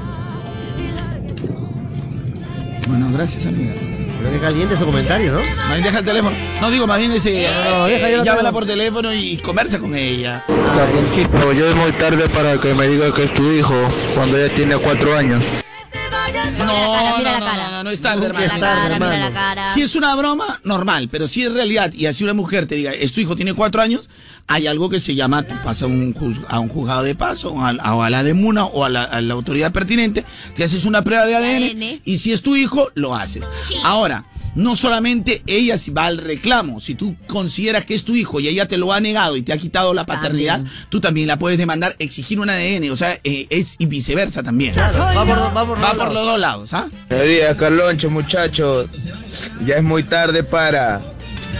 Speaker 2: Bueno, gracias, amiga.
Speaker 1: Pero que caliente su comentario, ¿no?
Speaker 2: Más bien deja el teléfono. No, digo, más bien ese, eh,
Speaker 1: no, deja, yo lo
Speaker 2: llámala
Speaker 1: tengo.
Speaker 2: por teléfono y conversa con ella.
Speaker 20: Carlonchito, ya es muy tarde para que me diga que es tu hijo cuando ya tiene cuatro años.
Speaker 3: mira la cara, mira la
Speaker 2: no,
Speaker 3: cara.
Speaker 2: No, no, no es tarde,
Speaker 3: Nunca
Speaker 2: hermano.
Speaker 3: es tarde, Mira la cara, mira la cara.
Speaker 2: Si es una broma, normal, pero si es realidad y así una mujer te diga, es tu hijo, tiene cuatro años, hay algo que se llama, tú pasas a un, juz- a un juzgado de paso, o a, o a la de MUNA o a la, a la autoridad pertinente, te haces una prueba de ADN, y si es tu hijo, lo haces. Ahora, no solamente ella si va al reclamo, si tú consideras que es tu hijo y ella te lo ha negado y te ha quitado la paternidad, tú también la puedes demandar, exigir un ADN, o sea, eh, es y viceversa también.
Speaker 1: va por do- va por
Speaker 2: Va
Speaker 1: dos
Speaker 2: por
Speaker 1: lados.
Speaker 2: los dos lados, ¿ah?
Speaker 22: Buenos días, Carloncho, muchachos. Ya es muy tarde para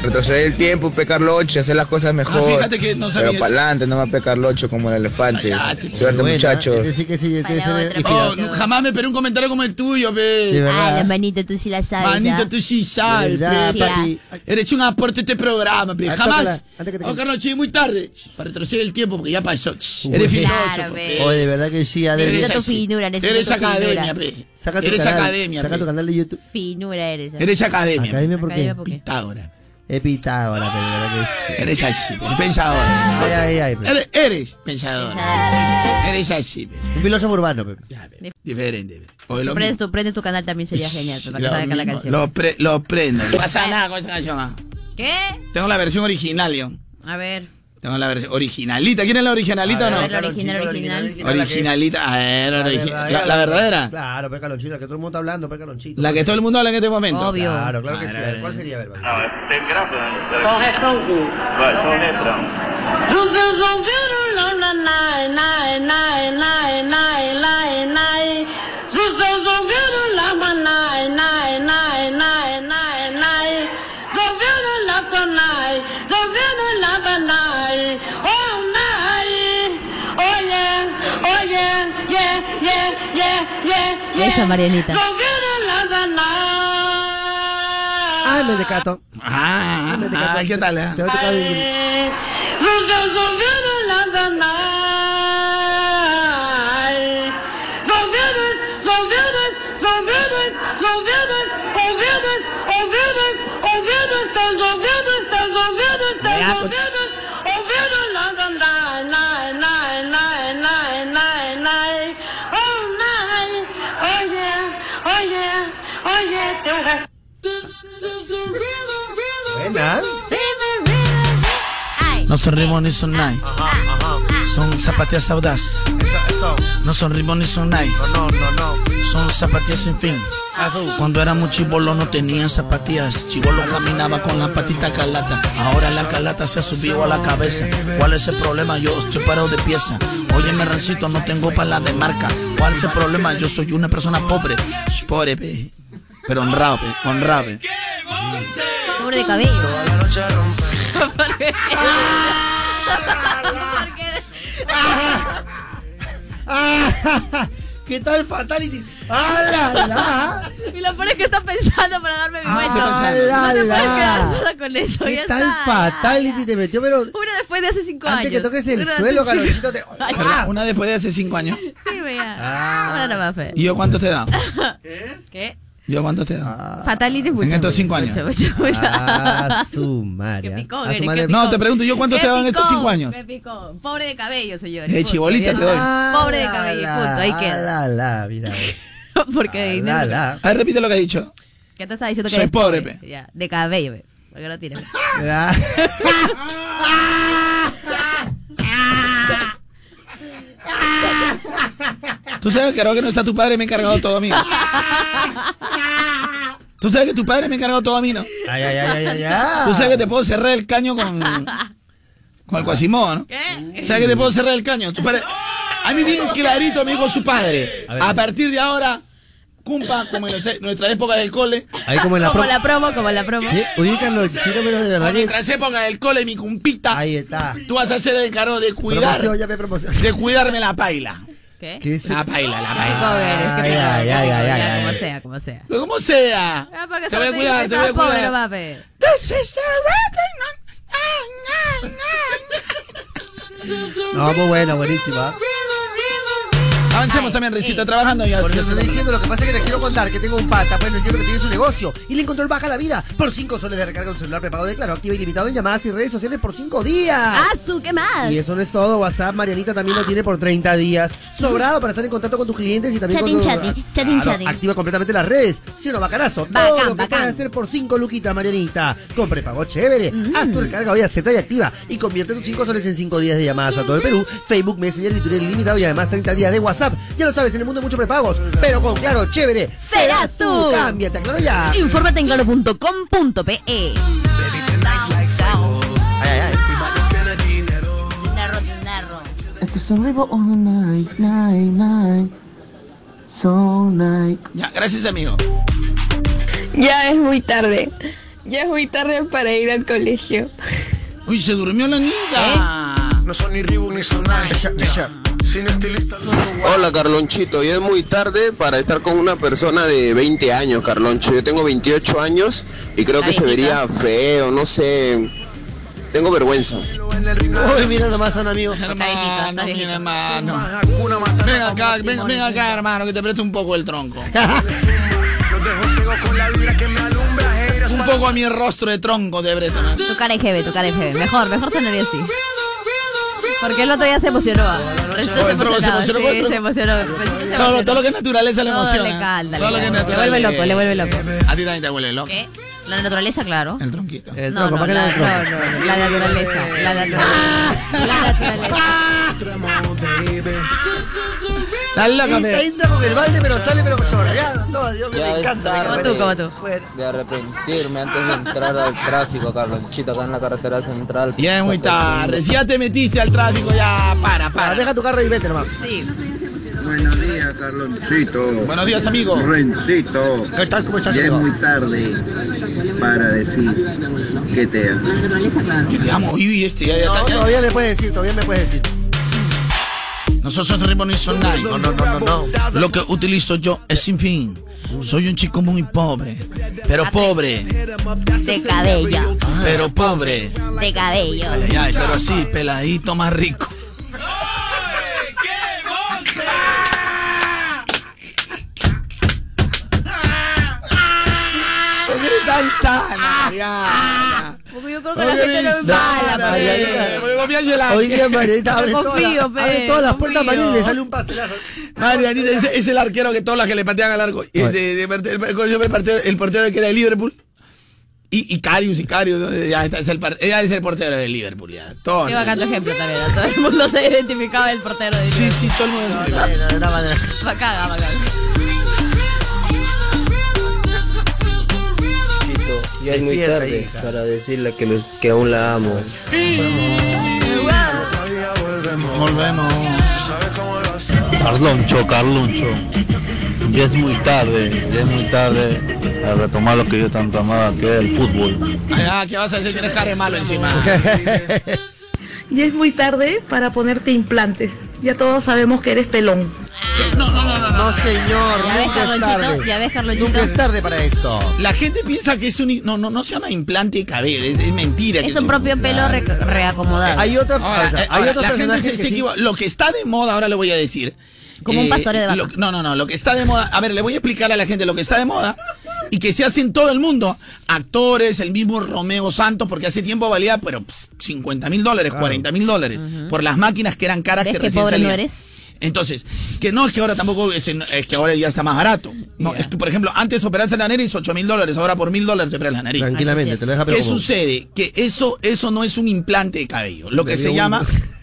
Speaker 22: retroceder el tiempo, pe Carloncho, y hacer las cosas mejor.
Speaker 2: fíjate que no sabía
Speaker 22: Pero para
Speaker 2: eso.
Speaker 22: adelante, no más pe Carloncho como el elefante. Suerte,
Speaker 1: Buena,
Speaker 22: muchachos.
Speaker 1: es decir que sí, es decir, y
Speaker 2: Oh,
Speaker 1: cuidado.
Speaker 2: no, jamás me esperé un comentario como el tuyo, pe.
Speaker 1: De verdad. Ay, la
Speaker 3: manito, tú sí la sabes.
Speaker 2: este- Manito,
Speaker 1: ¿ah?
Speaker 2: tú sí sabes,
Speaker 1: De verdad,
Speaker 2: pe.
Speaker 1: papi.
Speaker 2: Eres un aporte a este programa, pe.
Speaker 1: Ah,
Speaker 2: Jamás.
Speaker 1: tócala, antes que te
Speaker 2: Oh, Carlos, che, muy tarde. Ch, Para retroceder el tiempo, porque ya pasó. Ch,
Speaker 1: Uy.
Speaker 2: Eres
Speaker 1: Claro,
Speaker 2: filoso,
Speaker 1: pe. Oh, de verdad que sí, Adel.
Speaker 2: Eres
Speaker 1: Necesito tu
Speaker 2: así.
Speaker 1: finura, necesito
Speaker 2: Eres
Speaker 1: tu
Speaker 2: academia,
Speaker 1: finura.
Speaker 2: pe.
Speaker 1: Saca tu
Speaker 2: Eres
Speaker 1: canal,
Speaker 2: academia,
Speaker 1: saca
Speaker 2: pe.
Speaker 1: tu canal de YouTube.
Speaker 3: Finura eres. ¿ah?
Speaker 2: Eres academia.
Speaker 1: Academia, ¿por
Speaker 3: Academia,
Speaker 1: qué?
Speaker 3: ¿por qué?
Speaker 2: Pitágora.
Speaker 1: Es Pitágora, pero de verdad que sí.
Speaker 2: Eres así, pe. pensadora.
Speaker 1: Ay, ay, ay. pe.
Speaker 2: Eres, eres pensadora. Eres así, pe.
Speaker 1: Un filósofo urbano, pe.
Speaker 2: Diferente, pe. Oye, lo
Speaker 3: Prende
Speaker 2: mismo.
Speaker 3: tu, prende tu canal también sería genial. Para que
Speaker 2: Lo
Speaker 3: salga la
Speaker 2: mismo.
Speaker 3: canción.
Speaker 2: Lo, pre- lo prendo. No pasa nada con esta canción. ah.
Speaker 3: ¿Qué?
Speaker 2: Tengo la versión original, yo.
Speaker 3: A ver.
Speaker 2: Tengo la versión originalita. ¿Quién es la originalita
Speaker 3: A
Speaker 2: o no?
Speaker 3: ver, la original, original.
Speaker 2: Originalita, a ver, origi- la, la verdadera.
Speaker 1: Claro, pe Carlonchito, la que todo el mundo está hablando, pe Carlonchito.
Speaker 2: La que todo el mundo habla en este momento.
Speaker 1: Obvio. Claro, claro que sí. A ver, ¿Cuál sería, A ver, vale.
Speaker 23: Con Jesús.
Speaker 7: Vai, só letra.
Speaker 3: Esa Marianita.
Speaker 1: Ah, me decato.
Speaker 2: Ah, ah, ¿qué tal? eh?
Speaker 1: Te voy a tocar el-
Speaker 12: Oh,
Speaker 23: Buena.
Speaker 2: No son rimones, son Nike. Son zapatillas audaz. No son rimones, son Nike.
Speaker 1: No, no, no.
Speaker 2: Son zapatillas sin fin. Cuando éramos chibolos no tenían zapatillas. Chibolo caminaba con la patita calata. Ahora la calata se ha subido a la cabeza. ¿Cuál es el problema? Yo estoy parado de pieza. Óyeme, Rancito, no tengo pala de marca. ¿Cuál es el problema? Yo soy una persona pobre. Sh, Pobre, pe. Pero honrado, pe. Honrado, pe.
Speaker 3: Pobre de cabello. ¿Por qué?
Speaker 1: Ah, <laughs> ¿Qué tal Fatality? ¡Ah, la, la!
Speaker 3: Y lo peor es que está pensando para darme mi vuelta.
Speaker 1: Ah, la,
Speaker 3: No te puedes
Speaker 1: la.
Speaker 3: quedar sola con eso.
Speaker 1: ¿Qué
Speaker 3: ya
Speaker 1: tal
Speaker 3: está.
Speaker 1: Fatality te metió? Pero
Speaker 3: Una después de hace cinco
Speaker 1: Antes que
Speaker 3: años.
Speaker 1: toques el
Speaker 3: Una
Speaker 1: suelo,
Speaker 3: después de cinco-
Speaker 1: Carolcito, te-
Speaker 3: Ay,
Speaker 2: Una después de hace cinco años.
Speaker 3: Sí, vea. Ahora no va a hacer.
Speaker 2: ¿Y yo cuánto te da?
Speaker 3: ¿Qué?
Speaker 2: ¿Yo cuánto te da?
Speaker 3: Fatality es mucho.
Speaker 2: En estos cinco años.
Speaker 3: Mucho, mucho, mucho.
Speaker 1: Ah, su madre. ¿ah?
Speaker 3: Picón,
Speaker 1: A
Speaker 3: eres,
Speaker 1: su
Speaker 3: qué
Speaker 1: madre-
Speaker 3: picón.
Speaker 2: No, te pregunto, ¿yo cuánto
Speaker 3: Qué
Speaker 2: te daban estos
Speaker 3: picón,
Speaker 2: cinco años?
Speaker 3: qué picón. Pobre de cabello, señores.
Speaker 2: Eh,
Speaker 3: Punto,
Speaker 2: chibolita
Speaker 3: ya
Speaker 2: te doy.
Speaker 3: está. Pobre de cabello,
Speaker 1: Ah,
Speaker 3: punto. Ahí queda.
Speaker 1: La, la, mira.
Speaker 3: <laughs> Porque de <laughs> dinero.
Speaker 1: la, la.
Speaker 2: Ah, A ver, repite lo que has dicho.
Speaker 3: ¿Qué te está diciendo que
Speaker 2: Soy
Speaker 3: eres
Speaker 2: pobre,
Speaker 3: Ya, de cabello, pe. Porque no
Speaker 1: <laughs>
Speaker 3: tienes. <laughs>
Speaker 1: Ah.
Speaker 3: Ah.
Speaker 2: Tú
Speaker 3: <laughs>
Speaker 2: sabes que ahora que no está tu padre me he encargado todo a mí. Tú sabes que tu padre me ha encargado todo a mí, ¿no?
Speaker 1: Ay, ay, ay, ay, ay.
Speaker 2: Tú sabes que te puedo cerrar el caño con, con el cuasimodo, ¿no? ¿Sabes que te puedo cerrar el caño? Tu padre- a mí bien clarito me dijo su padre.
Speaker 1: A ver.
Speaker 2: A, partir de ahora, cumpa, como en nuestra- nuestra época del cole.
Speaker 1: Ahí como en la
Speaker 3: Como
Speaker 1: pro-
Speaker 3: la promo, como la promo.
Speaker 1: Sí, Oye, Carlonchito, pero de verdad
Speaker 2: Como
Speaker 1: que.
Speaker 2: nuestra época del cole, mi cumpita.
Speaker 1: Ahí está.
Speaker 2: Tú vas a ser el encargado de cuidar,
Speaker 1: Promoción, ya me promoción.
Speaker 2: de cuidarme la paila.
Speaker 3: ¿Qué?
Speaker 1: ¿Qué es?
Speaker 2: La paila, la
Speaker 3: Qué picón eres,
Speaker 2: paila.
Speaker 3: qué
Speaker 1: Ay,
Speaker 3: picón,
Speaker 1: ay,
Speaker 3: qué
Speaker 1: ay,
Speaker 3: picón,
Speaker 1: ay,
Speaker 3: sea,
Speaker 1: ay,
Speaker 3: Como
Speaker 1: ay.
Speaker 3: sea, como sea.
Speaker 2: Como sea.
Speaker 3: Ah, porque
Speaker 2: Te voy
Speaker 3: solo
Speaker 2: a
Speaker 3: te dije
Speaker 2: cuidar,
Speaker 3: que
Speaker 2: te voy a
Speaker 3: estaba pobre,
Speaker 2: cuidar.
Speaker 3: no va, pe.
Speaker 2: This is the rhythm.
Speaker 1: pues ¿ah? No, muy buena, buenísima.
Speaker 2: Avancemos también, Rencita, trabajando ya.
Speaker 1: Por
Speaker 2: ya
Speaker 1: eso
Speaker 2: se
Speaker 1: estoy
Speaker 2: terminó.
Speaker 1: diciendo lo que pasa es que les quiero contar que tengo un pata, pues no es cierto que tiene su negocio y le encontró el baja la vida por 5 soles de recarga en un celular prepago de claro, activa y limitado en llamadas y redes sociales por 5 días.
Speaker 3: ¡Ah, su, qué más!
Speaker 1: Y eso no es todo, WhatsApp Marianita también lo tiene por 30 días. Sobrado para estar en contacto con tus clientes y también
Speaker 3: Chatín,
Speaker 1: con
Speaker 3: chatín,
Speaker 1: ah,
Speaker 3: chatín,
Speaker 1: claro,
Speaker 3: chatín.
Speaker 1: Activa completamente las redes. Si no, bacanazo.
Speaker 3: Bacán,
Speaker 1: Todo lo que
Speaker 3: bacán.
Speaker 1: puedes hacer por 5 luquitas, Marianita. Con prepago chévere. Haz tu recarga hoy, acepta y activa. Y convierte tus 5 soles en 5 días de llamadas a todo el Perú. Facebook Messenger y Twitter ilimitado y además 30 días de WhatsApp. Ya lo sabes, en el mundo hay muchos prepagos. Pero con claro, chévere.
Speaker 3: ¡Serás tú!
Speaker 1: Cámbiate a claro ya.
Speaker 3: Infórmate en claro.com.pe.
Speaker 1: Ay, ay, ay.
Speaker 9: Esto es un vivo all night, night, night. So night.
Speaker 2: Ya, gracias, amigo.
Speaker 6: Ya es muy tarde. Ya es muy tarde para ir al colegio. ¿Eh?
Speaker 2: Uy, se durmió la niña.
Speaker 24: No son ni Reebok ni Sonai. Sin estilista no lo
Speaker 15: Hola Carlonchito, ya es muy tarde para estar con una persona de 20 años, Carloncho. Yo tengo 28 años y creo que se vería feo, no sé. Tengo vergüenza.
Speaker 1: Uy, mira nomás a un amigo.
Speaker 2: Hermano, mi hermano. Ven acá, ven, ven acá, hermano, que te preste un poco el
Speaker 1: <laughs>
Speaker 2: tronco. un poco a mi rostro de tronco de Bretón.
Speaker 3: Tu cara es jeve, tu cara es jeve. Mejor, mejor sonaría así. Porque el otro día se emocionó. ah. Está
Speaker 2: Se emocionó,
Speaker 3: emocionado,
Speaker 2: se emocionó con el
Speaker 3: sí,
Speaker 2: tronco.
Speaker 3: se emocionó. Pues sí, se
Speaker 2: Todo, lo-
Speaker 3: emocionó.
Speaker 2: todo lo que es naturaleza le
Speaker 3: Todo
Speaker 2: emociona.
Speaker 3: le calda, le
Speaker 2: todo lo que es
Speaker 3: calda. Le
Speaker 2: naturaleza
Speaker 3: vuelve loco, le vuelve loco.
Speaker 2: A ti también te vuelve loco.
Speaker 3: ¿Qué? La naturaleza, claro.
Speaker 2: El tronquito.
Speaker 1: El
Speaker 3: No, no, la, no, no, no, la naturaleza. La
Speaker 8: Eh,
Speaker 3: naturaleza. La
Speaker 2: Estás loca,
Speaker 1: Sí,
Speaker 2: me-
Speaker 1: te entra con el baile, pero sale, pero choreada. No, Dios mío,
Speaker 25: Ya
Speaker 1: me
Speaker 25: es
Speaker 1: encanta. me
Speaker 25: tarde. Como
Speaker 1: encanta.
Speaker 25: tú, De arrepentirme antes de entrar al tráfico, Carlonchito, acá en la carretera central.
Speaker 2: Ya es muy tarde. Si ya te metiste al tráfico, ya para, para. Deja
Speaker 1: tu carro y vete, hermano.
Speaker 3: Sí.
Speaker 26: Buenos días, Carlonchito.
Speaker 2: Buenos días, amigo.
Speaker 26: Rencito.
Speaker 1: ¿Qué tal? ¿Cómo estás,
Speaker 26: Ya es
Speaker 1: amigo?
Speaker 26: muy tarde para decir que te amo.
Speaker 2: Que te amo, y este ya, ya
Speaker 1: No,
Speaker 2: está. ya-
Speaker 1: todavía me puedes decir, todavía me puedes decir.
Speaker 2: Nosotros tenemos ni son nadie.
Speaker 1: No, no, no, no, no.
Speaker 2: Lo que utilizo yo es sin fin. Soy un chico muy pobre, pero pobre,
Speaker 3: De cabello.
Speaker 2: pero pobre.
Speaker 3: De cabello.
Speaker 2: Ay, ay, ay, pero así, peladito más rico. ¿Por qué eres tan sana, Mariana?
Speaker 3: Porque yo creo que
Speaker 2: ¿Por
Speaker 3: la
Speaker 2: qué
Speaker 3: gente no
Speaker 2: eres
Speaker 3: es mala,
Speaker 2: sana, Mariana?
Speaker 3: Mariana.
Speaker 2: Porque confía en Yolanda.
Speaker 1: Hoy día Marianita abre,
Speaker 3: Yo
Speaker 1: todas
Speaker 3: confío,
Speaker 1: las-
Speaker 3: pe,
Speaker 1: abre todas las puertas,
Speaker 3: confío.
Speaker 1: Mariana, y le sale un pastelazo.
Speaker 2: Marianita es, es el arquero que todas las que le patean al arco. Eh, de- de parte- el, yo me parteo- el portero que era de Liverpool. Y, y Carius, y Carius, ¿no? ya está, es el, par- ella es el portero de Liverpool, ya. Todo.
Speaker 3: Qué bacán tu ejemplo también. ¿no? Todo el mundo se identificaba el portero. De sí,
Speaker 2: sí, todo el mundo se
Speaker 1: identificaba.
Speaker 3: Bacán, bacán.
Speaker 27: Ya es muy tarde para decirle que, los- que aún la amo.
Speaker 2: Volvemos.
Speaker 15: Carloncho, Carloncho. Ya es muy tarde, ya es muy tarde a retomar lo que yo tanto amaba, que era el fútbol.
Speaker 2: Ah, ¿qué vas a decir? Tienes cara de malo encima.
Speaker 8: Ya es muy tarde para ponerte implantes. Ya todos sabemos que eres pelón.
Speaker 2: No, no, no, no.
Speaker 1: No, señor,
Speaker 3: Ya ves,
Speaker 1: nunca es tarde.
Speaker 3: Carlonchito. Ya ves, Carlonchito.
Speaker 1: Nunca es tarde para eso.
Speaker 2: La gente piensa que es un. No, no, no se llama implante de cabello. Es, es mentira.
Speaker 3: Es
Speaker 2: que
Speaker 3: un propio pelo re- reacomodado.
Speaker 1: Hay otra.
Speaker 2: Ahora,
Speaker 1: Hay
Speaker 2: eh, ahora,
Speaker 1: otros
Speaker 2: la gente
Speaker 1: personajes
Speaker 2: se,
Speaker 1: que
Speaker 2: se
Speaker 1: sí.
Speaker 2: equivo- Lo que está de moda, ahora le voy a decir. eh,
Speaker 3: Como un pastoreo de vaca.
Speaker 2: lo- no, no, no. Lo que está de moda. A ver, le voy a explicar a la gente lo que está de moda y que se hace en todo el mundo. Actores, el mismo Romeo Santos, porque hace tiempo valía, pero pss, 50 mil dólares, 40 mil dólares. Por las máquinas que eran caras
Speaker 3: ¿Ves
Speaker 2: que
Speaker 3: qué
Speaker 2: recién
Speaker 3: pobre no
Speaker 2: salían.
Speaker 3: eres?
Speaker 2: Entonces, que no es que ahora tampoco, es, en- es que ahora ya está más barato. No, es que, por ejemplo, antes operarse la nariz 8 mil dólares, ahora por mil dólares te operas la nariz.
Speaker 1: Tranquilamente, te lo deja, pero
Speaker 2: ¿Qué
Speaker 1: como-
Speaker 2: sucede? Que eso, eso no es un implante de cabello. Lo que
Speaker 1: Me
Speaker 2: se
Speaker 1: dio
Speaker 2: llama.
Speaker 1: un-
Speaker 2: <laughs>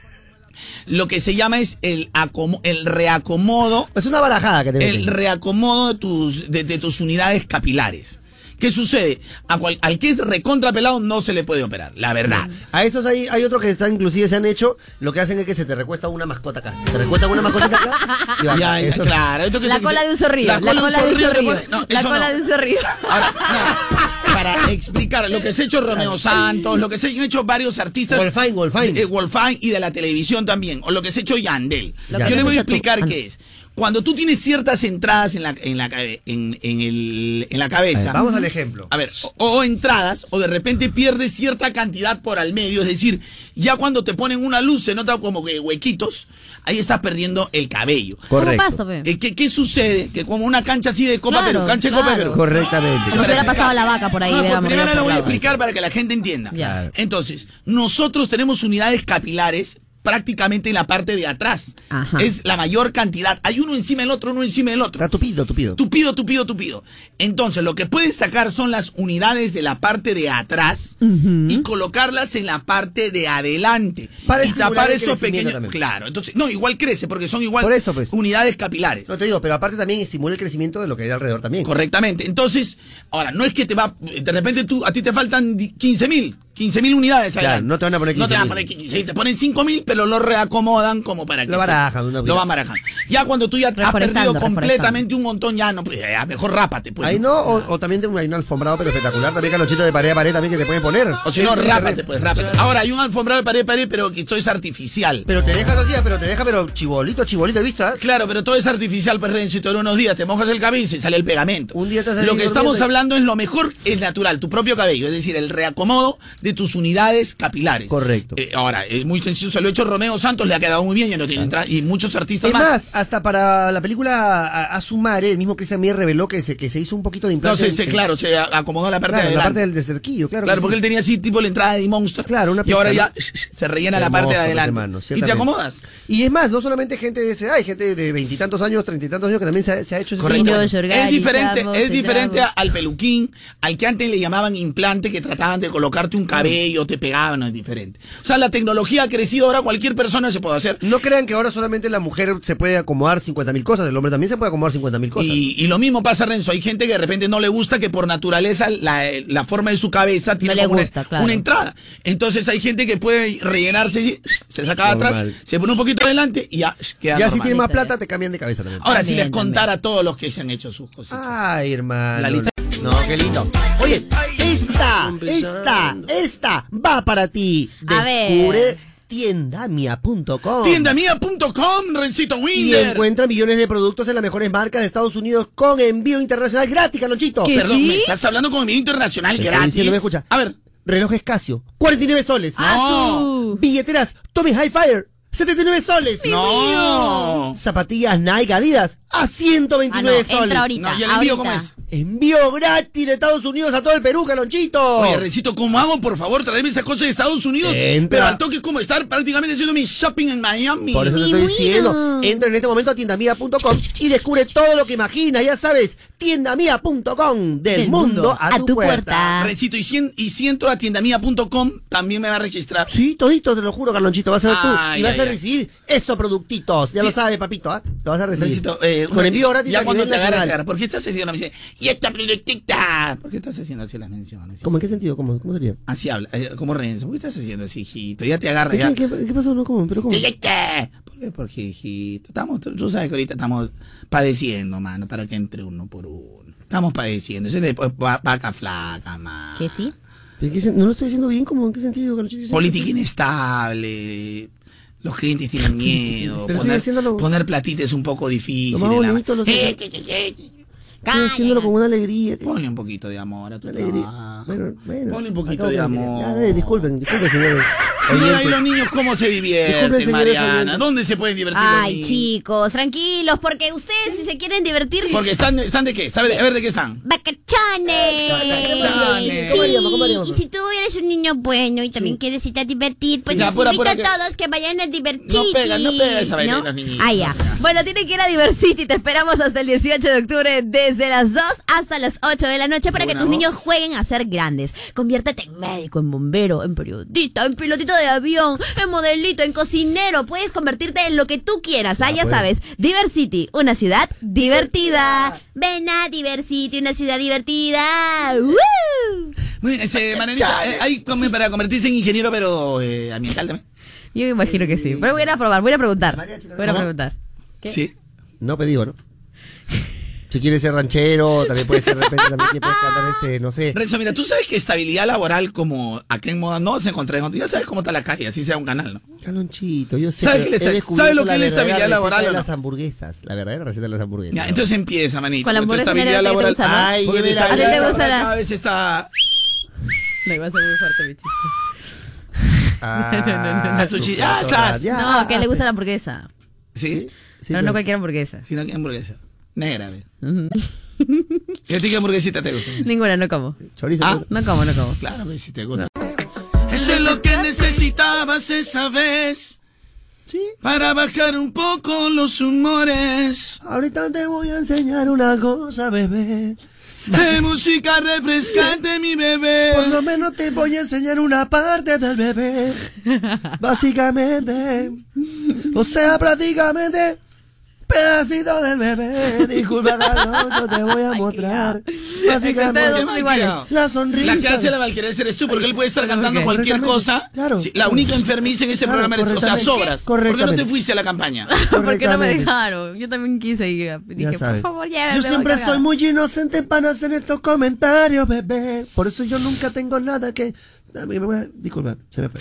Speaker 2: Lo que se llama es el, acomo- el reacomodo.
Speaker 1: Es una barajada que te
Speaker 2: El
Speaker 1: meten.
Speaker 2: reacomodo de tus, de, de tus unidades capilares. ¿Qué sucede? A cual- al que es recontrapelado no se le puede operar, la verdad.
Speaker 1: A esos hay, hay otros que están, inclusive se han hecho, lo que hacen es que se te recuesta una mascota acá. Te recuesta una mascota acá. y va acá.
Speaker 2: Ya,
Speaker 1: Eso-
Speaker 2: claro. esto que
Speaker 3: La
Speaker 2: te-
Speaker 3: cola de un zorrillo. La cola de un
Speaker 2: zorrillo te
Speaker 3: zorrillo.
Speaker 2: pone- Ah, no,
Speaker 3: La
Speaker 2: eso no.
Speaker 3: cola de un zorrillo.
Speaker 2: para explicar lo que se ha hecho Romeo Santos, lo que se han hecho varios artistas. eh, Wolfine, Wolfine. y de la televisión también, o lo que se ha hecho Yandel.
Speaker 3: Lo que
Speaker 2: Yo
Speaker 3: se
Speaker 2: le voy a
Speaker 3: ha hecho tú.
Speaker 2: explicar
Speaker 3: Ah,
Speaker 2: qué es. cuando tú tienes ciertas entradas en la, en la, cabe- en, en el- en la cabeza.
Speaker 1: A ver, vamos al ejemplo.
Speaker 2: A ver, o, o entradas, o de repente pierdes cierta cantidad por al medio. Es decir, ya cuando te ponen una luz, se nota como que huequitos, ahí estás perdiendo el cabello.
Speaker 5: Correcto. ¿Cómo paso,
Speaker 2: Eh, ¿qué, qué sucede? Que como una cancha así de copa,
Speaker 3: Claro,
Speaker 2: pero cancha de copa,
Speaker 3: claro.
Speaker 2: pero.
Speaker 5: Correctamente.
Speaker 3: Si nos hubiera pasado la vaca por ahí,
Speaker 2: No,
Speaker 3: hubiéramos
Speaker 2: pues, primero
Speaker 3: ido
Speaker 2: lo
Speaker 3: por
Speaker 2: voy a
Speaker 3: la vaca.
Speaker 2: explicar para que la gente entienda.
Speaker 3: Ya.
Speaker 2: Entonces, nosotros tenemos unidades capilares prácticamente en la parte de atrás.
Speaker 5: Ajá.
Speaker 2: Es la mayor cantidad. Hay uno encima del otro, uno encima del otro. Está tupido, tupido. Tupido, tupido, tupido. Entonces, lo que puedes sacar son las unidades de la parte de atrás y colocarlas en la parte de adelante.
Speaker 1: Para
Speaker 2: y
Speaker 1: estimular
Speaker 2: tapar
Speaker 1: el
Speaker 2: esos
Speaker 1: crecimiento
Speaker 2: pequeños.
Speaker 1: también.
Speaker 2: Claro. Entonces, no, igual crece porque son igual
Speaker 1: Por eso, pues.
Speaker 2: unidades capilares.
Speaker 1: No te digo, pero aparte también estimula el crecimiento de lo que hay alrededor también.
Speaker 2: Correctamente. Entonces, ahora, no es que te va. De repente tú, a ti te faltan 15 mil. 15 mil unidades.
Speaker 1: Claro,
Speaker 2: adelante.
Speaker 1: no te van a poner
Speaker 2: No te van a
Speaker 1: 15.000.
Speaker 2: poner 15 mil. Te ponen 5 mil, pero lo reacomodan como para que.
Speaker 1: Lo
Speaker 2: sea.
Speaker 1: barajan, una-
Speaker 2: Lo van barajando. Ya cuando tú ya has
Speaker 1: Reforestando,
Speaker 2: perdido
Speaker 1: reforestando.
Speaker 2: completamente un montón, ya no. pues, ya, mejor rápate. Pues.
Speaker 1: Ahí no, o, o también tengo un, hay un alfombrado pero espectacular, también calochito de pared a pared también que te pueden poner.
Speaker 2: O si no, rápate, pues rápate. Ahora hay un alfombrado de pared, pared, pero que esto es artificial.
Speaker 1: Pero te deja dos días, pero te deja, pero chibolito, chibolito de vista.
Speaker 2: Claro, pero todo es artificial, pues Renzo, y te dura unos días, te mojas el cabello y se sale el pegamento.
Speaker 1: Un día te sale
Speaker 2: Lo que
Speaker 1: y
Speaker 2: estamos
Speaker 1: olvídate.
Speaker 2: hablando es lo mejor, es natural, tu propio cabello, es decir, el reacomodo de tus unidades capilares. Correcto. ahora, es muy sencillo, se lo ha hecho Romeo Santos, le ha quedado muy bien, ya no tiene entrada, y muchos artistas
Speaker 1: Es más, hasta para la película Asumare, el mismo Christian Mier reveló que se, que se hizo un poquito de
Speaker 2: No
Speaker 1: implante.
Speaker 2: sé, se-
Speaker 1: en-
Speaker 2: claro, se a- acomodó la parte
Speaker 1: eh, Claro,
Speaker 2: de
Speaker 1: la
Speaker 2: adelante.
Speaker 1: parte del, del cerquillo, claro.
Speaker 2: Claro,
Speaker 1: que
Speaker 2: porque
Speaker 1: sí.
Speaker 2: él tenía así tipo la entrada de Monster. Claro, una Y
Speaker 1: pista,
Speaker 2: ahora
Speaker 1: ¿no?
Speaker 2: ya se rellena la
Speaker 1: Hermoso,
Speaker 2: parte de adelante.
Speaker 1: hermano,
Speaker 2: y te
Speaker 1: ciertamente.
Speaker 2: acomodas.
Speaker 1: Y es más, no solamente gente de esa edad, hay gente de veintitantos años, treinta y tantos años que también se ha, se ha hecho ese
Speaker 2: Correcto.
Speaker 1: tipo de-
Speaker 2: es diferente, es diferente a- al peluquín, al que antes le llamaban implante, que trataban de colocarte un cabello, te pegaban, no es diferente. O sea, la tecnología ha crecido, ahora cualquier persona se puede hacer.
Speaker 1: No crean que ahora solamente la mujer se puede acomodar 50 mil cosas, el hombre también se puede acomodar 50 mil cosas.
Speaker 2: Y, y lo mismo pasa, Renzo. Hay gente que de repente no le gusta que por naturaleza la, la forma de su cabeza tiene
Speaker 1: le
Speaker 2: como una-
Speaker 1: gusta,
Speaker 2: una,
Speaker 1: claro.
Speaker 2: entrada. Entonces hay gente que puede rellenarse, y se saca
Speaker 1: Normal.
Speaker 2: atrás, se pone un poquito adelante y ya queda
Speaker 1: ya si
Speaker 2: normal.
Speaker 1: tienen más plata, te cambian de cabeza también.
Speaker 2: Ahora, si les contara a todos los que se han hecho sus cositas.
Speaker 3: Ah.
Speaker 1: Ay, hermano.
Speaker 2: La lista-
Speaker 1: Ah, No, qué lindo. Oye, esta, esta, esta va para ti.
Speaker 3: A ver.
Speaker 1: Descubre tiendamia.com.
Speaker 2: Tiendamia.com, Rencito
Speaker 1: Y
Speaker 2: Winder.
Speaker 1: encuentra millones de productos en las mejores marcas de Estados Unidos con envío internacional gratis, Calonchito.
Speaker 2: Perdón, me estás hablando con mi internacional
Speaker 1: Te estoy
Speaker 2: gratis.
Speaker 1: diciendo, me escucha.
Speaker 2: A ver. Ah,
Speaker 1: Relojes Casio, 49 soles.
Speaker 2: ¡Asu!
Speaker 1: Billeteras Tommy Highfire, 79 soles.
Speaker 2: ¡No!
Speaker 1: Zapatillas Nike Adidas a 129
Speaker 2: Ah, no, entra
Speaker 1: soles.
Speaker 2: ahorita, No, ¿y el envío ahorita. cómo es?
Speaker 1: Envío gratis de Estados Unidos a todo el Perú, Calonchito.
Speaker 2: Oye, Rencito, ¿cómo hago? Por favor, traerme esa cosa de Estados Unidos.
Speaker 1: Oh. Entra.
Speaker 2: Pero al toque es como estar prácticamente haciendo mi shopping en Miami.
Speaker 1: Por eso te estoy diciendo, entra en este momento a tiendamia.com y descubre todo lo que imaginas, ya sabes, tiendamia.com, del, mundo, a, tu, puerta.
Speaker 2: Rencito, y si, en- y si entro a tiendamia.com, también me va a registrar.
Speaker 1: Sí, todito, te lo juro, Carlonchito, vas a ver tú.
Speaker 2: Ay,
Speaker 1: y vas
Speaker 2: ay,
Speaker 1: a
Speaker 2: ay.
Speaker 1: recibir esos productitos. Ya lo sabes, papito, ¿ah? Lo vas a recibir.
Speaker 2: Rencito, eh,
Speaker 1: Con envío gratis
Speaker 2: ya
Speaker 1: a
Speaker 2: cuando
Speaker 1: nivel
Speaker 2: te agarras,
Speaker 1: nacional.
Speaker 2: te agarras. ¿Por qué estás haciendo la mención? Y esta productita. ¿Por qué estás haciendo así las menciones?
Speaker 1: ¿Cómo en qué sentido? ¿Cómo, cómo sería?
Speaker 2: Así habla, eh, como Renzo. ¿Por qué estás haciendo así, hijito? Ya te agarra,
Speaker 1: ¿Qué,
Speaker 2: ya.
Speaker 1: qué, qué- qué pasó? No, ¿cómo? ¿Pero cómo?
Speaker 2: Directe. ¿Por qué? Porque, hijito, estamos, tú tú sabes que ahorita estamos padeciendo, mano, para que entre uno por uno. Estamos padeciendo. Esa es la va- vaca flaca, mano.
Speaker 3: ¿Qué sí?
Speaker 1: ¿Pero qué sen- no lo estoy diciendo bien, ¿cómo? ¿En qué sentido, Carlonchito?
Speaker 2: Política inestable. Los clientes <laughs> tienen miedo.
Speaker 1: Pero estoy
Speaker 2: poner,
Speaker 1: haciéndolo-
Speaker 2: poner platita es un poco difícil.
Speaker 1: Lo más
Speaker 2: en la-
Speaker 1: bonito lo que-
Speaker 2: Eh, que- que- que-
Speaker 1: Estoy haciéndolo con una alegría.
Speaker 2: Ponle un poquito de amor a tu
Speaker 1: Alegría.
Speaker 2: trabajo.
Speaker 1: Bueno, bueno.
Speaker 2: Ponle un poquito
Speaker 1: Acabo
Speaker 2: de
Speaker 1: de-
Speaker 2: amor.
Speaker 1: Ya, eh, disculpen, disculpen, señores. pues,
Speaker 2: Si no, ahí
Speaker 1: Oyentes.
Speaker 2: los niños cómo se
Speaker 1: Disculpen,
Speaker 2: divierten,
Speaker 1: señores
Speaker 2: Mariana.
Speaker 1: oyentes.
Speaker 2: ¿Dónde se pueden divertir los
Speaker 3: Ay,
Speaker 2: niños?
Speaker 3: chicos, tranquilos, porque ustedes si se quieren divertir...
Speaker 2: Porque están, están de qué? ¿Sabe de- a ver de qué están?
Speaker 3: ¡Bacachones!
Speaker 2: Bacachones.
Speaker 3: Sí,
Speaker 2: ¿Cómo haríamos? ¿Cómo haríamos?
Speaker 3: Y si tú eres un niño bueno y también quieres irte a divertir, pues
Speaker 2: Ya,
Speaker 3: les
Speaker 2: apura,
Speaker 3: invito
Speaker 2: apura,
Speaker 3: a
Speaker 2: que-
Speaker 3: todos que vayan a divertir.
Speaker 2: No pegan, no pegan esa vaina, los niñitos.
Speaker 3: Ah, ya. Bueno, tienen que ir a Diversity. Te esperamos hasta el 18 de octubre, desde las 2 hasta las 8 de la noche, para que
Speaker 2: Una
Speaker 3: tus
Speaker 2: voz.
Speaker 3: niños jueguen a ser grandes. Conviértete en médico, en bombero, en periodista, en pilotito de avión, en modelito, en cocinero. Puedes convertirte en lo que tú quieras. Ah,
Speaker 1: pues.
Speaker 3: ya
Speaker 28: bueno.
Speaker 3: sabes. Diversity, una ciudad divertida. Ven a Diversity, una ciudad divertida. ¡Woo!
Speaker 2: Muy
Speaker 3: <laughs>
Speaker 2: bien, ese, Marianita, eh, ahí come para convertirse en ingeniero, pero eh, ambiental también.
Speaker 3: Yo me imagino que sí. Pero voy a ir a probar, voy a ir a preguntar. Voy a ir a
Speaker 2: ¿Cómo?
Speaker 3: preguntar. ¿Qué?
Speaker 2: Sí.
Speaker 1: No pedí, ¿no? Si quieres ser ranchero, también puedes ser de repente, también puedes cantar este, no sé.
Speaker 2: Renzo, mira, tú sabes que estabilidad laboral como acá en moda no se encuentra en Ya sabes cómo está la calle, así sea un canal, ¿no?
Speaker 1: Calonchito, yo sé.
Speaker 2: ¿Sabes
Speaker 1: pero
Speaker 2: qué le está-
Speaker 1: he descubierto
Speaker 2: sabe lo que
Speaker 1: la
Speaker 2: es la
Speaker 1: verdadera
Speaker 2: estabilidad
Speaker 1: receta
Speaker 2: laboral
Speaker 1: de
Speaker 2: o no?
Speaker 1: las hamburguesas, la verdadera receta de las hamburguesas.
Speaker 2: Ya, entonces empieza, manito.
Speaker 1: Con la
Speaker 2: Tu
Speaker 1: hamburguesa
Speaker 2: estabilidad
Speaker 1: negra que te
Speaker 2: laboral.
Speaker 1: gusta, ¿no? Ay,
Speaker 2: Porque tu
Speaker 1: mira,
Speaker 3: "Ah,
Speaker 2: estabilidad
Speaker 1: ¿a ti te
Speaker 2: laboral
Speaker 1: gusta la-
Speaker 2: Cada vez
Speaker 3: <laughs>
Speaker 2: está.
Speaker 3: Me va a ser muy fuerte mi chiste.
Speaker 2: <laughs>
Speaker 1: Ah,
Speaker 2: A su chichazas.
Speaker 3: No, que le gusta la hamburguesa.
Speaker 2: ¿Sí?
Speaker 3: Pero no cualquier hamburguesa.
Speaker 2: Sino que hamburguesa. Negra, ve. <laughs> ¿Y a ti qué hamburguesita te gusta? Ah,
Speaker 3: Ninguna, no como.
Speaker 1: Chorizo.
Speaker 3: No como, no como.
Speaker 2: Claro, pues si te gusta. Eso es lo que necesitabas esa vez.
Speaker 1: Sí.
Speaker 2: Para bajar un poco los humores.
Speaker 1: Ahorita te voy a enseñar una cosa, bebé.
Speaker 2: De música refrescante, mi bebé.
Speaker 1: Por lo menos te voy a enseñar una parte del bebé. Básicamente. O sea, prácticamente. Pedacito del bebé. Disculpa, Carlos, yo te voy a
Speaker 2: <laughs>
Speaker 1: mostrar.
Speaker 2: Ustedes
Speaker 1: Básicamente.
Speaker 2: dos son iguales.
Speaker 1: La sonrisa.
Speaker 2: La que hace la Valquiria eres tú, porque él puede estar cantando
Speaker 1: Ok.
Speaker 2: cualquier
Speaker 1: Correctamente.
Speaker 2: cosa.
Speaker 1: Claro.
Speaker 2: Sí, la única enfermiza en ese
Speaker 1: Claro,
Speaker 2: programa eres tú, o sea,
Speaker 1: correctamente.
Speaker 2: sobras. ¿Por qué no te
Speaker 1: Correctamente.
Speaker 2: fuiste a la campaña?
Speaker 3: Porque no
Speaker 1: <laughs>
Speaker 3: me
Speaker 1: Correctamente.
Speaker 3: dejaron. Yo también quise y eh, dije, por
Speaker 1: saben.
Speaker 3: favor, llévenme.
Speaker 1: Yo
Speaker 3: voy
Speaker 1: siempre
Speaker 3: cagada.
Speaker 1: soy muy inocente para hacer estos comentarios, bebé. Por eso yo nunca tengo nada que. Dame, bebé. Disculpa, se me fue.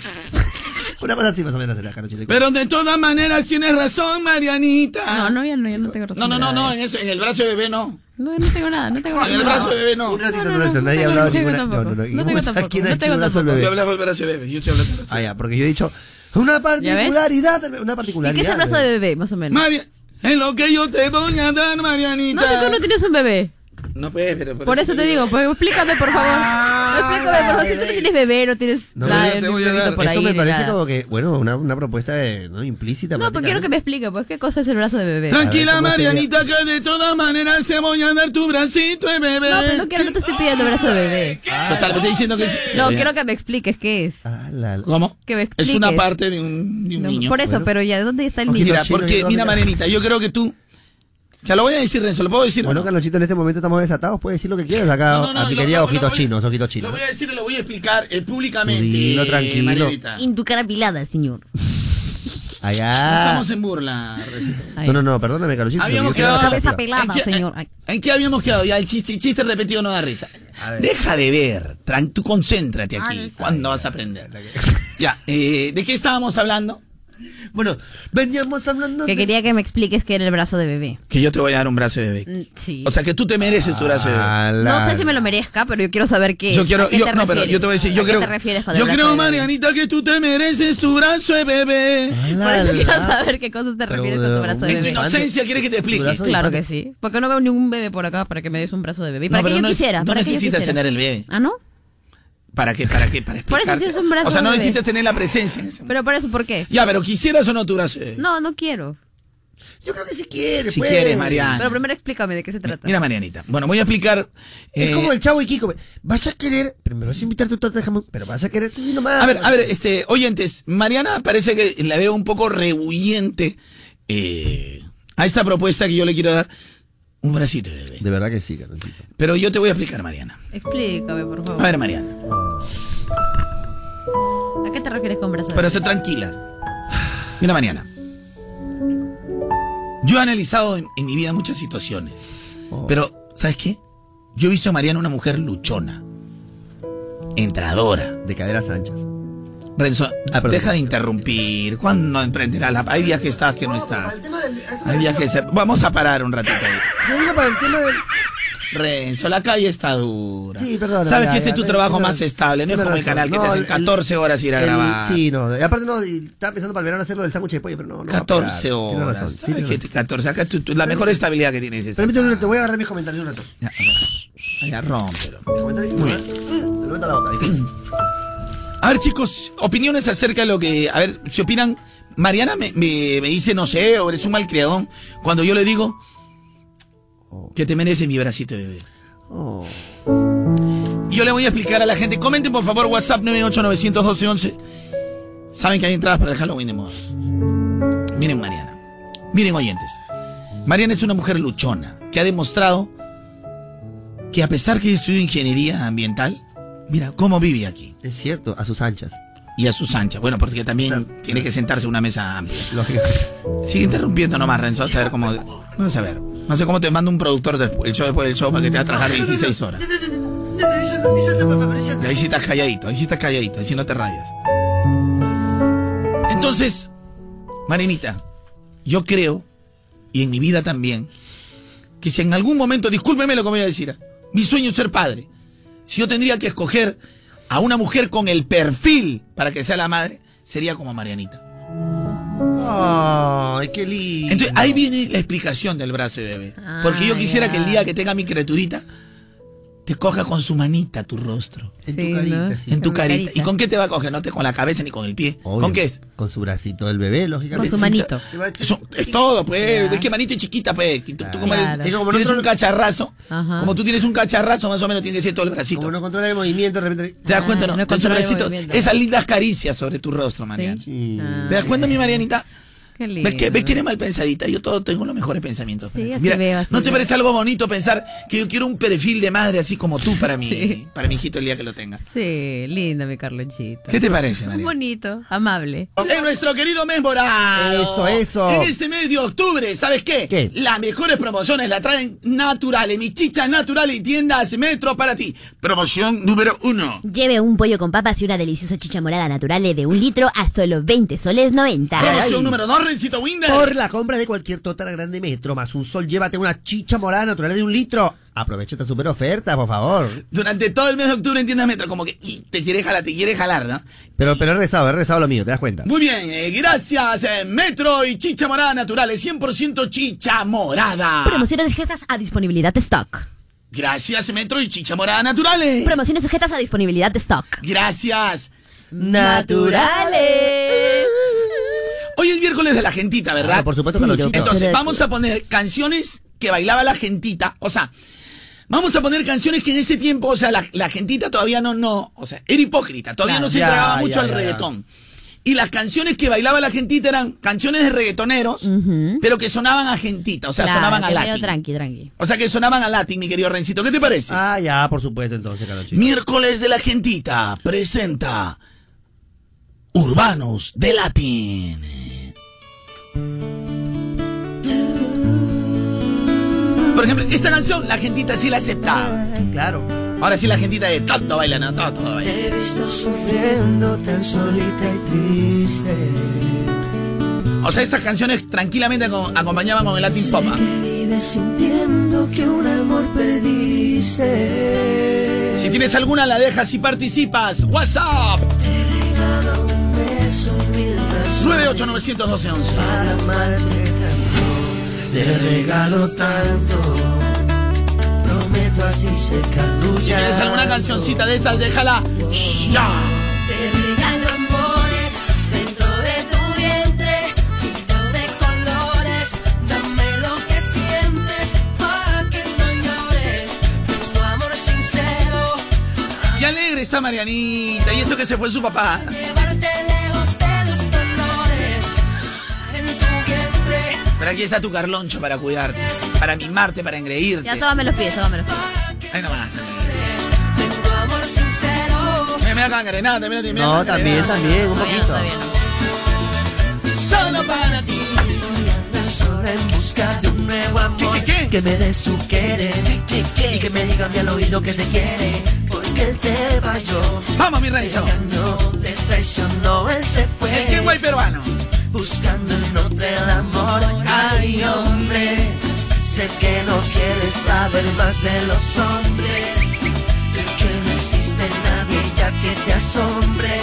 Speaker 1: Una cosa así más o menos era, Carochito.
Speaker 2: Pero de todas maneras tienes razón, Marianita.
Speaker 3: No, no, ya no, ya no tengo
Speaker 2: No,
Speaker 3: razón.
Speaker 2: no, no, no, en, eso, en el brazo de bebé no.
Speaker 3: No, no tengo nada, no tengo
Speaker 2: En
Speaker 3: nada.
Speaker 2: el brazo de bebé no.
Speaker 1: Un ratito, un ratito. Nadie ha hablado de
Speaker 3: tengo
Speaker 1: ninguna. No,
Speaker 3: tampoco.
Speaker 1: no, no.
Speaker 3: No tengo tampoco.
Speaker 1: ¿Quién ha
Speaker 3: No
Speaker 1: hecho
Speaker 3: tengo
Speaker 1: un brazo al
Speaker 3: tampoco.
Speaker 1: bebé?
Speaker 2: Yo hablaba del brazo de bebé, yo estoy hablando del brazo.
Speaker 1: Ah, ya, porque yo he dicho una particularidad, del- una particularidad.
Speaker 3: ¿Y qué es el brazo de bebé, más o menos?
Speaker 2: María, en lo que yo te voy a dar,
Speaker 3: No sé,
Speaker 2: Marianita.
Speaker 3: tú no tienes un bebé.
Speaker 2: No, pues, pero
Speaker 3: Por eso te digo, pues explícame, por favor.
Speaker 2: Ah,
Speaker 3: Explícame, por favor, si tú no tienes bebé, no tienes
Speaker 1: No,
Speaker 3: nada,
Speaker 1: yo te
Speaker 3: ni un
Speaker 1: voy a
Speaker 3: bebito
Speaker 1: dar.
Speaker 3: por
Speaker 1: Eso
Speaker 3: ahí,
Speaker 1: me
Speaker 3: ni
Speaker 1: parece
Speaker 3: nada.
Speaker 1: como que, bueno, una, una propuesta eh, ¿no? implícita.
Speaker 3: No, pues quiero que me explique, pues, ¿qué cosa es el brazo de bebé?
Speaker 2: Tranquila, Marianita, que de todas maneras se voy a dar tu bracito de bebé.
Speaker 3: No, pues no quiero, no te estoy pidiendo brazo de
Speaker 2: Ah, eh,
Speaker 3: bebé.
Speaker 2: Total, me estoy diciendo que sí.
Speaker 3: No,
Speaker 1: Ah,
Speaker 3: quiero que me expliques qué es.
Speaker 2: Ah, ¿Cómo?
Speaker 3: Que me expliques.
Speaker 2: Es una parte de un, de un niño.
Speaker 3: Por eso, pues, pero ya, ¿dónde está el niño?
Speaker 2: Mira, porque, mira, Marianita, yo creo que tú. Ya lo voy a decir, Renzo, lo puedo decir.
Speaker 1: Bueno, Carlonchito, en este momento estamos desatados. Puedes decir lo que quieras acá
Speaker 2: No, no, no,
Speaker 1: a mi
Speaker 2: lo-
Speaker 1: querida
Speaker 2: lo-
Speaker 1: Ojitos
Speaker 2: lo voy-
Speaker 1: Chinos, Ojitos Chinos.
Speaker 2: Lo voy a decir y lo voy a explicar eh, públicamente.
Speaker 1: Dilo, tranquilo.
Speaker 2: Marianita.
Speaker 3: En tu cara pilada, señor.
Speaker 2: No
Speaker 1: Allá.
Speaker 2: Estamos en burla, Renzo.
Speaker 1: No, no, no, perdóname, Carlonchito.
Speaker 2: ah, Habíamos
Speaker 1: yo quiero
Speaker 2: quedado.
Speaker 1: la alternativa.
Speaker 3: pelada,
Speaker 2: ¿En qué-
Speaker 3: señor.
Speaker 2: en- ¿En qué habíamos quedado? Ya el chiste, el chiste repetido no da risa. Deja de ver. tran- tú concéntrate
Speaker 3: Ah,
Speaker 2: aquí. ¿Cuándo vas a aprender? Ya, eh, ¿de qué estábamos hablando?
Speaker 1: Bueno, veníamos hablando
Speaker 3: Que quería que me expliques qué era el brazo de bebé.
Speaker 2: Que yo te voy a dar un brazo de bebé.
Speaker 3: Mm, Sí.
Speaker 2: O sea, que tú te mereces tu brazo de bebé.
Speaker 3: No sé si me lo merezca, pero yo quiero saber qué
Speaker 2: Yo
Speaker 3: es.
Speaker 2: quiero,
Speaker 3: ¿A qué
Speaker 2: yo,
Speaker 3: te
Speaker 2: no, pero
Speaker 3: refieres?
Speaker 2: yo te voy a decir, yo
Speaker 3: ¿A
Speaker 2: creo,
Speaker 3: qué te refieres con el
Speaker 2: yo
Speaker 3: brazo
Speaker 2: creo,
Speaker 3: de bebé?
Speaker 2: Marianita, que tú te mereces tu brazo de bebé.
Speaker 3: Por eso quiero saber qué cosas te
Speaker 2: Pero uh,
Speaker 3: refieres con tu brazo de
Speaker 2: En tu
Speaker 3: bebé.
Speaker 2: inocencia, ¿quieres que te explique?
Speaker 3: Claro que sí. Porque no veo ningún bebé por acá para que me des un brazo de bebé. ¿Y
Speaker 2: No,
Speaker 3: ¿Para
Speaker 2: pero
Speaker 3: qué yo
Speaker 2: no-
Speaker 3: quisiera?
Speaker 2: No
Speaker 3: ¿Para qué yo
Speaker 2: necesitas
Speaker 3: quisiera?
Speaker 2: tener el bebé.
Speaker 3: Ah, ¿no?
Speaker 2: ¿Para qué? ¿Para qué? Para
Speaker 3: Por eso sí
Speaker 2: explicarte.
Speaker 3: es un brazo
Speaker 2: O sea, no
Speaker 3: de bebé.
Speaker 2: necesitas tener la presencia.
Speaker 3: Pero por eso, ¿por qué?
Speaker 2: Ya, pero quisieras o no tu brazo de bebé.
Speaker 3: No, no quiero.
Speaker 1: Yo creo que sí quieres.
Speaker 2: Si pues. quieres, Mariana.
Speaker 3: Pero primero explícame de qué se trata.
Speaker 2: Mira, Marianita. Bueno, voy a explicar.
Speaker 1: Eh, Es
Speaker 2: eh,
Speaker 1: como el chavo y Kiko. Vas a querer, pero me vas a invitar tu torta de jamón, pero vas a querer tú nomás.
Speaker 2: A ver, a ver, este, oyentes, Mariana parece que la veo un poco rehuyente eh, a esta propuesta que yo le quiero dar. Un bracito de bebé.
Speaker 1: De verdad que sí, Carlonchito.
Speaker 2: Pero yo te voy a explicar, Mariana.
Speaker 3: Explícame, por favor.
Speaker 2: A ver, Mariana.
Speaker 3: ¿A qué te refieres con brazo de
Speaker 2: Pero
Speaker 3: bebé?
Speaker 2: estoy tranquila. Mira, Mariana. Yo he analizado en, en mi vida muchas situaciones.
Speaker 1: Oh.
Speaker 2: Pero, ¿sabes qué? Yo he visto a Mariana una mujer luchona. Entradora.
Speaker 1: De caderas anchas. Ah,
Speaker 2: Renzo, deja de interrumpir. ¿Cuándo emprenderás la... Hay días que estás, que no estás. Hay días que... se- Vamos a parar un ratito ahí.
Speaker 1: Yo digo para el tema del.
Speaker 2: Renzo, la calle está dura.
Speaker 1: Sí, perdón.
Speaker 2: Sabes que este es tu trabajo más estable, no es como el canal que te hacen 14 horas ir a grabar.
Speaker 1: Sí, no. y Aparte, no, y estaba pensando para el verano hacerlo del sándwich de pollo, pero no. no va a pegar.
Speaker 2: 14
Speaker 1: Tienes
Speaker 2: horas.
Speaker 1: razón,
Speaker 2: ¿sabes
Speaker 1: sí, tienes
Speaker 2: qué?
Speaker 1: razón.
Speaker 2: 14. Acá tú- tú- la mejor estabilidad que tienes es esa.
Speaker 1: Permíteme un rato, voy a agarrar mis comentarios un rato.
Speaker 2: Ya, ya, ya, rómpelo.
Speaker 1: Muy bien. eh, Te lo meto a la boca. ahí.
Speaker 2: A ver, chicos, opiniones acerca de lo que. A ver, si opinan. Mariana me, me- me dice, no sé, o eres un malcriadón. Cuando yo le digo que te merece mi bracito de bebé.
Speaker 4: Oh.
Speaker 2: Y Yo le voy a explicar a la gente. Comenten, por favor, WhatsApp 9891211. Saben que hay entradas para el Halloween de moda. Miren, Mariana. Miren, oyentes. Mariana es una mujer luchona que ha demostrado que a pesar que estudió ingeniería ambiental, mira cómo vive aquí.
Speaker 1: Es cierto, a sus anchas.
Speaker 2: Y a sus anchas. Bueno, porque también tiene que sentarse a una mesa amplia.
Speaker 1: Lógico. <laughs>
Speaker 2: Sigue interrumpiendo nomás, Renzo. Vas a ver cómo. Vamos a ver. No sé cómo te manda un productor después, el show después del show para que te va a trabajar 16 horas. Y ahí sí estás calladito, ahí sí estás calladito, ahí sí no te rayas. Entonces, Marinita, yo creo, y en mi vida también, que si en algún momento, discúlpeme lo que voy a decir, mi sueño es ser padre. Si yo tendría que escoger a una mujer con el perfil para que sea la madre, sería como Marianita.
Speaker 29: Ay, qué lindo.
Speaker 2: Entonces, ahí viene la explicación del brazo de bebé. Porque yo
Speaker 29: Ah,
Speaker 2: quisiera
Speaker 29: ya.
Speaker 2: que el día que tenga mi criaturita, te coja con su manita tu rostro. En
Speaker 29: tu Sí, carita, ¿no? sí.
Speaker 2: En tu
Speaker 29: Con mi
Speaker 2: carita.
Speaker 29: carita.
Speaker 2: ¿Y con qué te va a coger? No te con la cabeza ni con el pie. ¿Con qué es?
Speaker 1: Con su bracito del bebé, lógicamente.
Speaker 2: Eso, es todo, pues. Es que manito es chiquita, pues. Y Tú, tú como,
Speaker 1: Claro.
Speaker 2: eres-
Speaker 1: Es como
Speaker 2: tienes
Speaker 1: nosotros-
Speaker 2: un cacharrazo.
Speaker 1: Ajá.
Speaker 2: Como tú tienes un cacharrazo, más o menos tiene que ser todo el bracito. Como
Speaker 1: no controla el movimiento, de repente.
Speaker 2: ¿Te das cuenta? No,
Speaker 1: no
Speaker 2: Entonces,
Speaker 1: controla el
Speaker 2: bracito,
Speaker 1: movimiento.
Speaker 2: esas lindas caricias sobre tu rostro, Mariana. ¿Te das cuenta, mi Marianita?
Speaker 30: Qué lindo.
Speaker 2: ¿Ves que, ¿Ves que eres mal pensadita? Yo todo tengo los mejores pensamientos.
Speaker 30: Sí, así
Speaker 2: Mira,
Speaker 30: veo, así
Speaker 2: ¿no te
Speaker 30: veo.
Speaker 2: parece algo bonito pensar que yo quiero un perfil de madre así como tú para mi, para mi hijito el día que lo tenga?
Speaker 30: Sí, lindo mi Carlonchito.
Speaker 2: ¿Qué te parece, María?
Speaker 30: Bonito, amable.
Speaker 2: De nuestro querido mes morado.
Speaker 30: Eso, eso.
Speaker 2: En este mes de octubre, ¿sabes qué? Las mejores promociones la traen naturales. Mis chichas naturales y tiendas metro para ti. Promoción número uno.
Speaker 3: Lleve un pollo con papas y una deliciosa chicha morada natural de un litro a solo 20 soles 90.
Speaker 2: Promoción número dos, Rencito Winder.
Speaker 1: Por la compra de cualquier Totara Grande Metro más un sol, llévate una chicha morada natural de un litro. Aprovecha esta super oferta, por favor.
Speaker 2: Durante todo el mes de octubre en tiendas metro, como que y, te quiere jalar, te quiere jalar, ¿no?
Speaker 1: Pero, pero he rezado, he rezado lo mío, ¿te das cuenta?
Speaker 2: Muy bien, eh, gracias eh, Metro y Chicha Morada Naturales, 100% Chicha Morada.
Speaker 3: Promociones sujetas a disponibilidad de stock.
Speaker 2: Gracias Metro y Chicha Morada Naturales.
Speaker 3: Promociones sujetas a disponibilidad de stock.
Speaker 2: Gracias.
Speaker 3: Naturales.
Speaker 2: Hoy es miércoles de la gentita, ¿verdad?
Speaker 1: Ah, por supuesto, Sí, Carlonchito.
Speaker 2: Entonces,
Speaker 1: pero-
Speaker 2: vamos a poner canciones que bailaba la gentita, o sea, vamos a poner canciones que en ese tiempo, o sea, la, la gentita todavía no, no, o sea, era hipócrita, todavía
Speaker 1: Claro,
Speaker 2: no se
Speaker 1: ya,
Speaker 2: entregaba mucho
Speaker 1: ya,
Speaker 2: al
Speaker 1: ya, ya.
Speaker 2: reggaetón. Y las canciones que bailaba la gentita eran canciones de reggaetoneros, pero que sonaban a gentita, o sea,
Speaker 3: Claro,
Speaker 2: sonaban a
Speaker 3: que medio
Speaker 2: latín.
Speaker 3: Tranqui, tranqui.
Speaker 2: O sea, que sonaban a latín, mi querido Rencito. ¿Qué te parece?
Speaker 1: Ah, ya, por supuesto, entonces, Carlonchito.
Speaker 2: Miércoles de la Gentita presenta Urbanos de Latín. Por ejemplo, esta canción la gentita sí la aceptaba.
Speaker 1: Eh, Claro.
Speaker 2: Ahora sí la gentita de tanto baila, no, todo, todo baila.
Speaker 12: Te he visto sufriendo tan solita y triste.
Speaker 2: O sea, estas canciones tranquilamente acom- acompañaban con el Latin Pop. ¿ah?
Speaker 12: Vives sintiendo que un amor perdiste.
Speaker 2: Si tienes alguna, la dejas y participas. WhatsApp
Speaker 12: Cada un beso, mil razones
Speaker 2: 98 912 11.
Speaker 12: para amarte tanto. Te regalo tanto. Prometo así secar tu
Speaker 2: Si tienes alguna
Speaker 12: llanto.
Speaker 2: cancioncita de estas, déjala ya.
Speaker 12: Te regalo amores dentro de tu vientre, pinto de colores. Dame lo que sientes, pa' que no llores. Tu amor sincero,
Speaker 2: Qué alegre está Marianita. Y eso que se fue su papá.
Speaker 12: llevarte lejos de los dolores. En tu vientre,
Speaker 2: Pero aquí está tu Carloncho para cuidarte, para mimarte, para engreírte.
Speaker 30: Ya sóbame los pies, sóbame los pies.
Speaker 2: Ahí nomás.
Speaker 12: tu amor sincero.
Speaker 2: Mira, mira, cangarenada, mira, mira,
Speaker 1: No,
Speaker 2: cangarenada.
Speaker 1: también, también, un poquito.
Speaker 2: Solo para ti.
Speaker 12: Andas sola en busca de un nuevo amor. Que me dé su querer. Y que me diga a mi al oído que te quiere. Porque él te falló.
Speaker 2: Vamos, mi Renzo.
Speaker 12: No te traicionó, él se fue.
Speaker 2: El que guay peruano.
Speaker 12: Buscando el nombre del amor. Ay, hombre. Sé que no quieres saber más de los hombres. Que no existe nadie ya que te asombre.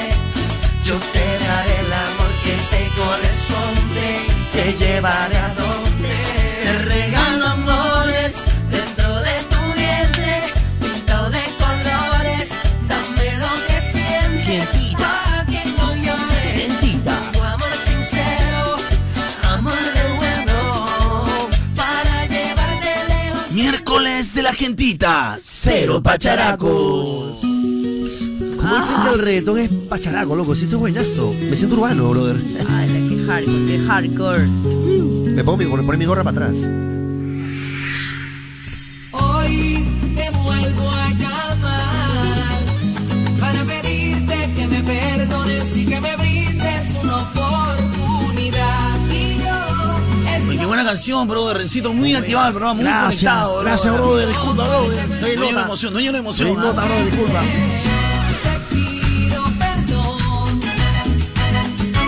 Speaker 12: Yo te daré el amor que te corresponde. Te llevaré a donde te regalo amores. Dentro de tu vientre, pintado de colores. Dame lo que sientes. Pa' que no llores. Tu amor sincero, amor de bueno. Para llevarte lejos.
Speaker 2: Miércoles de la gentita. Cero pacharacos.
Speaker 1: Como dicen
Speaker 30: Ah.
Speaker 1: que el reggaetón es pacharaco, loco. Si esto es buenazo. Me siento urbano, brother.
Speaker 30: Ay, qué hardcore, qué hardcore.
Speaker 1: Me pongo mi, me pongo mi gorra para atrás.
Speaker 31: Hoy te vuelvo a llamar para pedirte que me perdones y que me brindes una oportunidad. Y yo
Speaker 2: Oye, qué buena canción, bro. Rencito, muy activado el programa, muy
Speaker 1: Gracias,
Speaker 2: conectado, bro.
Speaker 1: gracias, brother. Disculpa, brother. Estoy
Speaker 2: No lleno
Speaker 1: nota.
Speaker 2: de emoción, no lleno de emoción. ah,
Speaker 1: Estoy nota, brother, disculpa.
Speaker 12: Pido perdón.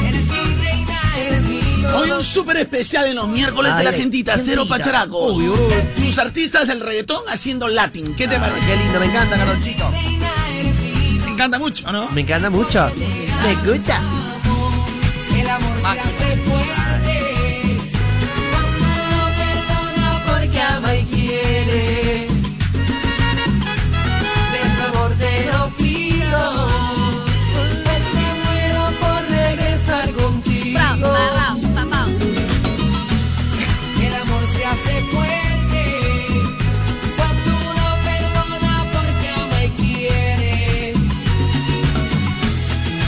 Speaker 12: Eres mi reina, eres mi todo.
Speaker 2: Hoy un súper especial en los miércoles de la
Speaker 1: Ay,
Speaker 2: gentita,
Speaker 1: qué
Speaker 2: cero
Speaker 1: linda.
Speaker 2: pacharacos.
Speaker 1: Uy, uy.
Speaker 2: Tus artistas del reggaetón haciendo latin. ¿Qué te parece?
Speaker 1: Qué lindo, me encanta, Carlonchito.
Speaker 2: Te encanta mucho, ¿o ¿no?
Speaker 5: Me encanta mucho. Me gusta.
Speaker 12: El amor se hace fuerte. Cuando uno perdona porque ama y quiere. De favor te lo pido. Pues me muero por regresar contigo. El amor se hace fuerte. Cuando uno perdona porque ama y quiere.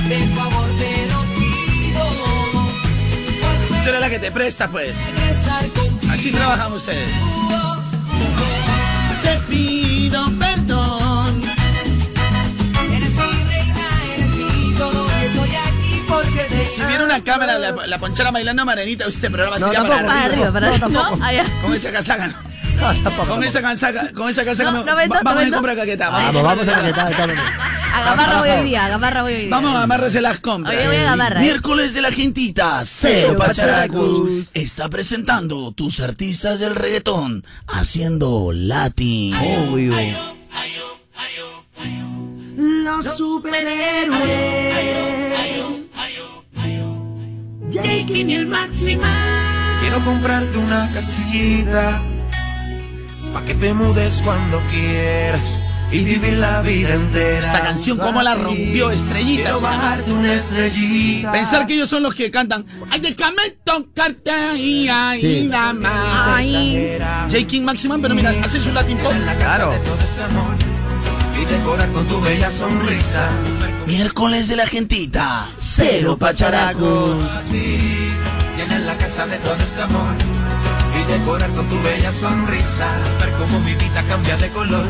Speaker 12: De favor te lo pido. Pues
Speaker 2: Tú eres la que te presta, pues.
Speaker 12: regresar contigo.
Speaker 2: Así trabajan ustedes.
Speaker 12: Te pido perdón. Eres mi reina, eres mi todo. Estoy aquí porque te
Speaker 2: Si viene una cámara, la, la ponchera bailando marenita, este programa
Speaker 5: No,
Speaker 2: se llama
Speaker 5: tampoco,
Speaker 2: La
Speaker 5: para
Speaker 2: Granita.
Speaker 5: arriba, para No, arriba. tampoco.
Speaker 2: Con esa casaca, no. Con esa casaca, con esa casaca,
Speaker 3: No,
Speaker 2: me-
Speaker 3: no me
Speaker 2: va-
Speaker 3: toca,
Speaker 2: vamos
Speaker 3: no
Speaker 2: a
Speaker 3: me
Speaker 2: comprar caqueta.
Speaker 5: Vamos, vamos a
Speaker 2: caqueta.
Speaker 5: conectar.
Speaker 3: A Gamarra voy hoy día, a Gamarra voy hoy día.
Speaker 2: Vamos a amarrarse las compras.
Speaker 3: Oye, voy a Gamarra, eh.
Speaker 2: Miércoles de la gentita, Cero
Speaker 3: Cero
Speaker 2: Pacharacos está presentando tus artistas del reggaetón haciendo latín.
Speaker 13: Los superhéroes. Jake y el máxima.
Speaker 24: Quiero comprarte una casita Pa' que te mudes cuando quieras Y vivir la vida entera
Speaker 2: Esta canción, ¿cómo la rompió Estrellita?
Speaker 24: Quiero
Speaker 2: se llama.
Speaker 24: bajarte una estrellita
Speaker 2: Pensar que ellos son los que cantan Ay, déjame tocarte ahí, ahí,
Speaker 24: Sí.
Speaker 2: nada más".
Speaker 24: Ay.
Speaker 2: J. King Maximum, pero mira, hacen su latin pop
Speaker 24: Claro este Y decorar con tu bella sonrisa
Speaker 2: Miércoles de la gentita Cero pacharacos
Speaker 24: A ti Llenar la casa de todo este amor Y decorar con tu bella sonrisa Ver cómo mi vida cambia de color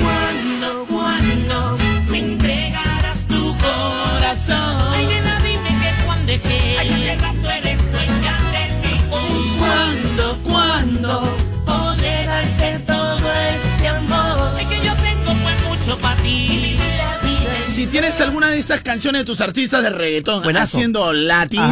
Speaker 13: Cuando, cuando me entregarás tu corazón. Ay, nena, dime que cuando es que. Ay, hace rato eres dueña de mí. Oh, cuando, cuando podré darte todo este amor. Es que yo tengo pues mucho para ti. La vida es
Speaker 2: Si tienes alguna de estas canciones de tus artistas de reggaetón
Speaker 5: Buenazo.
Speaker 2: haciendo latín,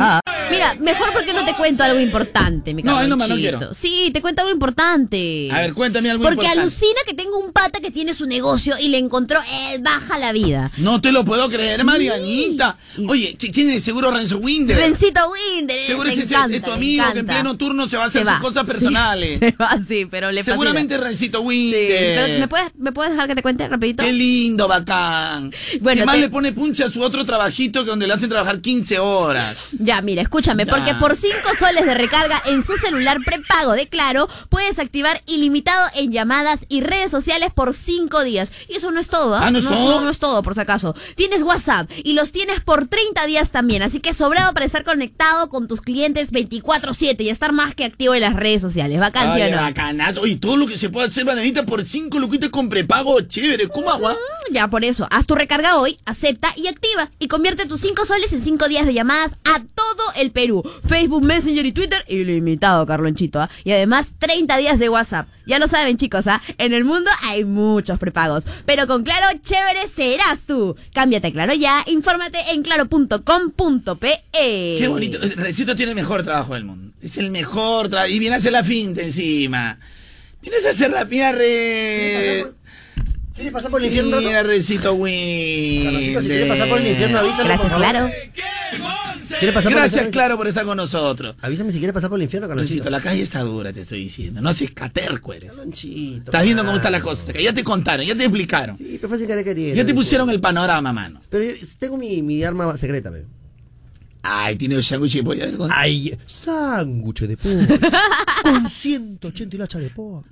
Speaker 3: Mira, mejor porque no te cuento algo importante, mi
Speaker 2: No, ahí nomás, no
Speaker 3: Carlonchito.
Speaker 2: quiero.
Speaker 3: Sí, te cuento algo importante.
Speaker 2: a ver, cuéntame algo
Speaker 3: Porque
Speaker 2: importante.
Speaker 3: alucina que tengo un pata que tiene su negocio y le encontró eh, baja la vida.
Speaker 2: No te lo puedo creer, Marianita. Oye, ¿qui- ¿quién es? Seguro Renzo Winder.
Speaker 3: Rencito Winder, eh,
Speaker 2: Seguro
Speaker 3: me
Speaker 2: ese es
Speaker 3: encanta,
Speaker 2: tu
Speaker 3: me
Speaker 2: amigo que en
Speaker 3: encanta.
Speaker 2: pleno turno se va a hacer
Speaker 3: Se
Speaker 2: sus
Speaker 3: va,
Speaker 2: cosas
Speaker 3: sí,
Speaker 2: personales.
Speaker 3: se va, sí, pero le fascina.
Speaker 2: Seguramente Rencito
Speaker 3: Sí,
Speaker 2: Winder.
Speaker 3: pero ¿me puedes, ¿me puedes dejar que te cuente rapidito?
Speaker 2: Eh, Qué lindo, bacán.
Speaker 3: Bueno,
Speaker 2: Bueno, más
Speaker 3: te-
Speaker 2: le pone punche a su otro trabajito que donde le hacen trabajar 15 horas.
Speaker 3: Ya, mira, escúchame,
Speaker 2: Ya.
Speaker 3: porque por 5 soles de recarga en su celular prepago de Claro, puedes activar ilimitado en llamadas y redes sociales por 5 días. Y eso no es todo,
Speaker 2: Ah, ¿no es todo?
Speaker 3: No, no es todo, por si acaso. Tienes WhatsApp y los tienes por 30 días también, así que sobrado para estar conectado con tus clientes 24/7 y estar más que activo en las redes sociales. Bacán, ¿sí o
Speaker 2: Oye,
Speaker 3: no?
Speaker 2: bacanazo. Oye, todo lo que se puede hacer, bananita, por 5 luquitas con prepago, chévere. ¿Cómo agua?
Speaker 3: Ya, por eso, haz tu recarga hoy, acepta y activa. Y convierte tus 5 soles en 5 días de llamadas a todo el Perú. Facebook, Messenger y Twitter ilimitado, Carlonchito. ¿ah? Y además, 30 días de WhatsApp. Ya lo saben, chicos, ¿ah? En el mundo hay muchos prepagos. Pero con Claro, chévere serás tú. Cámbiate a Claro ya. Infórmate en claro.com.pe.
Speaker 2: Qué bonito. Recito Eh, tiene el mejor trabajo del mundo. Es el mejor trabajo. Y viene a hacer la finta encima. Vienes a hacer la mira, re.
Speaker 5: ¿Quieres pasar por el infierno? un
Speaker 2: Mira,
Speaker 5: rato?
Speaker 2: Recito
Speaker 5: Carlonchito, si quieres pasar por el infierno, avísame, Gracias, por favor. Claro. ¿Quieres pasar por el
Speaker 2: Gracias,
Speaker 5: infierno?
Speaker 2: Claro, por estar con nosotros.
Speaker 5: Avísame si quieres pasar por el infierno, Carlonchito.
Speaker 2: Recito, la calle está dura, te estoy diciendo. No haces caterco eres.
Speaker 5: Carlonchito.
Speaker 2: Estás viendo cómo están las cosas. Ya te contaron, ya te explicaron.
Speaker 5: Sí, pero fue sin querer queriendo.
Speaker 2: Ya te pusieron el panorama, mano.
Speaker 5: Pero yo tengo mi, mi arma secreta, ve.
Speaker 2: Ay, tiene un sándwich de pollo. algo.
Speaker 5: Ay, sándwich de pollo. con 180 hilachas de pollo.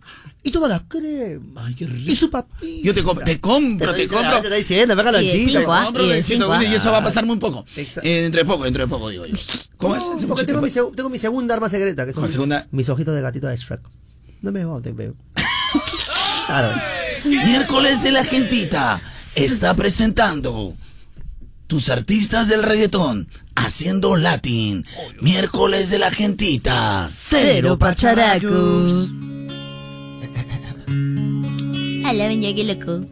Speaker 5: Y toda la crema.
Speaker 2: Ay, qué rico.
Speaker 5: Y su papilla.
Speaker 2: Yo te, comp- te compro, te,
Speaker 5: Te lo dice-
Speaker 2: compro.
Speaker 5: te lo dice él, ve, Carlonchito. Y de cinco, ¿ah?
Speaker 2: Te compro,
Speaker 5: Y de
Speaker 2: Recito,
Speaker 5: cinco, ¿ah?
Speaker 2: y eso va a pasar muy poco.
Speaker 5: Exacto.
Speaker 2: Eh, dentro de poco, dentro de poco, digo yo. ¿Cómo es?
Speaker 5: No,
Speaker 2: Hace
Speaker 5: porque
Speaker 2: mucho
Speaker 5: tengo mi,
Speaker 2: tiempo.
Speaker 5: seg- tengo mi segunda arma secreta, que son
Speaker 2: ¿Cuál segunda?
Speaker 5: mis ojitos de gatito de Shrek. No me jodas, veo. claro.
Speaker 2: Miércoles de la Gentita está presentando tus artistas del reggaetón haciendo latín. Miércoles de la gentita.
Speaker 3: Cero pacharacos.
Speaker 28: Alaben ya que loco.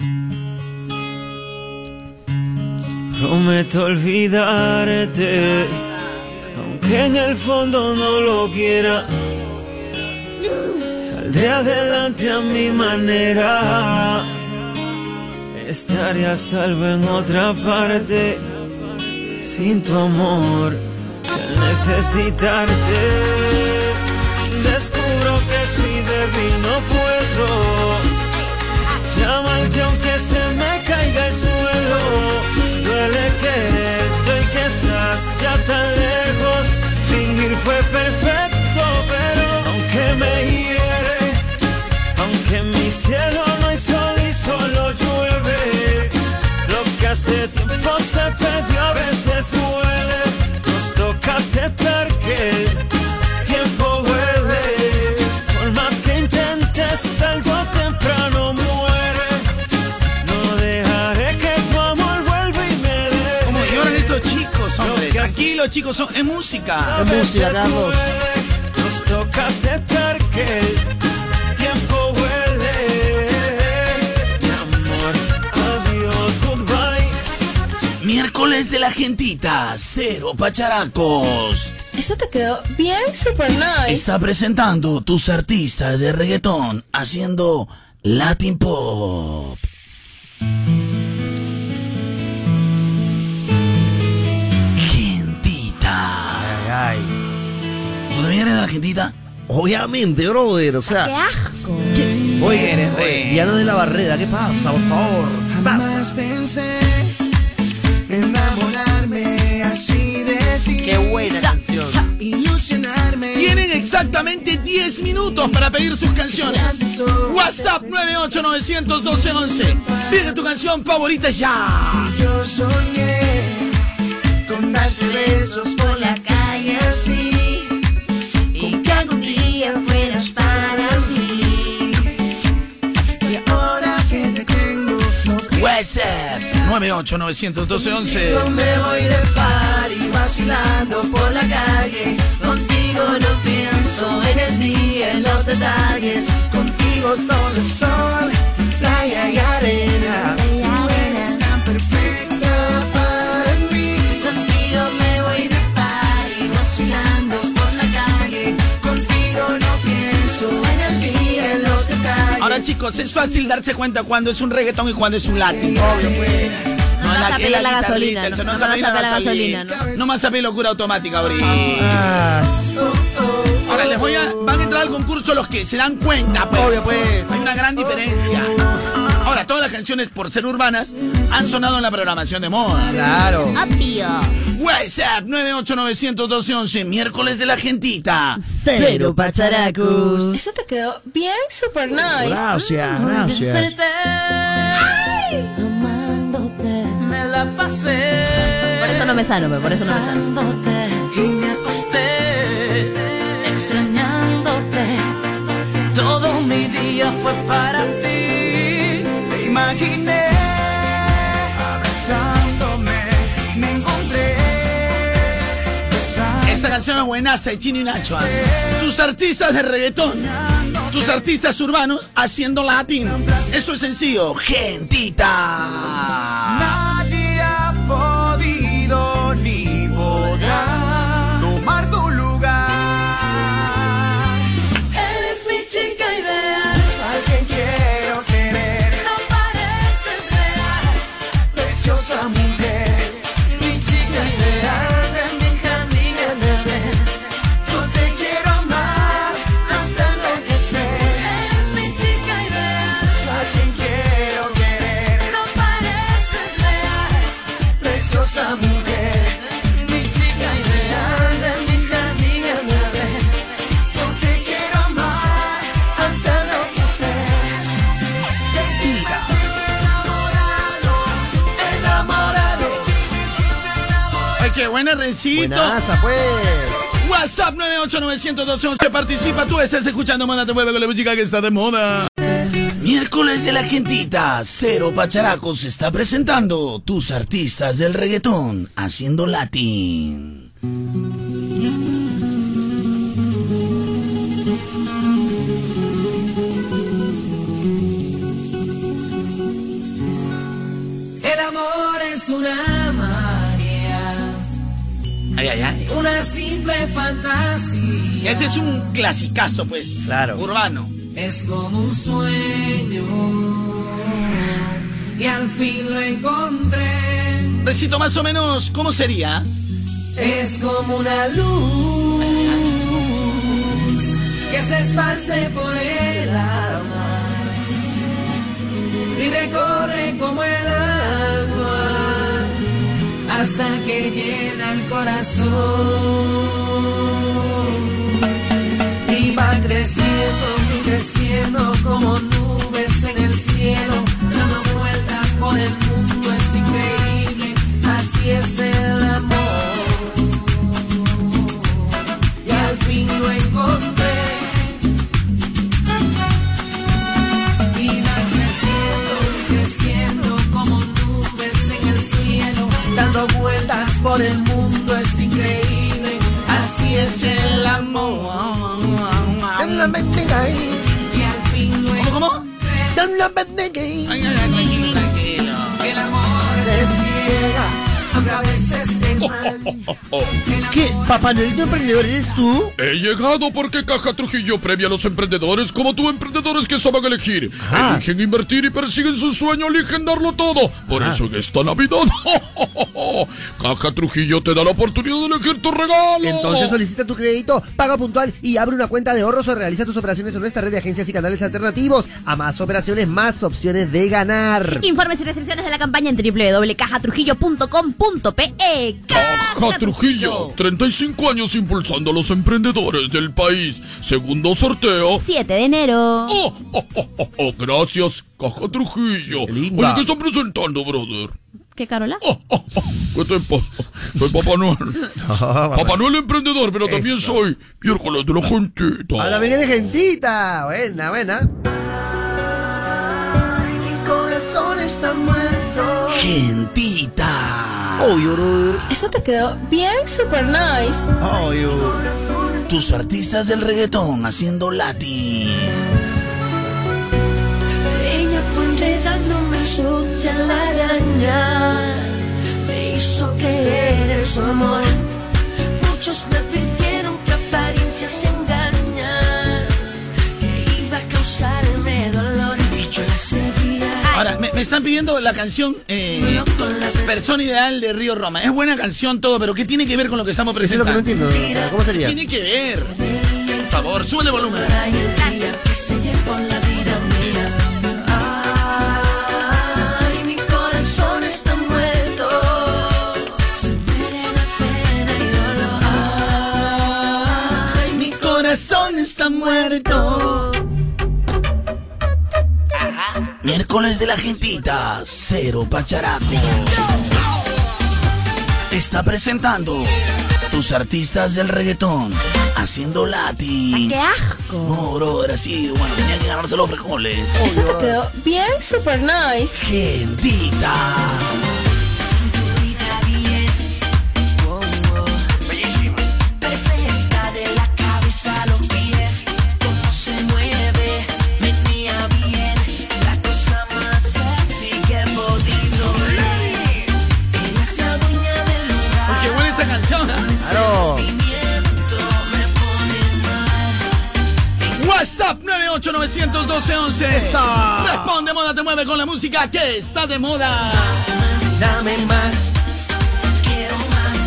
Speaker 4: Prometo olvidarte, aunque en el fondo no lo quiera. Saldré adelante a mi manera. Estaré a salvo en otra parte. Sin tu amor, si al necesitarte, descubro que soy débil, no puedo. Llamarte aunque se me caiga el suelo. Duele que estoy que estás ya tan lejos. Fingir fue perfecto, pero aunque me hiere, aunque en mi cielo no hay sol y solo llueve, lo que hace tiempo se perdió a veces duele. Nos toca aceptar que el tiempo huele. Por más que intentes, algo temprano muere. No dejaré que tu amor vuelva y me dé.
Speaker 2: ¿Cómo lloran estos chicos, hombre? Tranquilo, chicos, son- es música.
Speaker 4: Es música, Carlos. Nos toca aceptar que el tiempo huele. Mi amor, adiós, goodbye.
Speaker 2: Miércoles de la gentita. Cero pacharacos.
Speaker 6: Eso te quedó bien super nice.
Speaker 2: Está presentando tus artistas de reggaetón haciendo Latin Pop. Gentita.
Speaker 1: Ay,
Speaker 2: ¿Tú también eres de Argentina?
Speaker 1: Obviamente, brother, o sea. ¡Qué
Speaker 28: asco!
Speaker 1: Oye, oye, ya no de la barrera, ¿qué pasa, por favor? ¿Qué pasa?
Speaker 12: Jamás pensé enamorarme así de ti.
Speaker 5: Qué buena canción.
Speaker 12: Ilusionarme.
Speaker 2: Tienen exactamente 10 minutos para pedir sus canciones. WhatsApp 9891211. Pide tu canción favorita ya.
Speaker 12: Yo soñé con darte besos por la calle así. Con que algún día fueras para mí. Y ahora que te tengo, no
Speaker 2: WhatsApp 9891211.
Speaker 12: me voy de party vacilando por la calle. Contigo no pienso en el día, en los detalles. Contigo todo el sol, playa y arena. Tú eres tan perfecta para mí. Contigo me voy de party vacilando por la calle. Contigo no pienso en el día, en los detalles.
Speaker 2: Ahora chicos, es fácil darse cuenta cuando es un reggaetón y cuando es un latín.
Speaker 12: No
Speaker 2: es
Speaker 12: vas a
Speaker 2: que
Speaker 12: pedir la
Speaker 2: guitarrita,
Speaker 12: gasolina,
Speaker 2: el
Speaker 12: no.
Speaker 2: sonó
Speaker 12: No
Speaker 2: esa
Speaker 12: vas a
Speaker 2: vaina
Speaker 12: pedir la
Speaker 2: gasolina.
Speaker 12: gasolina,
Speaker 2: No más a pedir locura automática, ahorita. Ahora les voy a. Van a entrar al concurso los que se dan cuenta, pues.
Speaker 12: Obvio, pues.
Speaker 2: Hay una gran diferencia. Ahora, todas las canciones, por ser urbanas, han sonado en la programación de moda.
Speaker 5: Claro.
Speaker 28: Obvio.
Speaker 2: WhatsApp 9891211, miércoles de la gentita.
Speaker 3: Cero pacharacos.
Speaker 6: Eso te quedó bien super nice.
Speaker 1: Gracias, gracias.
Speaker 6: Desperté amándote. Me la pasé.
Speaker 3: Por eso no me sano, pe, por eso no me sano.
Speaker 12: y me acosté extrañándote. Todo mi día fue para ti. Te imaginé abrazándome, me encontré.
Speaker 2: Esta canción es buenaza de Chino y Nacho. ¿ah? Tus artistas de reggaetón, tus artistas urbanos haciendo latín. Esto es sencillo, gentita.
Speaker 12: Nadie ha podido ni podrá tomar tu lugar. Eres mi chica ideal, al que quiero querer. No pareces real, preciosa mujer. Mi chica ideal de mi jardín en Edén. Yo te quiero amar hasta envejecer. Eres mi chica ideal, a quien quiero querer. No pareces real, preciosa mujer. Mi chica ideal de mi jardín en Edén. Yo te quiero amar hasta envejecer. Enamorado, enamorado.
Speaker 2: Ay, qué buena recito.
Speaker 5: Buenaza, pues.
Speaker 2: WhatsApp 9891211, participa tú, estás escuchando Moda Te Mueve con la música que está de moda. Miércoles de la Gentita, Cero Pacharacos está presentando tus artistas del reggaetón haciendo latín.
Speaker 12: El amor es una magia,
Speaker 2: Ay, ay, ay.
Speaker 12: una simple fantasía.
Speaker 2: Este es un clasicazo, pues. Claro. Urbano.
Speaker 12: Es como un sueño y al fin lo encontré.
Speaker 2: Recito más o menos, ¿cómo sería?
Speaker 12: Es como una luz que se esparce por el alma y recorre como el agua hasta que llena el corazón y va creciendo y creciendo como nubes en el cielo dando vueltas por el mundo es increíble así es el amor y al fin lo encontré y va creciendo y creciendo como nubes en el cielo dando vueltas por el mundo es increíble así es el amor en la mentira y al fin lo encontré ¿Cómo, cómo? En la mentira tranquilo, tranquilo el amor es ciega aunque a veces te oh.
Speaker 1: ¿Qué? Papá Noelito Emprendedor eres tú.
Speaker 6: Oh. He llegado porque Caja Trujillo premia a los emprendedores como tú, emprendedores que saben elegir. Eligen invertir y persiguen su sueño, eligen darlo todo. Por eso en esta Navidad, <laughs> Caja Trujillo te da la oportunidad de elegir tu regalo.
Speaker 1: Entonces solicita tu crédito, paga puntual y abre una cuenta de ahorros o realiza tus operaciones en nuestra red de agencias y canales alternativos. A más operaciones, más opciones de ganar.
Speaker 3: Informes y restricciones de la campaña en www.cajatrujillo.com.pe.
Speaker 6: Caja Trujillo, 35 años impulsando a los emprendedores del país. Segundo sorteo.
Speaker 3: 7 de enero.
Speaker 6: Oh, oh, gracias, Caja Trujillo. Oye, ¿qué están presentando, brother?
Speaker 3: ¿Qué, Carola?
Speaker 2: Oh.
Speaker 6: ¿Qué te pasa? Soy Papá Noel. Papá Noel emprendedor, pero también soy miércoles de la gentita.
Speaker 1: Ah, también eres gentita. Buena, buena.
Speaker 12: Mi corazón está muerto.
Speaker 2: Gentita.
Speaker 32: Eso te quedó bien super nice.
Speaker 2: Tus artistas del reggaetón haciendo latín.
Speaker 12: Ella fue enredándome en su telaraña. Me hizo creer en su amor. Muchos me advirtieron que apariencias engañan. Que iba a causarme dolor. Y yo la seguía.
Speaker 2: Ahora, me, me están pidiendo la canción eh, Persona Ideal de Río Roma. Es buena canción todo, pero ¿qué tiene que ver con lo que estamos
Speaker 1: Eso es
Speaker 2: presentando?
Speaker 1: lo que no entiendo. ¿Cómo sería?
Speaker 2: Tiene que ver. Por favor, sube el volumen.
Speaker 12: que se llevó la vida mía. Ay, mi corazón está muerto. Se merece pena y dolor. Ay,
Speaker 2: mi corazón está muerto. Miércoles de la gentita, cero pacharaco. Está presentando tus artistas del reggaetón haciendo latín.
Speaker 32: ¡Qué
Speaker 2: asco! No, bro, era así. Bueno, tenía que ganarse los frijoles.
Speaker 32: Eso te quedó bien super nice.
Speaker 2: Gentita.
Speaker 12: Perfecta de la cabeza a los pies. Cómo se mueve, venía bien. La cosa más sexy que he podido ver. Ella se adueña del lugar.
Speaker 2: Porque buena esta canción,
Speaker 12: Claro.
Speaker 2: WhatsApp 9891211. Responde, moda, te mueve con la música que está de moda.
Speaker 12: Dame más. Quiero más.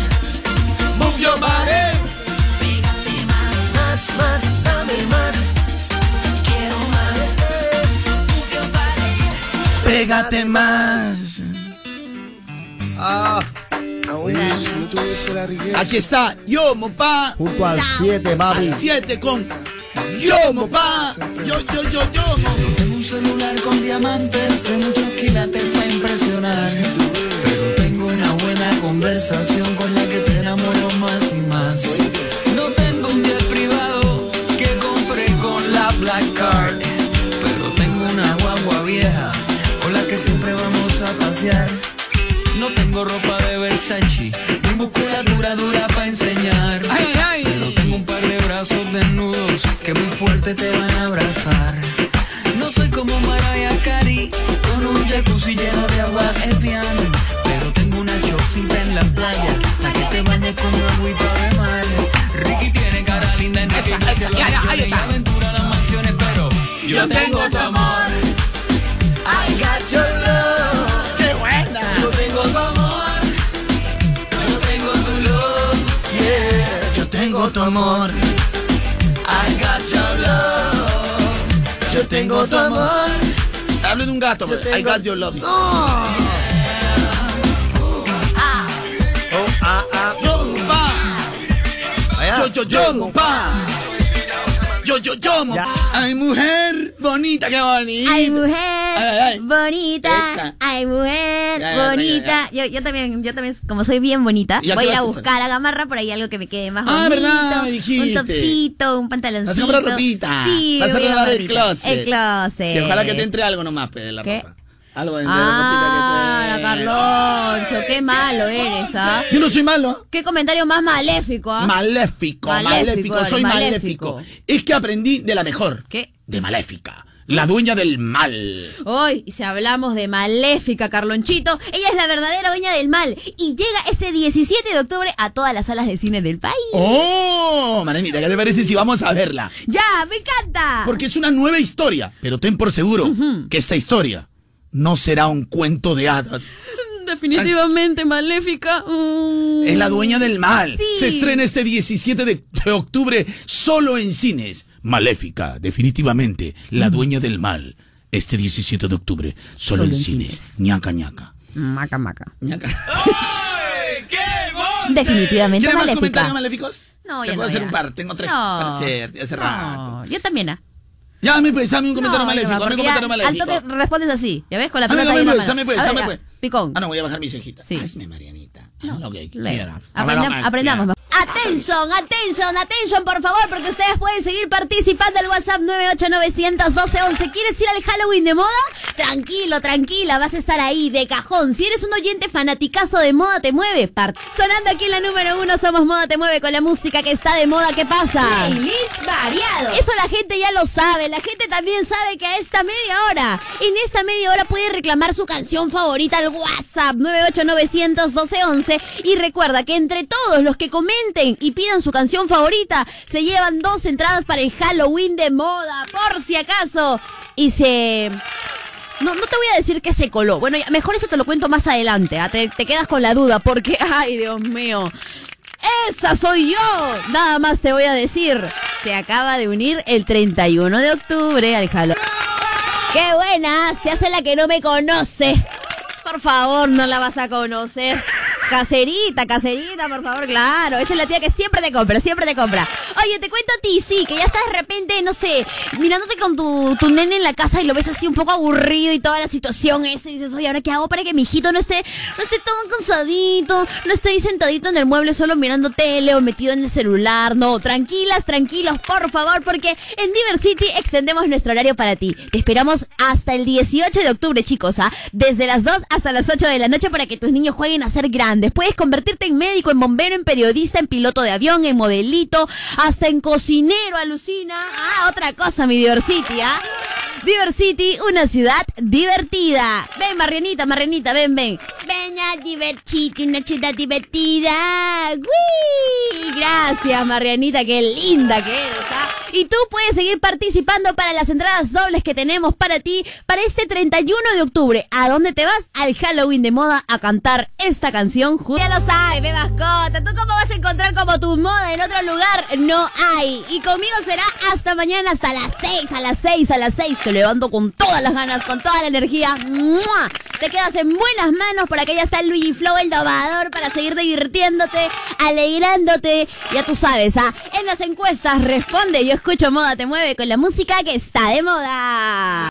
Speaker 2: Move your body.
Speaker 12: Pégate más. Más, más, dame más. Quiero más. Move your body.
Speaker 2: Pégate Ah, más. Aquí está Yo Mopa
Speaker 1: Junto al 7, papi.
Speaker 2: al 7 con Yo Mopa. Yo, yo, yo, yo.
Speaker 12: Tengo un celular con diamantes de muchos quilates para impresionar. Pero tengo una buena conversación con la que te enamoro más y más. No tengo un jet privado que compré con la Black Card. Pero tengo una guagua siempre vamos a pasear. No tengo ropa de Versace, ni musculatura dura para enseñar. Pero tengo un par de brazos desnudos que muy fuerte te van a abrazar. No soy como Mariah Carey, con un jacuzzi lleno de agua es bien. Pero tengo una chocita en la playa, la que te baña con agüita de mar. Ricky tiene cara linda en el
Speaker 33: Esa,
Speaker 12: gimnasio,
Speaker 33: esa, ya, ya,
Speaker 12: la vida
Speaker 33: ahí
Speaker 12: y
Speaker 33: está.
Speaker 12: aventura, las mansiones, pero yo tengo tu amor. I got your love. ¡Qué buena! Yo tengo tu amor. Yo tengo tu love. Yeah.
Speaker 2: Yo tengo tu amor.
Speaker 12: I got your love.
Speaker 2: Yo tengo tu amor. Hablo de un gato, pues. I got your love. Ah.
Speaker 34: Oh, ah, ah. Allá.
Speaker 2: Yo, yo, yo, pa. Yo, yo, yo, mo- Ay, mujer bonita, qué bonita.
Speaker 3: Ay, mujer bonita.
Speaker 2: Esa.
Speaker 3: Ay, mujer
Speaker 2: Ya, ya,
Speaker 3: bonita.
Speaker 2: ya,
Speaker 3: Yo, yo también, yo también, como soy bien bonita,
Speaker 2: ¿Y a qué
Speaker 3: voy a ir
Speaker 2: vas
Speaker 3: a
Speaker 2: a
Speaker 3: buscar a Gamarra por ahí algo que me quede más
Speaker 2: Ah,
Speaker 3: bonito.
Speaker 2: ¿verdad? Me
Speaker 3: un
Speaker 2: dijiste.
Speaker 3: topsito, un pantaloncito.
Speaker 2: Vas a <laughs> comprar ropita.
Speaker 3: Sí,
Speaker 2: Vas a
Speaker 3: voy
Speaker 2: renovar el
Speaker 3: ropita.
Speaker 2: closet.
Speaker 3: El closet.
Speaker 2: Sí, ojalá que te entre algo nomás, pe, de la
Speaker 3: ¿Qué?
Speaker 2: ropa. Algo de, de ropita
Speaker 3: Ah,
Speaker 2: que te...
Speaker 3: Carloncho, qué malo eres, ¿ah?
Speaker 2: Yo no soy malo.
Speaker 3: Qué comentario más maléfico, ¿ah?
Speaker 2: Maléfico,
Speaker 3: Maléfico,
Speaker 2: maléfico,
Speaker 3: eres,
Speaker 2: soy maléfico. Es que aprendí de la mejor.
Speaker 3: ¿Qué?
Speaker 2: De maléfica. La dueña del mal.
Speaker 3: Hoy, si hablamos de maléfica Carlonchito, ella es la verdadera dueña del mal y llega ese 17 de octubre a todas las salas de cine del país.
Speaker 2: Oh, Marenita, ¿qué te parece si vamos a verla?
Speaker 3: ¡Ya! ¡Me encanta!
Speaker 2: Porque es una nueva historia. Pero ten por seguro que esta historia no será un cuento de hadas.
Speaker 35: Definitivamente maléfica. Mm.
Speaker 2: Es la dueña del mal.
Speaker 35: Sí.
Speaker 2: Se estrena este 17 de, de octubre solo en cines. Maléfica, definitivamente. La
Speaker 3: Mm.
Speaker 2: dueña del mal. Este 17 de octubre solo, en, cines. Ñaca, ñaca.
Speaker 3: Maca, maca.
Speaker 2: ¿Quieres
Speaker 3: Definitivamente
Speaker 2: más
Speaker 3: maléfica.
Speaker 2: comentarios maléficos?
Speaker 3: No,
Speaker 2: Te
Speaker 3: ya
Speaker 2: puedo
Speaker 3: no,
Speaker 2: hacer
Speaker 3: ya.
Speaker 2: un par. Tengo tres
Speaker 3: No.
Speaker 2: para hacer. Hace rato.
Speaker 3: No, yo también, ¿ah?
Speaker 2: Ya me pues, dame un comentario
Speaker 3: No,
Speaker 2: maléfico.
Speaker 3: Norma,
Speaker 2: Dame un
Speaker 3: porque ya
Speaker 2: comentario maléfico.
Speaker 3: Al toque respondes así. ¿Ya ves? Con la
Speaker 2: Dame,
Speaker 3: pelota
Speaker 2: dame,
Speaker 3: ahí en la
Speaker 2: pues,
Speaker 3: mano.
Speaker 2: dame, pues,
Speaker 3: A ver,
Speaker 2: dame,
Speaker 3: ya.
Speaker 2: pues.
Speaker 3: Picón.
Speaker 2: Ah, no, voy a bajar mis cejitas. Hazme, Marianita. Ah, ok. Mira.
Speaker 3: Aprendam-
Speaker 2: Ah,
Speaker 3: aprendamos. Atención, atención, atención, por favor, porque ustedes pueden seguir participando al WhatsApp 9891211. ¿Quieres ir al Halloween de moda? Tranquilo, tranquila, vas a estar ahí de cajón. Si eres un oyente fanaticazo de Moda Te Mueve, par- sonando aquí en la número uno, somos Moda Te Mueve con la música que está de moda. ¿Qué pasa?
Speaker 35: Playlist variado.
Speaker 3: Eso la gente ya lo sabe. La gente también sabe que a esta media hora, en esta media hora puede reclamar su canción favorita al WhatsApp 989001211 y recuerda que entre todos los que comenten y pidan su canción favorita se llevan dos entradas para el Halloween de moda, por si acaso. Y se no, no te voy a decir que se coló. Bueno, ya, mejor eso te lo cuento más adelante. ¿ah? Te, te quedas con la duda porque, <laughs> ay, Dios mío. ¡Esa soy yo! Nada más te voy a decir. Se acaba de unir el 31 de octubre al Halloween. ¡Qué buena! Se hace la que no me conoce. Por favor, no la vas a conocer. Caserita, caserita, por favor, claro. Esa es la tía que siempre te compra, siempre te compra. Oye, te cuento a ti, sí, que ya estás de repente, no sé, mirándote con tu, tu nene en la casa y lo ves así un poco aburrido y toda la situación esa. Y dices, oye, ¿ahora qué hago para que mi hijito no esté, no esté todo cansadito? No esté ahí sentadito en el mueble solo mirando tele o metido en el celular. No, tranquilas, tranquilos, por favor, porque en Diversity extendemos nuestro horario para ti. Te esperamos hasta el 18 de octubre, chicos, ¿ah? Desde las 2 hasta las 8 de la noche para que tus niños jueguen a ser grandes. Puedes convertirte en médico, en bombero, en periodista, en piloto de avión, en modelito, hasta en cocinero, alucina. Ah, otra cosa, mi Diversity, ¿ah? Diversity, una ciudad divertida. Ven, Marianita, Marianita, ven, ven. Ven a Diversity, una ciudad divertida. ¡Wii! Gracias, Marianita, qué linda que eres. ¿ah? Y tú puedes seguir participando para las entradas dobles que tenemos para ti para este 31 de octubre. ¿A dónde te vas? Al Halloween de moda a cantar esta canción. ju- Ya lo sabes, ve mascota. ¿Tú cómo vas a encontrar como tu moda en otro lugar? No hay. Y conmigo será hasta mañana, hasta las 6, a las 6, a las 6. Te levanto con todas las ganas, con toda la energía. ¡Mua! Te quedas en buenas manos por acá. Ya está Luigi Flow, el dobador, para seguir divirtiéndote, alegrándote. Ya tú sabes, ¿ah? En las encuestas responde. Yo escucho Moda Te Mueve con la música que está de moda.